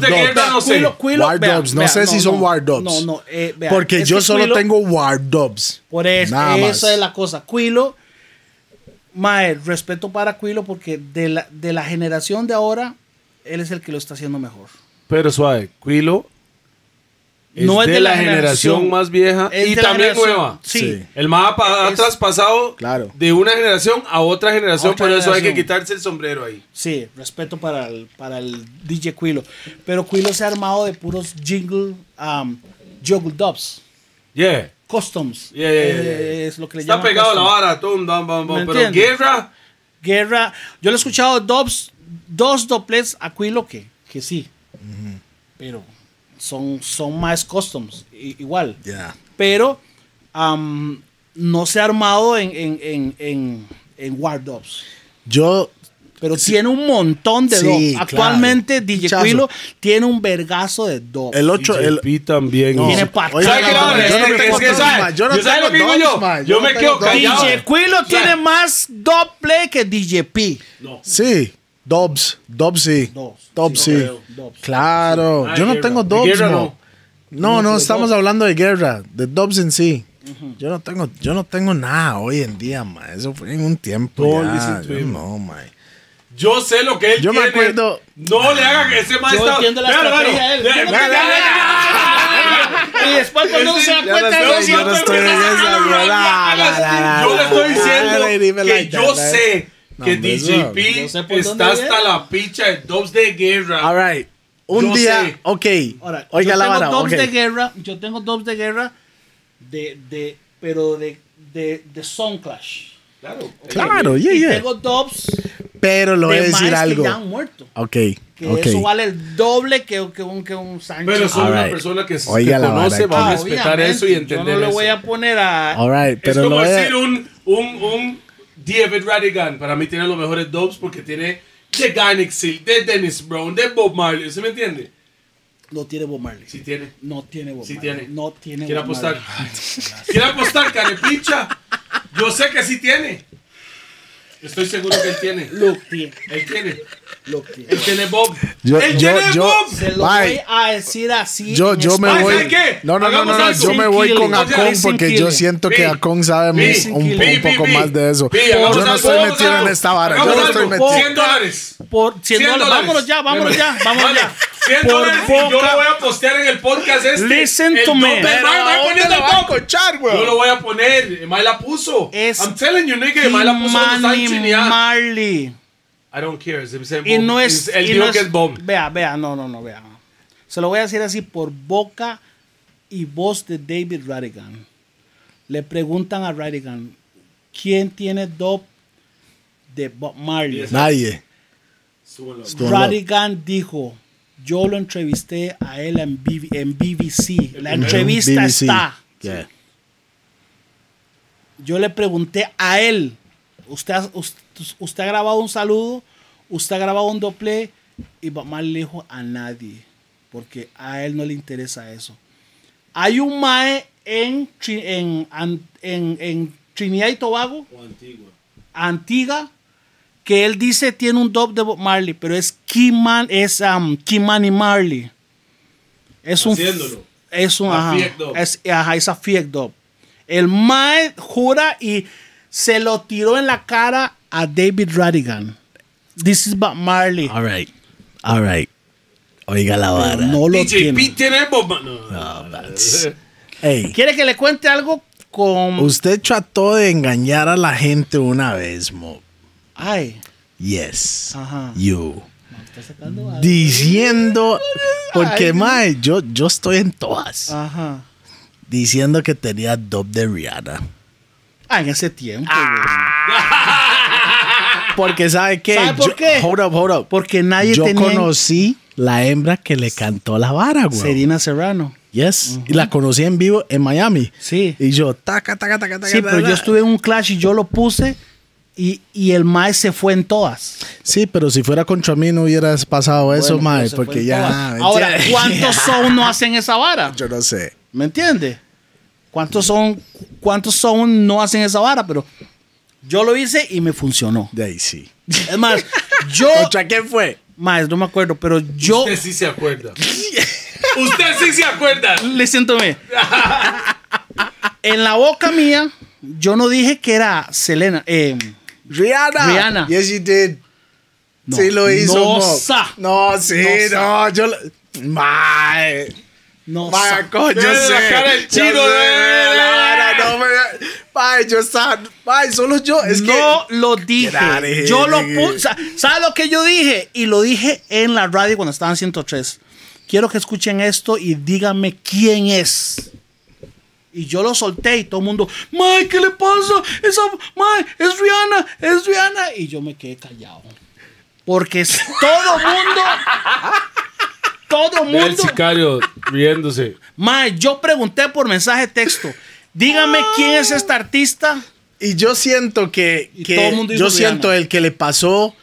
Dubs de guerra,
Dubs.
no sé.
Cuilo- cuilo-
War
vea,
Dubs, no
vea,
sé si son War Dubs.
No, no, eh, vea,
Porque
es
yo
que
solo
Cuilo-
tengo War Dubs.
Por eso,
Nada más.
esa es la cosa. Cuilo, mae, respeto para Cuilo porque de la, de la generación de ahora, él es el que lo está haciendo mejor.
Pero suave, Quilo es de, la, generación, más vieja
es
y
de la
también
generación-
nueva.
Sí.
Sí.
El mapa ha
Es-
traspasado
Claro.
de una generación a otra generación,
Otra
por eso hay que
generación.
quitarse el sombrero ahí.
Sí, respeto para el, para el DJ Cuilo. Pero Cuilo se ha armado de puros jingle, um, juggle dubs,
Yeah.
customs.
Yeah, yeah, yeah, yeah.
Eh, Es lo que le
Está
llaman
pegado a la
customs.
vara, tum, dam, bam, bam.
¿Me
Pero
entiendes?
guerra,
Guerra. Yo le he escuchado dos, dos doblets a Quilo que, que sí. Pero son, son más customs, i- igual.
Ya.
Pero am, no se ha armado en, en, en, en, en War Dubs.
Yo,
Pero tiene un montón de
Sí,
dubs.
claro.
Actualmente DJ
Chazo.
Quilo tiene un vergazo de dubs.
el 8, el...
también.
No.
Tiene pa-
Oiga,
¿Sabe qué la
no,
vara?
yo no
Es
me
que- es
pongo
que,
dubs,
¿sabe?
ma, yo no
Yo sabe
tengo
lo mismo yo.
dubs, ma,
Yo
no
me
tengo
quedo
dubs.
callado.
DJ Quilo
O sea-
tiene más doble que DJ P.
Sí, Dobbs, Dobbs sí.
Dobbs,
Dobbs
sí,
sí.
creo, Dobbs.
Claro,
Ah,
yo no
guerra.
tengo
De
Dobbs.
guerra
mo.
no.
No, no, estamos hablando de guerra, de Dobbs en sí. Yo no tengo yo no tengo nada hoy en día, ma. Eso fue en un tiempo
Don't
ya.
listen to
Yo
him.
no, ma.
Yo sé lo que él
Yo me
tiene.
acuerdo-
No le hagan que ese maestro.
Yo entiendo la estrategia de él. Yo no entiendo Y después cuando uno se da
Yo no
cuenta
estoy-
de pues,
yo no estoy en esa, bro. La, la, la, la,
Yo le estoy
la, la, la,
diciendo
la, la,
que yo
la, la.
sé
No,
que
hombre, eso-
Yo sé
DJP
por dónde
está hasta
viene.
la picha de Dubs de
All
Guerra.
right. Un
Yo
día,
sé.
ok.
Ahora,
Oiga
yo
la
tengo
vara,
dubs
ok.
de guerra, yo tengo dubs de guerra de, de pero de, de, de Song Clash.
Claro.
Claro, yeah,
Y
yeah.
tengo dubs
Pero le voy a
de
decir
maes que ya
algo.
han muerto.
Ok,
Que
ok.
eso vale el doble que, que un, que un Sánchez.
Pero soy
All
una
right.
persona que, s-
Oiga
que
la vara
conoce, va a
Ah,
respetar
obviamente,
eso y entender
Yo no le
eso.
voy a poner a...
All right, pero
es
lo
como
voy a-
decir un, un, un David Radigan. Para mí tiene los mejores dubs porque tiene de Ganexil, de Dennis Brown, de Bob Marley. ¿Usted me entiende?
No tiene Bob Marley.
Sí tiene.
No tiene Bob
Sí
Marley.
tiene.
No tiene
Quiere
Bob
apostar.
Marley.
Quiere apostar, carepicha. Yo sé que sí tiene. Estoy seguro que él tiene.
Lo tiene.
Él tiene.
Lo tiene.
Él tiene Bob.
Yo-
él
yo-
tiene
yo-
Bob.
Se lo
Bye.
voy a decir así.
Yo,
en
yo me
español.
voy.
¿sabe qué?
No, no, no, no,
Hagamos
no,
algo.
yo me
Sin
voy con
killing.
Akon
Sin
porque yo
killing.
siento que
Vi.
Akon sabe
Vi.
más- un,
Sin
un
killing.
poco
Vi, vi,
más de eso.
vi, hagamos
Yo no
algo,
estoy
hagamos
metido en
algo.
esta vara. Yo
Hagamos
no estoy
algo.
metido.
100 dólares.
Por 100
100
dólares.
dólares.
Vámonos ya, vámonos ya, vámonos
Vale,
ya.
100
Por
dólares y yo
poca-
lo voy a postear en el podcast este.
Listen
El
to me.
Bob, el
Pero
Mike va poniendo el Bob.
cochar,
Yo lo voy a poner. Emma la puso.
Es
I'm telling you, nigga. Emma la puso donde está en
Kimani
Trinidad.
Marley.
I don't care. Es el
Y no es.
El
y
dijo
no
que
es-
es Bob.
Vea, vea, no, no, no, vea. Se lo voy a decir así por boca y voz de David Radigan. le preguntan a Radigan, ¿quién tiene dop de Bob Marley?
Nadie. Stone Love.
Radigan dijo, yo lo entrevisté a él en, BB en BBC. La entrevista
BBC.
está.
Yeah.
Yo le pregunté a él, ¿usted, ha- us- usted, ha grabado un saludo? ¿Usted ha grabado un doble? Y Bob Marley le dijo a nadie, porque a él no le interesa eso. Hay un mae en, Tri- en, An- en, en Trinidad y Tobago, Antigua, que él dice tiene un dub de Bob Marley, pero es Kiman, es um, Kimani Marley. Es un
Haciéndolo.
es un
A
ajá,
fake dub.
es, ajá, es a fake dub. El mae jura y se lo tiró en la cara a David Radigan. This is Bob Marley.
Ah,
All right. All right. Oiga la
Pero
vara.
No lo tiene.
DJP tiene bomba. No,
No, that's-
Ey,
¿Quiere que le cuente algo con
usted trató de engañar a la gente una vez, Mo.
ay,
Yes.
Ajá.
You. Diciendo. Porque, mae, yo, yo estoy en
Ah.
todas.
ajá.
Diciendo que tenía dub de Rihanna.
Ah, en ese tiempo.
Porque, ¿sabe qué?
¿Sabe por
Yo-
qué?
Hold up, hold up.
güey. Porque nadie
yo
tenía
conocí la hembra que le cantó la vara, güey.
Serena Serrano.
Yes. Y la conocí en vivo en Miami.
Sí.
Y yo, taca, taca, taca, taca.
Sí, pero
taca.
yo estuve en un clash y yo lo puse y, y el mae se fue en todas.
Sí, pero si fuera contra mí no hubieras pasado eso,
Bueno,
mae,
pero se fue
porque
en
ya.
todas. Ahora, ¿cuántos son no hacen esa vara?
Yo no sé.
¿Me entiendes? ¿Cuántos son, ¿Cuántos son no hacen esa vara? Pero yo lo hice y me funcionó.
De ahí sí.
Es más, yo...
¿Contra quién fue?
Más, no me acuerdo, pero yo...
Usted sí se acuerda. Usted sí se acuerda.
Listen to me. En la boca mía, yo no dije que era Selena. eh,
Rihanna.
Rihanna.
Yes, you did.
no,
sí lo hizo.
No,
Mo.
sa.
No, sí,
No,
no. Yo. lo- Mae.
No,
Mae,
sa.
coño, yo
Ve
sé.
la cara del
Yo
chino, ve,
sé,
ve,
la
ve.
vara, no me- Mae, yo estaba. Mae, solo yo. Es que.
no lo dije.
out of here,
Yo lo
nigga.
puse. ¿Sabes lo que yo dije? Y lo dije en la radio cuando estaban 103. Quiero que escuchen esto y díganme quién es. Y yo lo solté y todo el mundo, Mike, ¿qué le pasa? Esa, Mike, es Rihanna, es Rihanna. Y yo me quedé callado. Porque es- todo mundo, todo
El
mundo.
sicario riéndose.
Mike, yo pregunté por mensaje de texto, dígame quién es esta artista.
Y yo siento que,
Y
que
todo el mundo hizo
yo siento
Rihanna.
el que le pasó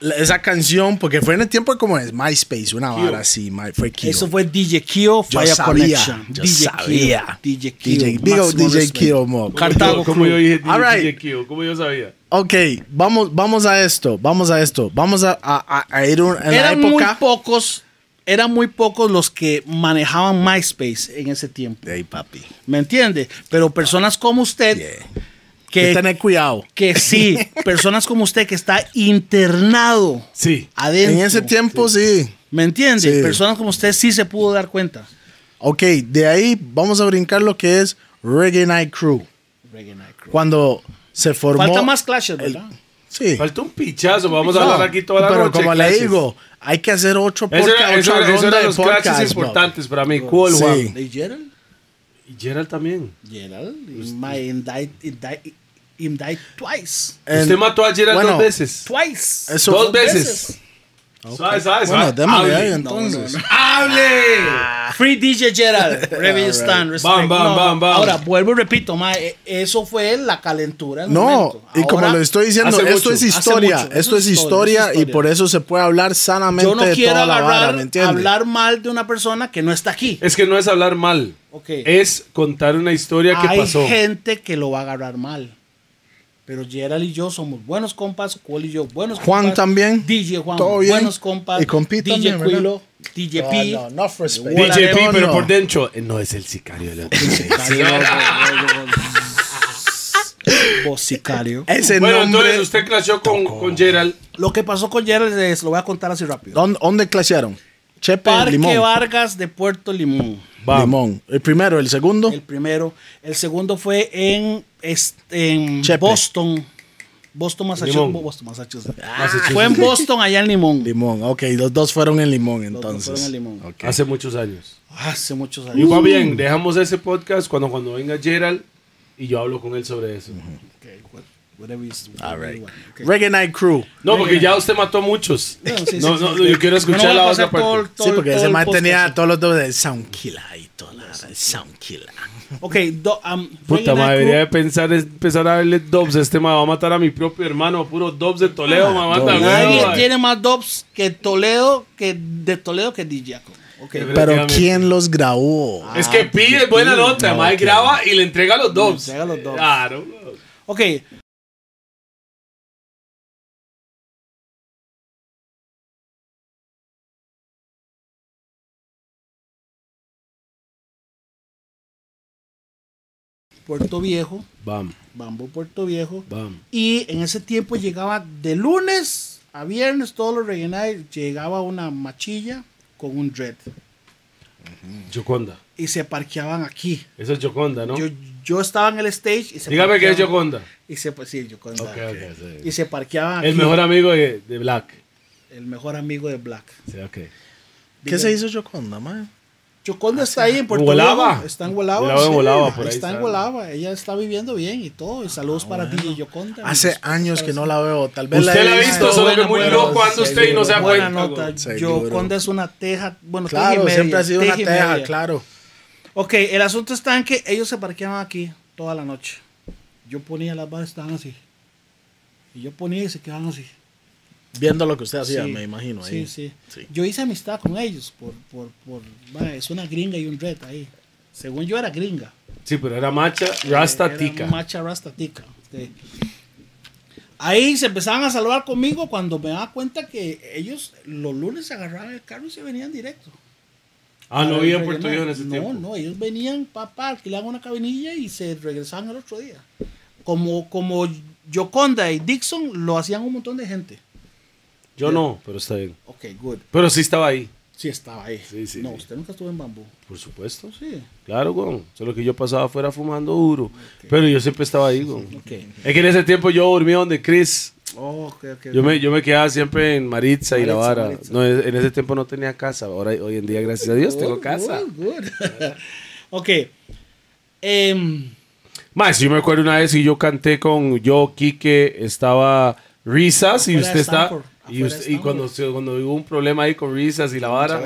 la- esa canción, porque fue en el tiempo como es MySpace, una vara así, my- fue Kio.
Eso fue DJ Kio,
yo
Fire
sabía,
Connection.
yo
DJ
sabía.
Kio, DJ Kio.
DJ, big up
máximo
DJ
respeto.
Kio, mo.
Cartago
Yo- Como
Crew.
yo dije, DJ
All right.
Kio, como yo sabía.
Ok, vamos, vamos a esto, vamos a esto, vamos a, a- a- a ir un- en la
Eran muy
época.
pocos, eran muy pocos los que manejaban MySpace en ese tiempo.
Ey, papi,
¿Me entiende? Pero personas como usted
yeah. Hay que
que,
tener cuidado.
que sí, personas como usted que está internado
Sí.
adentro.
En ese tiempo sí.
¿Me entiende?
Sí.
Personas como usted sí se pudo dar cuenta.
Ok, de ahí vamos a brincar lo que es Reggae Night Crew. Cuando se formó.
Falta más clashes, ¿verdad?
Sí.
Falta un pichazo. Vamos a hablar aquí toda la
pero
noche.
como
clases.
le digo, hay que hacer otro
Eso
podcast,
era, eso
otra
era- eso
ronda
eran los
de
clashes
podcast. bro.
importantes para mí. Cool,
Sí.
Juan.
¿De Gerald? Pues,
Y Gerald también.
Gerald. My indite, indite, indite twice.
En-
Usted mató a Gerald
bueno,
dos veces.
Twice.
Eso
Dos
fue-
veces. ¿Sabes, sabes?
Bueno, démosle ahí
¡Hable!
entonces.
¡Hable!
Free DJ Gerald. Review Stan. respect.
Ah. Bam, bam, bam, bam.
Ahora, vuelvo y repito, ma, e- eso fue la calentura. del
No,
momento.
y como
Ahora,
le estoy diciendo,
hace
esto
mucho,
es
hace
historia,
mucho,
esto es historia, y
historia.
por eso se puede hablar sanamente
Yo no
de
quiero
toda la
agarrar,
vara, ¿me entiendes?
hablar mal de una persona que no está aquí.
Es que no es hablar mal.
Ok.
Es contar una historia que
Hay
Eh, pasó.
gente que lo va a agarrar mal. Pero Gerald y yo somos buenos compas, Cole y yo buenos
Juan
compas.
también.
DJ Juan,
Todo bien.
buenos compas.
Y compi
DJ
también, ¿verdad? Ah,
Quilo, DJ
No,
P.
no, enough respect.
Hola,
DJ P,
no,
pero
no.
por dentro. eh, No es el sicario de la
Bosicario.
Ese
Bueno,
nombre,
entonces usted clashó con, con Gerald.
Eh, Lo que pasó con Gerald es, lo voy a contar así rápido.
¿dónde, dónde clasearon? Chepe,
Parque
Limón.
Vargas de Puerto Limón.
Limón. El primero, el segundo.
El primero. El segundo fue en, este, en
Chepe.
Boston. Boston, Massachusetts.
Limón. Ah,
Boston, Massachusetts. Fue en Boston, allá en Limón.
Limón, ok, los dos fueron en Limón
Los dos
entonces.
fueron en Limón.
Ok. Uh.
Hace muchos años.
Hace muchos
Y
años.
va bien, dejamos ese podcast cuando, cuando venga Gerald. y yo hablo con él sobre eso.
Okay, what- whatever you
All right.
Okay.
Reggae Night Crew.
No, porque ya usted mató a muchos. No,
sí, sí,
no,
sí,
no,
sí.
yo quiero escuchar
No voy a
la
pasar
otra parte.
todo el- todo
Sí,
el-
porque
todo
ese
el
man
podcast.
tenía todos los dos de Soundkiller y toda la Soundkiller.
Ok, do- um,
Puta
Reggae
madre,
Night Crew-
debería de pensar, es- empezar a darle dobs. Este me va a matar a mi propio hermano, puro dobs de
Ah,
Toledo. me mata a
Nadie
huevo,
tiene más dobs que Toledo, que de Toledo que Dijaco. Ok.
madre.
Pero
Efectivamente.
¿quién los grabó?
Ah,
Es que pide buena nota, Mike graba y le entrega los dobs.
entrega los dobs.
Claro.
Ok. Puerto Viejo,
Bam,
Bambo Puerto Viejo.
bam.
Y en ese tiempo llegaba de lunes a viernes, todos los rellenados, llegaba una machilla con un dread.
Yoconda.
Y se parqueaban aquí.
Eso es Yoconda, ¿no?
Yo, yo estaba en el stage y se
Dígame que es
parqueaban-
Yoconda.
Y se, pues, sí, Yoconda.
Ok, ok, sí.
Y se parqueaban
El
aquí.
mejor amigo de, de Black.
el mejor amigo de Black.
Sí, ok.
¿Qué se hizo Joconda, man?
Ah,
Choconda está ahí en Puerto
Gualaba.
Viejo, Está en Gualaba.
Gualaba,
sí,
Gualaba, por ahí
está
está.
en
Ah,
Gualaba. Ella está viviendo bien y todo. Y saludos para ti, Yoconda.
Hace años que no la veo. Tal vez
Usted la ha visto, solo que
buena,
muy
buena,
loco anda usted y no se da
Buena
cuenta.
nota.
güey.
Seguro.
Yoconda es una teja. Bueno, teja y
Claro,
media,
siempre ha sido una
teja y
teja,
media.
claro.
Ok, el asunto está en que ellos se parqueaban aquí toda la noche. Yo ponía las barras, estaban así. Y yo ponía y se quedaban así.
Viendo lo que usted hacía,
Sí,
me imagino.
sí,
ahí.
sí.
Sí.
Yo hice amistad con ellos por, por, por ma, es una gringa y un red ahí. Según yo era gringa. Eh,
Sí, pero era macha Rasta
Era
Tica.
Macha rastatica. sí. Ahí se empezaban a saludar conmigo cuando me daba cuenta que ellos los lunes se agarraban el carro y se venían directo.
Ah, no
Para
había en
el
Puerto Rico en ese
no,
tiempo.
No, ellos venían, papá, alquilaban una cabinilla y se regresaban al otro día. Como, como Yoconda y Dixon lo hacían un montón de gente.
Yo no, pero está bien.
Ok, good.
Pero sí estaba ahí.
Sí, estaba ahí.
Sí, sí,
no,
sí.
usted nunca estuvo en bambú.
Por supuesto, sí.
Sí.
Claro, güey. Solo que yo pasaba afuera fumando duro. Pero yo siempre estaba ahí, güey.
Ok.
Es que en ese tiempo yo dormía donde Chris.
Oh, ok, ok.
Yo me, yo me quedaba siempre en Maritza, y La
Maritza,
Vara.
Maritza.
No, en ese tiempo no tenía casa. Ahora, hoy en día, gracias a Dios, tengo
Good,
casa.
good, good. ok. Em,
Más, yo me acuerdo una vez y yo canté con yo, Quique, estaba Risas y
Afuera
usted
de
está.
Stanford,
Y,
afuera
usted-
de
y cuando, se- cuando hubo un problema ahí con Risas y la vara,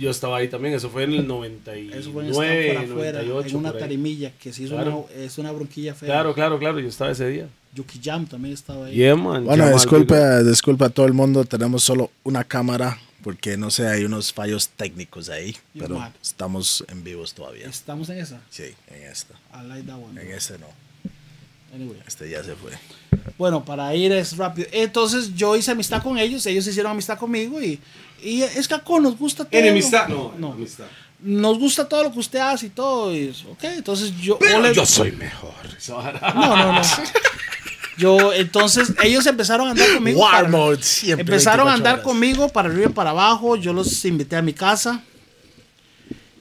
yo estaba ahí también. Eso fue en el
eso fue en Stanford
99,
afuera,
98.
en una
por ahí.
tarimilla que se hizo
Claro.
una, es una bronquilla fea.
Claro, claro, claro, yo estaba ese día.
Yuki Jam también estaba ahí.
Yeah, man,
Bueno,
Jamal, digo.
disculpa, disculpa a todo el mundo. Tenemos solo una cámara porque no sé, hay unos fallos técnicos ahí,
You're
pero
mad.
estamos en vivos todavía.
Estamos en esa.
Sí, en esta.
I like that one.
En este no.
Anyway.
Este ya se fue.
Bueno, para ir es rápido. Entonces yo hice amistad con ellos, ellos hicieron amistad conmigo y, y es que acá nos gusta todo.
Enemistad, no,
No.
amistad.
Nos gusta todo lo que usted hace y todo. y es- ok, entonces yo... o le-
yo soy mejor. esa vara.
No, no, no. Yo, entonces ellos empezaron a andar conmigo.
War
para-
mode, siempre
empezaron a
24
andar
horas.
conmigo para arriba y para abajo. Yo los invité a mi casa.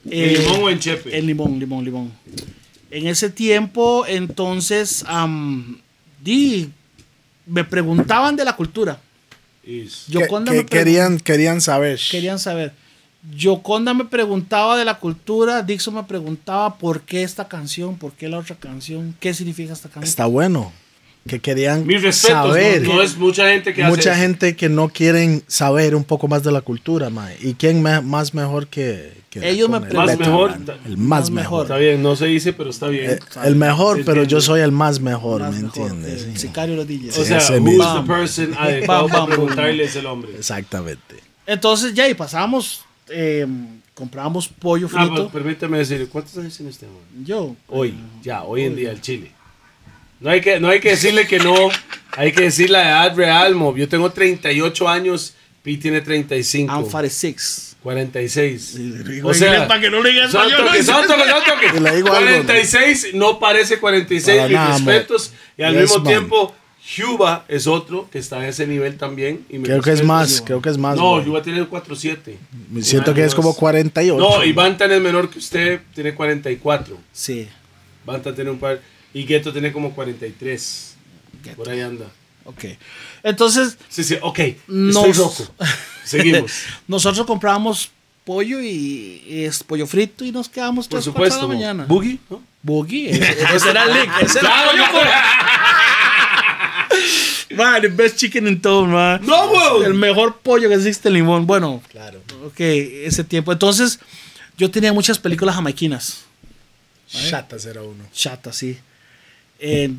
¿En
Eh,
limón o en chepe?
en Limón, Limón, Limón. En ese tiempo, entonces, am, di, me preguntaban de la cultura.
Is.
Que-
Yoconda
que
me pregun-
querían, querían saber.
querían saber. Yoconda me preguntaba de la cultura, Dixon me preguntaba por qué esta canción, por qué la otra canción, qué significa esta canción.
Está bueno. Que querían
Mis respetos,
saber.
no, no es mucha gente que
Mucha
hace eso.
gente que no quieren saber un poco más de la cultura, mae. ¿Y quién me- más mejor que, que
Ellos me
con el
preguntan-
Más mejor.
Veteran, El más,
Más
mejor.
Está bien, no se dice, pero está bien.
Eh, el mejor,
Se
pero yo
entiende.
soy el más mejor,
Más
¿me
mejor,
entiendes?
eh,
Sí.
Sicario los DJs.
O sea,
ese
who's
mismo.
the person adecuado
Bam,
para
bam, bam.
preguntarle es el hombre.
Exactamente.
Entonces ya y pasábamos, eh, comprábamos pollo
Ah, pues,
frito.
permítame decirle, ¿cuántos años tiene usted, man?
Yo,
Hoy, ya, hoy en día, el Chile. No hay, que, no hay que decirle que no, hay que decir la edad real, Mob. Yo tengo 38 años, Pi tiene
Ah,
35.
I'm 46.
46. O
en
sea, para que no le digan toque, son toque, son toque.
Y le digo algo,
46 no parece 46,
Para
mis
nada, mo.
respetos. Y al
Yes,
mismo
man.
tiempo, Cuba es otro que está a ese nivel también. y mis
Creo que es
respetos.
más, creo que es más.
No,
mae.
Cuba tiene 47.
Me siento
Un
que
año
es como
más.
48.
No, y Bantan es menor que usted, tiene 44.
Sí.
Bantan tiene un par. Y Gueto tiene como 43. Por ahí anda.
Ok. Entonces,
Sí, sí, ok.
No.
Estoy roco. Seguimos.
nosotros comprábamos pollo y, y es pollo frito y nos quedamos
Por
tres, cuatro de
supuesto.
la mañana.
Boogie, ¿no?
Boogie. Ese, ese era el link. Ese era el Man, the best chicken in town, man.
¡No, güey!
El mejor pollo que existe en Limón. Bueno, claro. Ok, ese tiempo. Entonces, yo tenía muchas películas jamaiquinas.
Chatas era uno.
Chata, sí. Eh,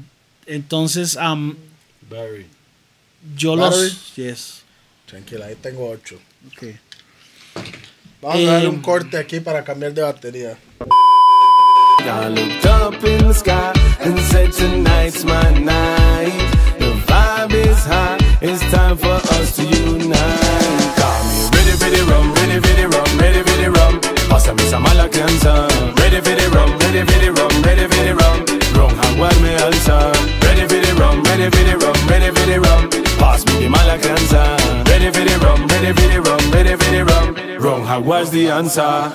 entonces, am,
Barry.
yo
Barbie.
los. Yes.
Tranquila, ahí tengo ocho.
Ok.
Vamos a dar
Eh,
un corte aquí para cambiar de batería.
I looked up in the sky and said, Tonight's my night. The vibe is high, it's time for us to unite. Call me ready, ready, rum, ready, ready, rum, ready, ready, rum. Pásame esa mala canción. Ready, ready, rum, ready, ready, rum, ready, ready, rum. Rum, aguarme al sun. Ready, ready, rum, ready, ready, rum, ready, ready, rum. Pass me the mala canción. Ready, ready, rum, ready, ready, rum, ready, ready, rum. Rum, aguar's the answer.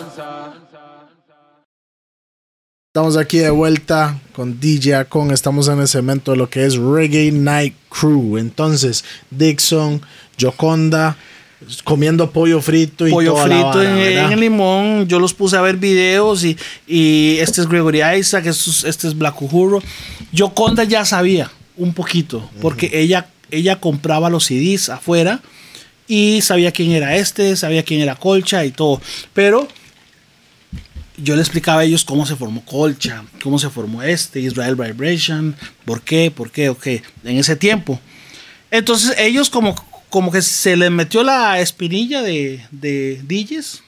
Estamos aquí de vuelta con DJ Akon. Estamos en el segmento de lo que es Reggae Night Crew. Entonces, Dixon, Joconda, comiendo pollo frito y
pollo
toda la
frito
vara,
en- en,
¿verdad?
el limón. Yo los puse a ver videos y, y este es Gregory Isaac, esto es- este es Black Uhuru. Yo Conda ya sabía un poquito, porque ella, ella compraba los CDs afuera y sabía quién era este, sabía quién era Colcha y todo. Pero yo le explicaba a ellos cómo se formó Colcha, cómo se formó este, Israel Vibration, por qué, por qué, ok, en ese tiempo. Entonces ellos como, como que se les metió la espinilla de, de DJs.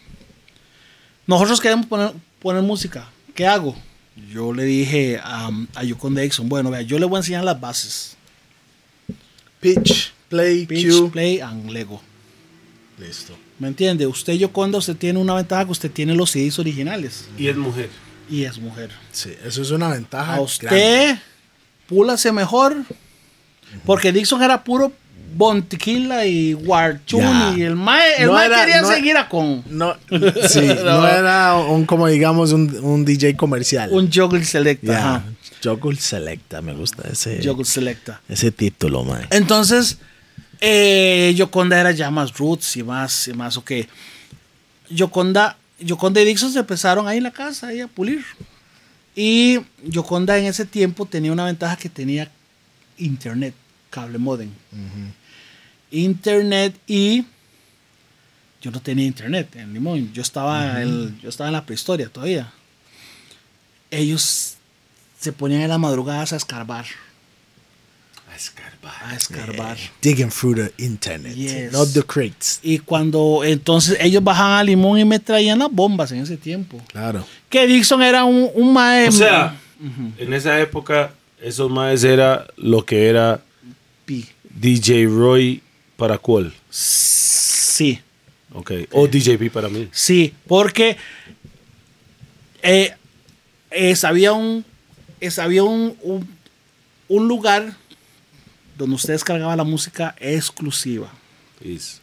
Nosotros queremos poner, poner música. ¿Qué hago? Yo le dije a, a Yukon Dixon, bueno, vea, yo le voy a enseñar las bases.
Pitch, play,
Pitch,
cue.
play and Lego.
Listo.
¿Me entiende? Usted, Yoconda, usted tiene una ventaja que usted tiene los CDs originales.
Y es mujer.
Y es mujer.
Sí, eso es una ventaja.
A usted,
grande.
púlase mejor. Porque Dixon era puro Bontiquila y Warchun
Ya.
y el mae, el
No
mae
era-
quería
no-
seguir a con.
No, sí, no era un, como digamos, un, un DJ comercial.
Un juggle selecta.
Ya.
ajá.
Joggle Selecta, me gusta
eh.
ese,
Juggle selecta.
ese título, man.
Entonces, eh, Yoconda era ya más roots y más, y más, ok. Yoconda, Yoconda y Dixon se empezaron ahí en la casa, ahí a pulir. Y Yoconda en ese tiempo tenía una ventaja que tenía internet, cable modem. Internet y yo no tenía internet en Limón. Yo estaba, en, el- yo estaba en la prehistoria todavía. Ellos se ponían en las madrugadas a escarbar.
A escarbar.
A escarbar.
Digging through the internet,
Yes.
not the crates.
Y cuando entonces ellos bajaban a Limón y me traían las bombas en ese tiempo.
Claro.
Que Dixon era un, un
O
maestro.
sea, en esa época, esos maes era lo que era DJ Roy para cuál.
Sí,
Ok. O DJP para mí.
sí, porque eh, es- había, un, es- había un, un, un lugar donde usted descargaba la música exclusiva.
Is.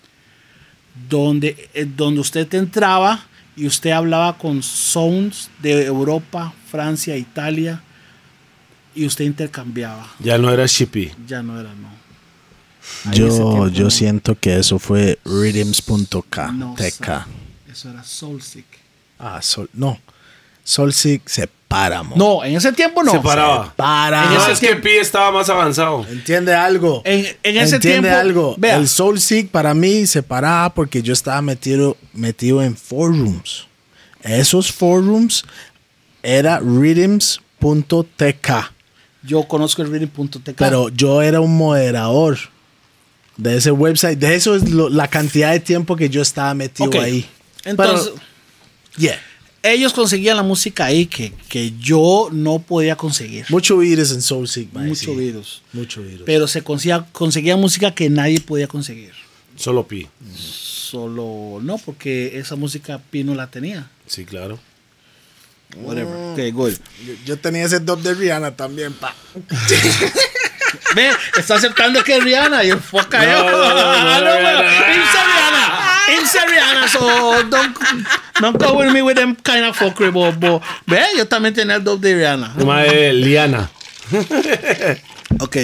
donde, eh, donde usted entraba y usted hablaba con sounds de Europa, Francia, Italia, y usted intercambiaba.
Ya no era Shippy.
Ya no era, no. Ahí ese tiempo
Yo, yo
no.
siento que eso fue rhythms.k.
No,
TK.
Eso era Soulstick.
Ah, sol, no.
Sol Six se para, mo.
No, en ese tiempo no.
Se paraba.
Para.
No, es que Pi estaba más avanzado.
Entiende algo.
En, en ese
Entiende
tiempo.
algo.
Vea,
El Soul Seek para mí se paraba porque yo estaba metido, metido en forums. Esos forums era rhythms.tk.
yo conozco el reading.tk.
Pero yo era un moderador de ese website. De eso es lo- la cantidad de tiempo que yo estaba metido
Ok.
ahí.
Entonces,
Pero, yeah.
ellos conseguían la música ahí que, que yo no podía conseguir.
Mucho virus en Soul Seek, mae,
Mucho
sí.
virus.
Mucho virus.
Pero se conseguía, conseguía música que nadie podía conseguir.
Solo Pi.
Solo no, porque esa música Pino la tenía.
Sí, claro.
Whatever.
Ah.
Ok, good.
yo, yo tenía ese dub de Rihanna también, pa.
Ve, está aceptando que es Rihanna. Y enfoca
No, no,
yo.
no, no,
Ah, no,
no,
well,
no, no.
It's a Rihanna. It's a Rihanna. So don't, don't go with me with them kind of fuckery, bobo. Ve, yo también tenía el dub de Rihanna.
Mae Liana.
Ok.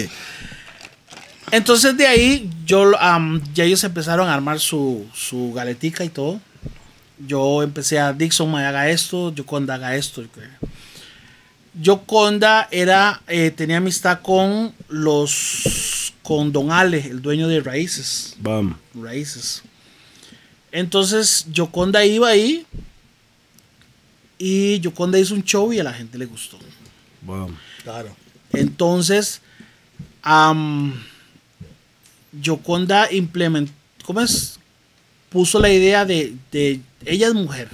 Entonces de ahí yo am, ya ellos empezaron a armar su, su galetica y todo. Yo empecé a Dixon me haga esto, yo cuando haga esto. y que- Yoconda era, eh, tenía amistad con los, con Don Ale, el dueño de Raíces.
Bam.
Raíces. Entonces, Yoconda iba ahí y Yoconda hizo un show y a la gente le gustó.
Bam.
Claro.
Entonces, am, Yoconda implementó, ¿cómo es? Puso la idea de, de- ella es mujer.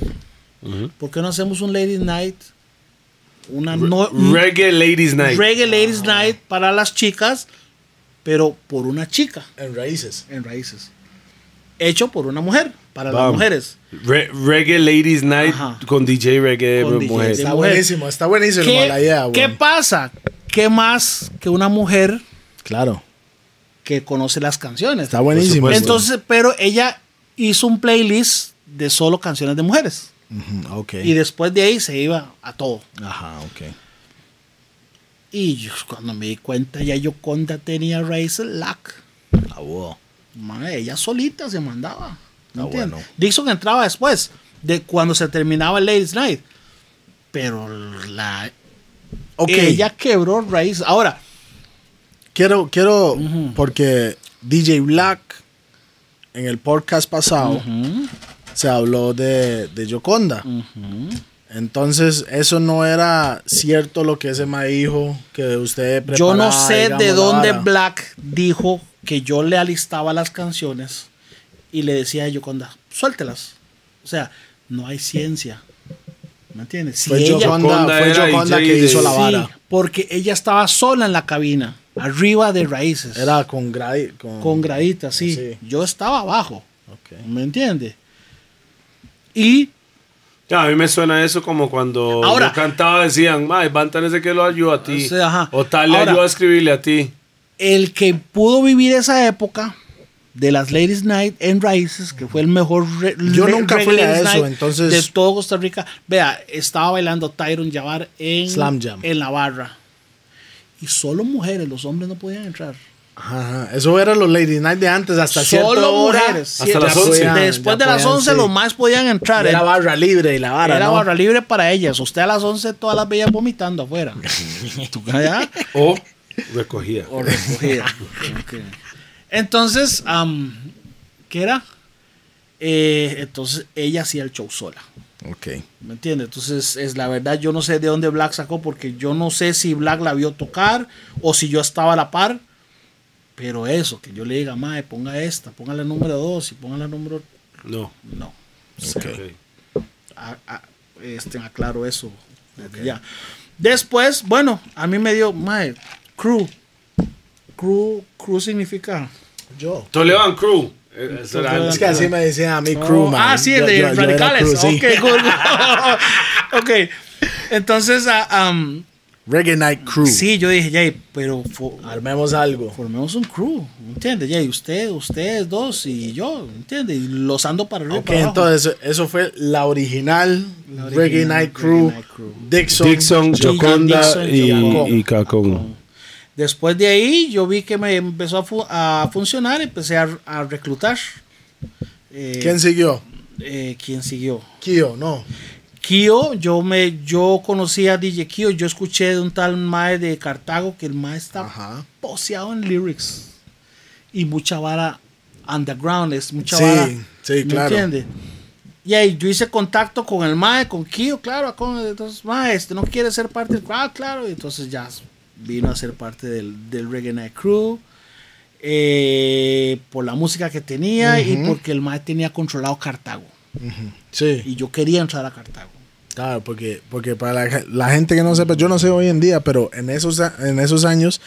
Ujú.
¿Por qué no hacemos un Ladies Night? Una no,
Reggae Ladies Night.
Reggae Ladies Night para las chicas, pero por una chica
En raíces.
en raíces. Hecho por una mujer, para las
Bam.
mujeres.
Re- reggae Ladies Night
Ajá.
con DJ Reggae
Con DJ
Mujer.
de-
Está
mujer.
buenísimo, está buenísimo
¿Qué,
la idea,
qué
weón.
pasa? ¿Qué más que una mujer
Claro.
que conoce las canciones?
Está buenísimo.
Por supuesto.
pues.
Entonces, pero ella hizo un playlist de solo canciones de mujeres.
Ujú, ok.
Y después de ahí se iba a todo.
Ajá, ok.
Y yo, cuando me di cuenta, ya yo conta tenía Raíces Lack.
Ah, wow.
Mae, ella solita se mandaba. ¿me
Ah,
entiendes?
bueno.
Dixon entraba después, de cuando se terminaba el Ladies Night. Pero la,
Ok.
ella quebró raíz. Ahora,
Quiero, quiero, porque DJ Black en el podcast pasado se habló de, de Yoconda. Entonces, eso no era cierto lo que ese ma dijo que usted
yo no
preparaba,
sé
digamos,
de
la
dónde
vara.
Black dijo que yo le alistaba las canciones y le decía a Yoconda, suéltelas. O sea, no hay ciencia. ¿Me entiendes? Si
Fue
ella-
Yoconda,
Yoconda
fue
era
Yoconda
DJ
que
de-
hizo la
Sí,
vara.
porque ella estaba sola en la cabina, arriba de raíces.
Era con gradi- con,
con graditas, sí.
Sí.
Yo estaba abajo,
Ok.
¿me entiende? Y
Ya, a mí me suena eso como cuando
Ahora-
yo cantaba decían, "Mae, van tan ese que lo ayuda a ti."
O sea, ajá.
O tal le
Ahora-
ayuda a escribirle a ti.
el que pudo vivir esa época de las Ladies Night en Raíces, que fue el mejor re-
Yo
re-
nunca
reggae
fui a
Ladies
eso,
Night
entonces-
de todo Costa Rica. Vea, estaba bailando Tyron Jabbar en
Slam Jam.
en la barra. Y solo mujeres, los hombres no podían entrar.
Ajá, ajá. Eso era los Lady Night de antes, hasta cierta
solo
hora.
mujeres.
Hasta
Sí,
las
ya
11.
podían,
Ya
Después de las
podían,
11
sí.
los más podían entrar.
Era barra libre y la vara,
Era
¿no?
barra libre para ellas. Usted a las 11 todas las veía vomitando afuera. Tú calla.
O recogía.
O recogida. Ok. Entonces, am, ¿qué era? Eh, entonces ella hacía el show sola.
Ok.
¿Me entiendes? Entonces, es la verdad, yo no sé de dónde Black sacó, porque yo no sé si Black la vio tocar o si yo estaba a la par. Pero eso, que yo le diga, mae, ponga esta, ponga la número 2 y ponga la número.
No.
No.
Ok.
a- a- este, aclaro eso. desde Ya. Después, bueno, a mí me dio, mae, crew. Crew, crew significa.
Yo.
Toledo Crew. Eh, eso era
Toledo
antes.
Es que así me decían a mi crew,
Oh,
man.
Ah, sí, el
Yo-
de
yo- yo era
radicales.
crew, sí.
Ok, cool. ok. Entonces, ah, am,
Reggae Night Crew.
sí, yo dije, Jay, pero fo-
Armemos algo.
formemos un crew, ¿entiendes? Jay, usted, ustedes dos y yo, ¿entiendes? Y los ando para arriba. y
Ok,
para abajo.
entonces eso fue la original,
original
Reggae Night Crew,
Reggae Night Crew.
Dixon,
Dixon, Joconda
Dixon,
y,
Joconda.
y Cacón.
Después de ahí yo vi que me empezó a, fu- a funcionar, empecé a, a reclutar. Eh,
¿Quién siguió?
eh, ¿Quién siguió?
Kio, no.
Kio, yo me, yo conocí a DJ Kio, yo escuché de un tal Mae de Cartago que el Mae está
Ajá.
poseado en lyrics y mucha vara underground, es mucha
Sí,
vara.
sí,
¿me
claro.
entiende? Y ahí yo hice contacto con el Mae, con Kio, claro, con entonces Mae, este no quiere ser parte del ah, claro, y entonces ya vino a ser parte del, del Reggae Night Crew. eh, por la música que tenía y porque el Mae tenía controlado Cartago
Sí,
y yo quería entrar a Cartago.
claro, porque, porque para la, la gente que no sepa, yo no sé hoy en día, pero en esos, a- en esos años,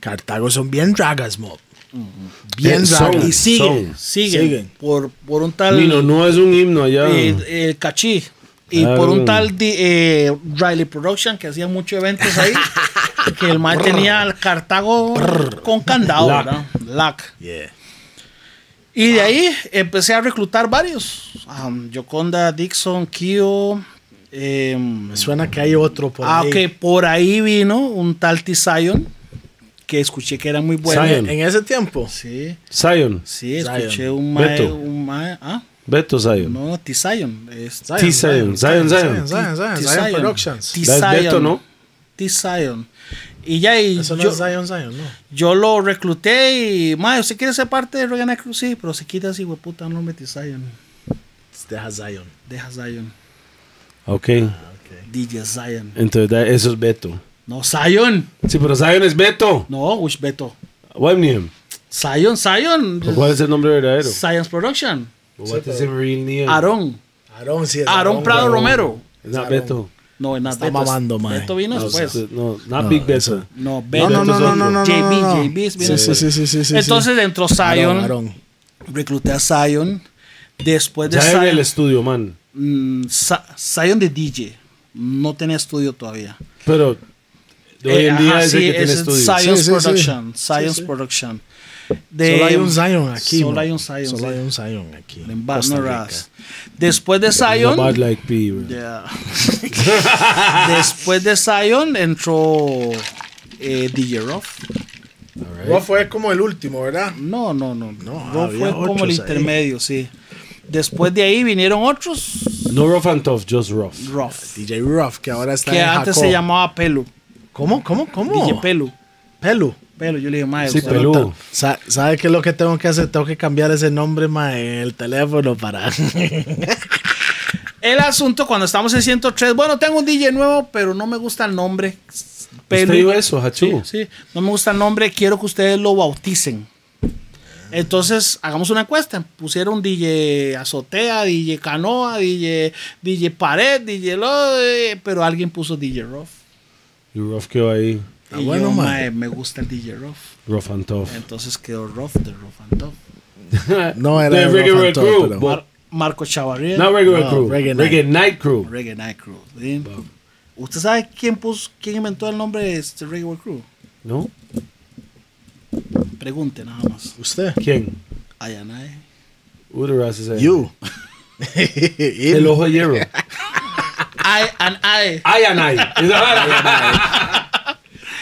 Cartago son bien dragas, mob.
Mm-hmm.
Bien
Eh, son,
dragas.
Y siguen,
Son.
siguen,
Siguen.
Por, por un tal
Nino, no es un himno allá.
eh, eh, Cachí y
Claro.
por un tal di- eh, Riley Production que hacía muchos eventos ahí, que el mal tenía al Cartago con candado,
Lac.
¿verdad? Lac.
Yeah.
Y de ahí empecé a reclutar varios. Yoconda, Joconda, Dixon, Kio. em,
Me suena que hay otro por
ah,
ahí.
ok, por ahí vino un tal Tizion que escuché que era muy bueno.
Zion.
En ese tiempo.
Sí.
Zion.
Sí,
Zion.
escuché un mae,
Beto.
un mae, ah,
Beto Zion.
no, no, Tizion, es
T-Zion. Zion, Zion.
Zion, Zion, Zion, Zion Productions.
Beto, ¿no?
T. Zion. Y ya, y
Eso no
yo,
es Zion Zion, no.
yo lo recluté y, madre, ¿usted quiere ser parte de Royal Cruz? Sí, pero se quita así, hueputa, no mete Zion.
Deja Zion.
Deja Zion.
Ok.
DJ Zion.
Entonces, da- eso es Beto.
No, Zion.
Sí, pero Zion es Beto.
No, Wish Beto.
Webnium.
Zion, Zion.
¿Cuál es el nombre verdadero?
Science Production.
What is the real name?
Aarón.
Aarón sí es
Aarón Prado
weón.
Romero.
Es not Beto.
No, en
Está mamando, mae.
Beto vino
No,
después.
no, not Big Beto.
Pues. No, Beto.
No, no, no, no, no, no, no,
JB,
no, no.
JB es bien
Sí, sí,
después.
sí, sí, sí, sí.
Entonces entró Zion,
Aarón, Aarón.
recluté a Zion. Después de
Ya en el
Zion,
estudio, man.
mm, Sa- Zion de DJ. No tenía estudio todavía.
Pero de hoy
Eh,
en día
ajá,
es el
sí,
que tiene
es
estudio.
Science
Sí, sí, sí.
Production.
Sí,
Science
sí.
Production. De-
Solo hay un Zion aquí.
Eh, Solo
man.
hay un Zion.
Solo
sí.
hay un Zion aquí.
En
Costa
Baton
Rica.
Ras. Después de Zion.
Bad like P, bro.
Yeah. Después de Zion entró eh, DJ Ruff.
Roa fue como el último, ¿verdad?
No, no, no. No,
No,
Ruff
había
fue como el
otros ahí.
intermedio, sí. Después de ahí vinieron otros.
No rough and tough, just rough.
Ruff.
DJ Ruff, que ahora está
Que
en
antes
Jacob. Oh.
se llamaba Pelu.
¿Cómo, cómo, cómo?
DJ Pelu.
Pelu.
Pelu, yo le dije, mae,
Sí,
usted-
Pelu.
Sa- ¿Sabe qué es lo que tengo que hacer? Tengo que cambiar ese nombre ma, en el teléfono para.
El asunto cuando estamos en 103, bueno, tengo un DJ nuevo, pero no me gusta el nombre.
¿Usted
Pelu.
dijo eso, Hachu?
Sí, sí. no me gusta el nombre, quiero que ustedes lo bauticen. Entonces, hagamos una encuesta. Pusieron DJ Azotea, DJ Canoa, DJ, DJ Pared, DJ Lo, eh, pero alguien puso DJ Ruff.
Y rough quedó ahí.
Ah,
y
bueno,
yo,
man.
mae, me gusta el DJ Ruff.
Rough and tough.
Entonces quedó Ruff de Ruff and Tough.
No era
The
de Rough
regular
and Tough,
crew.
pero-
but-
Marco Chavarría,
not regular
No,
crew.
Reggae
Reggae,
Night.
night crew.
Reggae Night Crew. ¿sí? ¿Usted sabe quién, puso, quién inventó el nombre de este Reggae World Crew?
¿No?
Pregunte nada más.
¿Usted?
¿Quién?
Ayanae.
Who the rest is that?
You.
El ojo de hierro.
I and I.
Ay, anay. Is that right?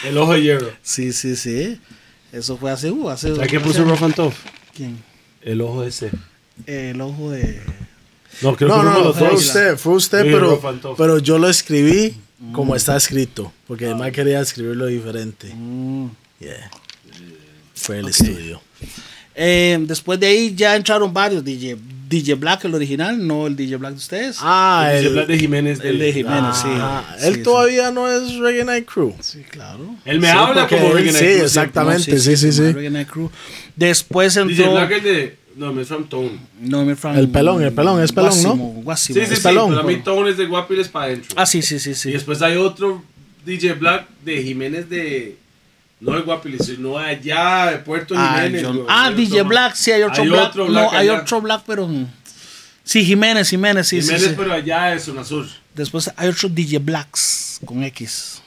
El ojo de hierro.
Sí, sí, sí. Eso fue hace. Uh, hace
¿A qué puso rough and tough?
¿Quién?
El ojo ese.
El ojo de.
No, creo
No,
que
no,
uno de
no,
los
fue
dos.
usted, fue usted,
Dije
pero,
Rough and Tough.
pero yo lo escribí como está escrito, porque además quería escribirlo diferente. Yeah. Fue el estudio.
Eh, después de ahí ya entraron varios DJ. DJ Black, el original, no el DJ Black de ustedes.
Ah,
El
el,
Black de Jiménez.
el de
del-
Jiménez, sí.
ah,
Sí,
él
sí.
todavía no es Reggae Night Crew.
Sí, claro.
Ah. Él me
Sí,
habla
porque
como
él-
Reggae Night
sí,
Crew. siempre.
exactamente,
No,
sí, sí, sí.
Reggae Night Crew. Después entró.
DJ Black ¿eh? es de. No, me es from Tone.
No, mi Fran-
El pelón, el pelón, es pelón, ¿no?
Guasimo, Guasimo.
Sí, sí, sí.
Stallone,
Para mí
bueno.
Tone es de Guapiles para adentro.
pues. Ah, sí, sí, sí. sí.
Y después hay otro DJ Black de Jiménez de. No de Guapiles, sino allá de Puerto
Ah,
Jiménez.
John-
güey.
ah,
Hay otro
DJ
ma-
Black, sí, hay otro
hay
Black.
otro
No,
Black
hay
allá.
otro Black, pero. mm, Sí, Jiménez, Jiménez, sí, sí,
Jiménez,
sí,
pero allá de Zona Sur.
Después hay otro DJ Blacks con X.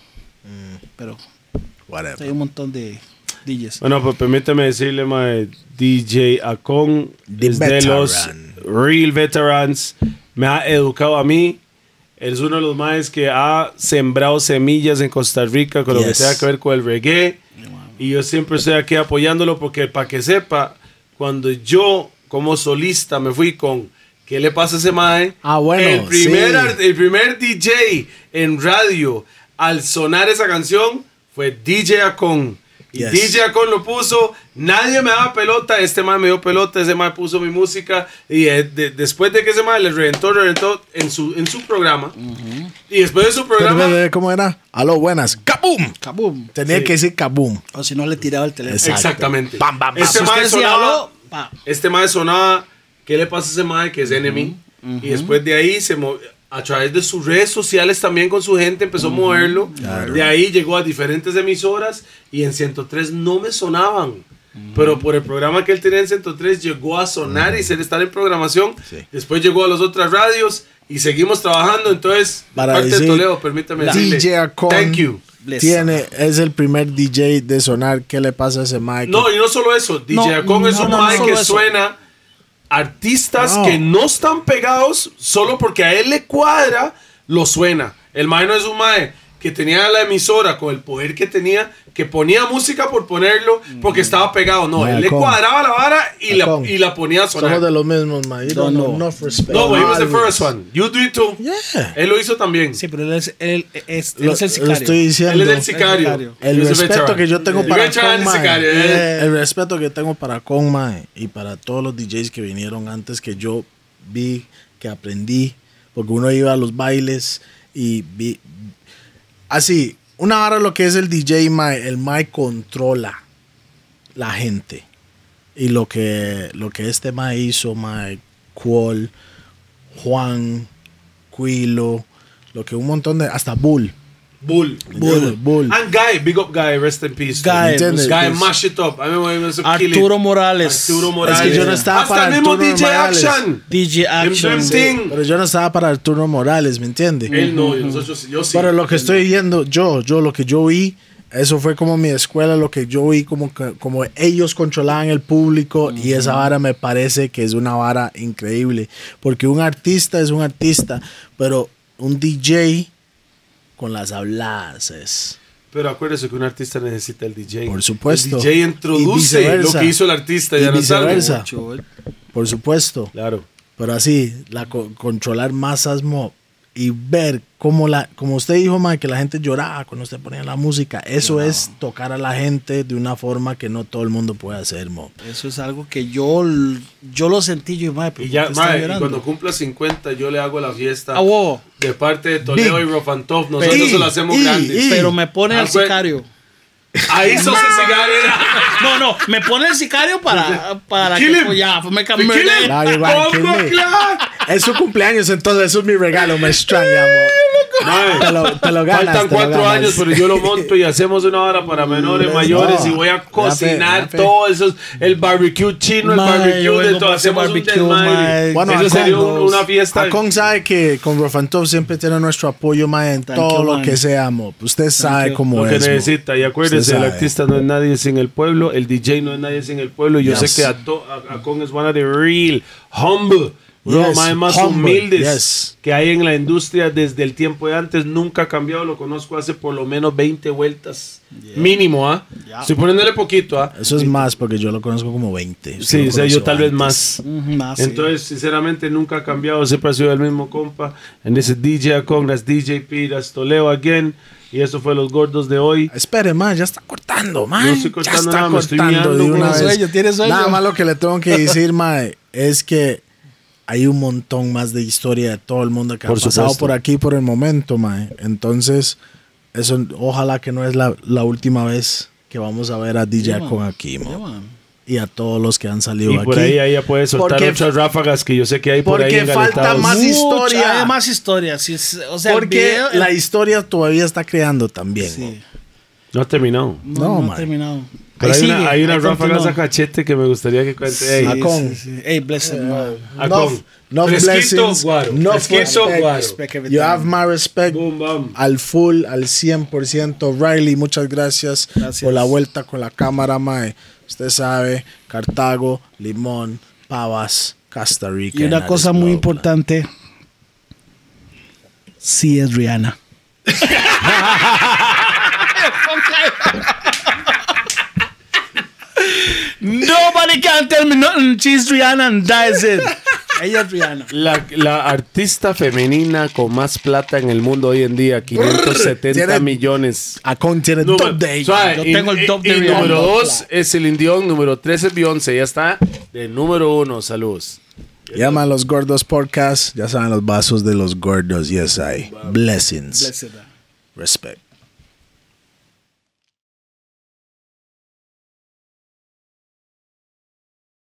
Pero hay
Whatever.
un montón de DJs.
Bueno, pues permítame decirle, mae, DJ Acon
The
es de los
veteran.
Real Veterans. Me ha educado a mí. Él es uno de los maes que ha sembrado semillas en Costa Rica con lo que
Yes.
tenga que ver con el reggae. Y yo siempre estoy aquí apoyándolo porque, para que sepa, cuando yo como solista me fui con ¿Qué le pasa a ese mae?
Ah, bueno,
El primer,
sí.
ar- el primer DJ en radio al sonar esa canción fue DJ Acon. Y
Yes.
DJ Acon lo puso, nadie me daba pelota, este man me dio pelota, ese man puso mi música. Y eh, de- después de que ese man le reventó, reventó en su, en su programa. Y después de su
Pero,
programa,
pero, ¿Cómo era? Aló, buenas. ¡Kaboom!
Kaboom.
Tenía
Sí.
que decir kaboom.
O si no, le tiraba el teléfono.
Exacto.
exactamente.
Bam, bam, bam.
Este
Si
man
usted se
sonaba-
habló, pa.
Este mae sonaba, ¿qué le pasa a ese mae que es enemy? Y después de ahí, se mo- a través de sus redes sociales también con su gente empezó a moverlo. De ahí llegó a diferentes emisoras y en 103 no me sonaban. Pero por el programa que él tenía en 103 llegó a sonar y ser estar en programación. Después llegó a las otras radios y seguimos trabajando. Entonces, de
Para
parte de
decir,
Toledo, permítame decirle,
DJ Acon
Thank you.
Bless.
tiene, es el primer DJ de sonar. ¿Qué le pasa a ese Mike?
No, y no solo eso, DJ
No,
Acon es
no,
un
no, no
mae
solo
que
eso.
suena artistas
No.
que no están pegados solo porque a él le cuadra, lo suena. El mae no es un mae que tenía la emisora con el poder que tenía, que ponía música por ponerlo porque estaba pegado. No,
Mm. Mae,
él le
con-
cuadraba la vara y, la,
con-
y la ponía a sonar.
Somos de los mismos, man. You don't
No,
know
no.
enough respect.
No, but he was the
Always.
first one. You do it too.
Yeah.
Él lo hizo también.
Sí, pero él es, él es, él
Lo,
es el
lo
sicario.
estoy
Él
diciendo.
es el sicario.
sicario.
El
He was a
respeto
veteran.
que yo tengo
El
para
veteran
con
es
Mae,
sicario, eh.
el respeto que tengo para con Mae y para todos los DJs que vinieron antes que yo vi, que aprendí, porque uno iba a los bailes y vi. Así, una hora lo que es el DJ Mae, el Mae controla la gente. Y lo que, lo que este Mae hizo, Mae, Cuol, Juan, Quilo, lo que un montón de. hasta Bull.
Bull.
Bull, Bull.
And Guy, big up Guy, rest in peace.
Guy,
¿entiendes?
Guy, mash it up. A mí me hizo kill it.
Arturo Morales.
Arturo Morales.
yo no estaba
Hasta
para
el mismo
Arturo
DJ
Morales.
Action.
DJ Action.
Him Thing.
Pero yo no estaba para Arturo Morales, ¿me entiende?
Él no, nosotros, yo sí.
Pero lo que estoy viendo, yo, yo lo que yo vi, eso fue como mi escuela, lo que yo vi, como, que- como ellos controlaban el público y esa vara me parece que es una vara increíble, porque un artista es un artista, pero un DJ con las habladas es...
Pero acuérdese que un artista necesita el DJ.
Por supuesto.
El DJ
Y
introduce lo
viceversa.
que hizo el artista.
Y
Ya no sabe.
viceversa. Por supuesto.
Claro.
Pero así, la co- controlar masas mob y ver cómo la, como usted dijo, Mike, que la gente lloraba cuando usted ponía la música. Eso es tocar a la gente de una forma que no todo el mundo puede hacer, mob.
Eso es algo que yo, yo lo sentí yo, madre, pero
Y
¿por
ya,
qué está
mae, y
llorando?
cuando cumpla 50, yo le hago la fiesta.
Ah, wow.
De parte de Toledo y Rofantov. Nosotros
Y-
se lo hacemos
y-
grande.
y-
Pero me pone al
Ah, fue-
sicario.
Ahí sos el cigarro.
No, no, me pone el sicario para, para
Kill
que
him.
pues, ya me
¿Quién
cambié.
es?
Now you're gonna kill
Congo
me.
Clark.
Es su cumpleaños, entonces eso es mi regalo, me extraña, mob.
Mae,
Te lo, te lo ganas.
Faltan
te lo
cuatro
ganas.
años, pero yo lo monto y hacemos una hora para menores,
No,
mayores y voy
ya
a
fe,
cocinar
ya fe.
todo eso. El barbecue chino, el
Mae,
barbecue de
bueno,
todo.
para hacer
Hacemos
barbecue,
un desmadre.
mae.
Bueno,
eso
Akon-
sería un- una fiesta.
Akon sabe que con Rofantov siempre tiene nuestro apoyo, mae, en
Thank
todo
you,
lo
man.
que sea, mob. Usted sabe
you.
cómo
Lo que
es. mob.
necesita, y acuérdese,
Usted
el
sabe.
artista no es nadie sin el pueblo, el DJ no es nadie sin el pueblo. Yo
Yes.
sé que Ato- A- Akon es one of the real, humble, uno de los
Yes,
más- más
humble,
humildes
yes.
que hay en la industria desde el tiempo de antes. Nunca ha cambiado, lo conozco hace por lo menos 20 vueltas, mínimo. ¿ah? Estoy poniéndole poquito. ¿ah?
Eso es más porque yo lo conozco como 20. Usted
Sí,
lo
o sea, yo
conoció
tal vez
antes.
más.
Ujú, más, sí.
Entonces, sinceramente, nunca ha cambiado. Siempre ha sido el mismo compa. En ese DJ Akon, that's DJ P, that's Toleo again. Y eso fue Los Gordos de hoy.
Espere, man, ya está cortando, man.
No estoy cortando
ya está
nada, me estoy
cortando
guiando,
de
güey.
una
Tiene
vez.
sueño, tiene sueño.
Nada más lo que le tengo que decir, man, es que hay un montón más de historia de todo el mundo que
Por
ha pasado
supuesto.
por aquí por el momento, man. Entonces, eso ojalá que no es la, la última vez que vamos a ver a DJ con aquí, man. Y a todos los que han salido
Y
aquí.
por ahí ella puede soltar
Porque-
otras ráfagas que yo sé que hay por ahí.
porque falta
engaletados.
más
Mucha-
historia.
hay más historia. sí, sí, o sea, el
Porque
video-
la historia todavía está creando también.
Sí.
No ha terminado.
No,
No,
no,
man.
ha terminado.
Pero hay,
Ahí sigue,
una, hay una
ahí
ráfaga
continúa.
esa cachete que me gustaría que cuente.
Ah,
Ey,
con-
Sí, Hey, bless him, man.
Akon.
No, no
Ah, Fresquito,
blessings,
guaro.
no
Fresquito,
respect.
guaro.
Respect everything.
You have my respect
Boom, bam.
al full, al 100%. Riley, muchas gracias,
Gracias.
por la vuelta con la cámara, Mae. Usted sabe, Cartago, Limón, Pavas, Costa Rica.
Y una
and
cosa
that is
muy
blah,
importante. Sí es Rihanna. Nobody can tell me nothing. She's Rihanna and that is it. Ella es Rihanna.
La, la artista femenina con más plata en el mundo hoy en día, 570
tiene-
millones.
blah. Akon tiene top
Número-
day.
suave,
Yo
y-
tengo el
y-
top
y
de Rihanna.
número 2 es el Indión, número 3 es Beyoncé. Ya está de número 1. Saludos.
Llama a los gordos podcast. Ya saben los vasos de los gordos. Yes, I. Blessings.
Blessed.
Respect.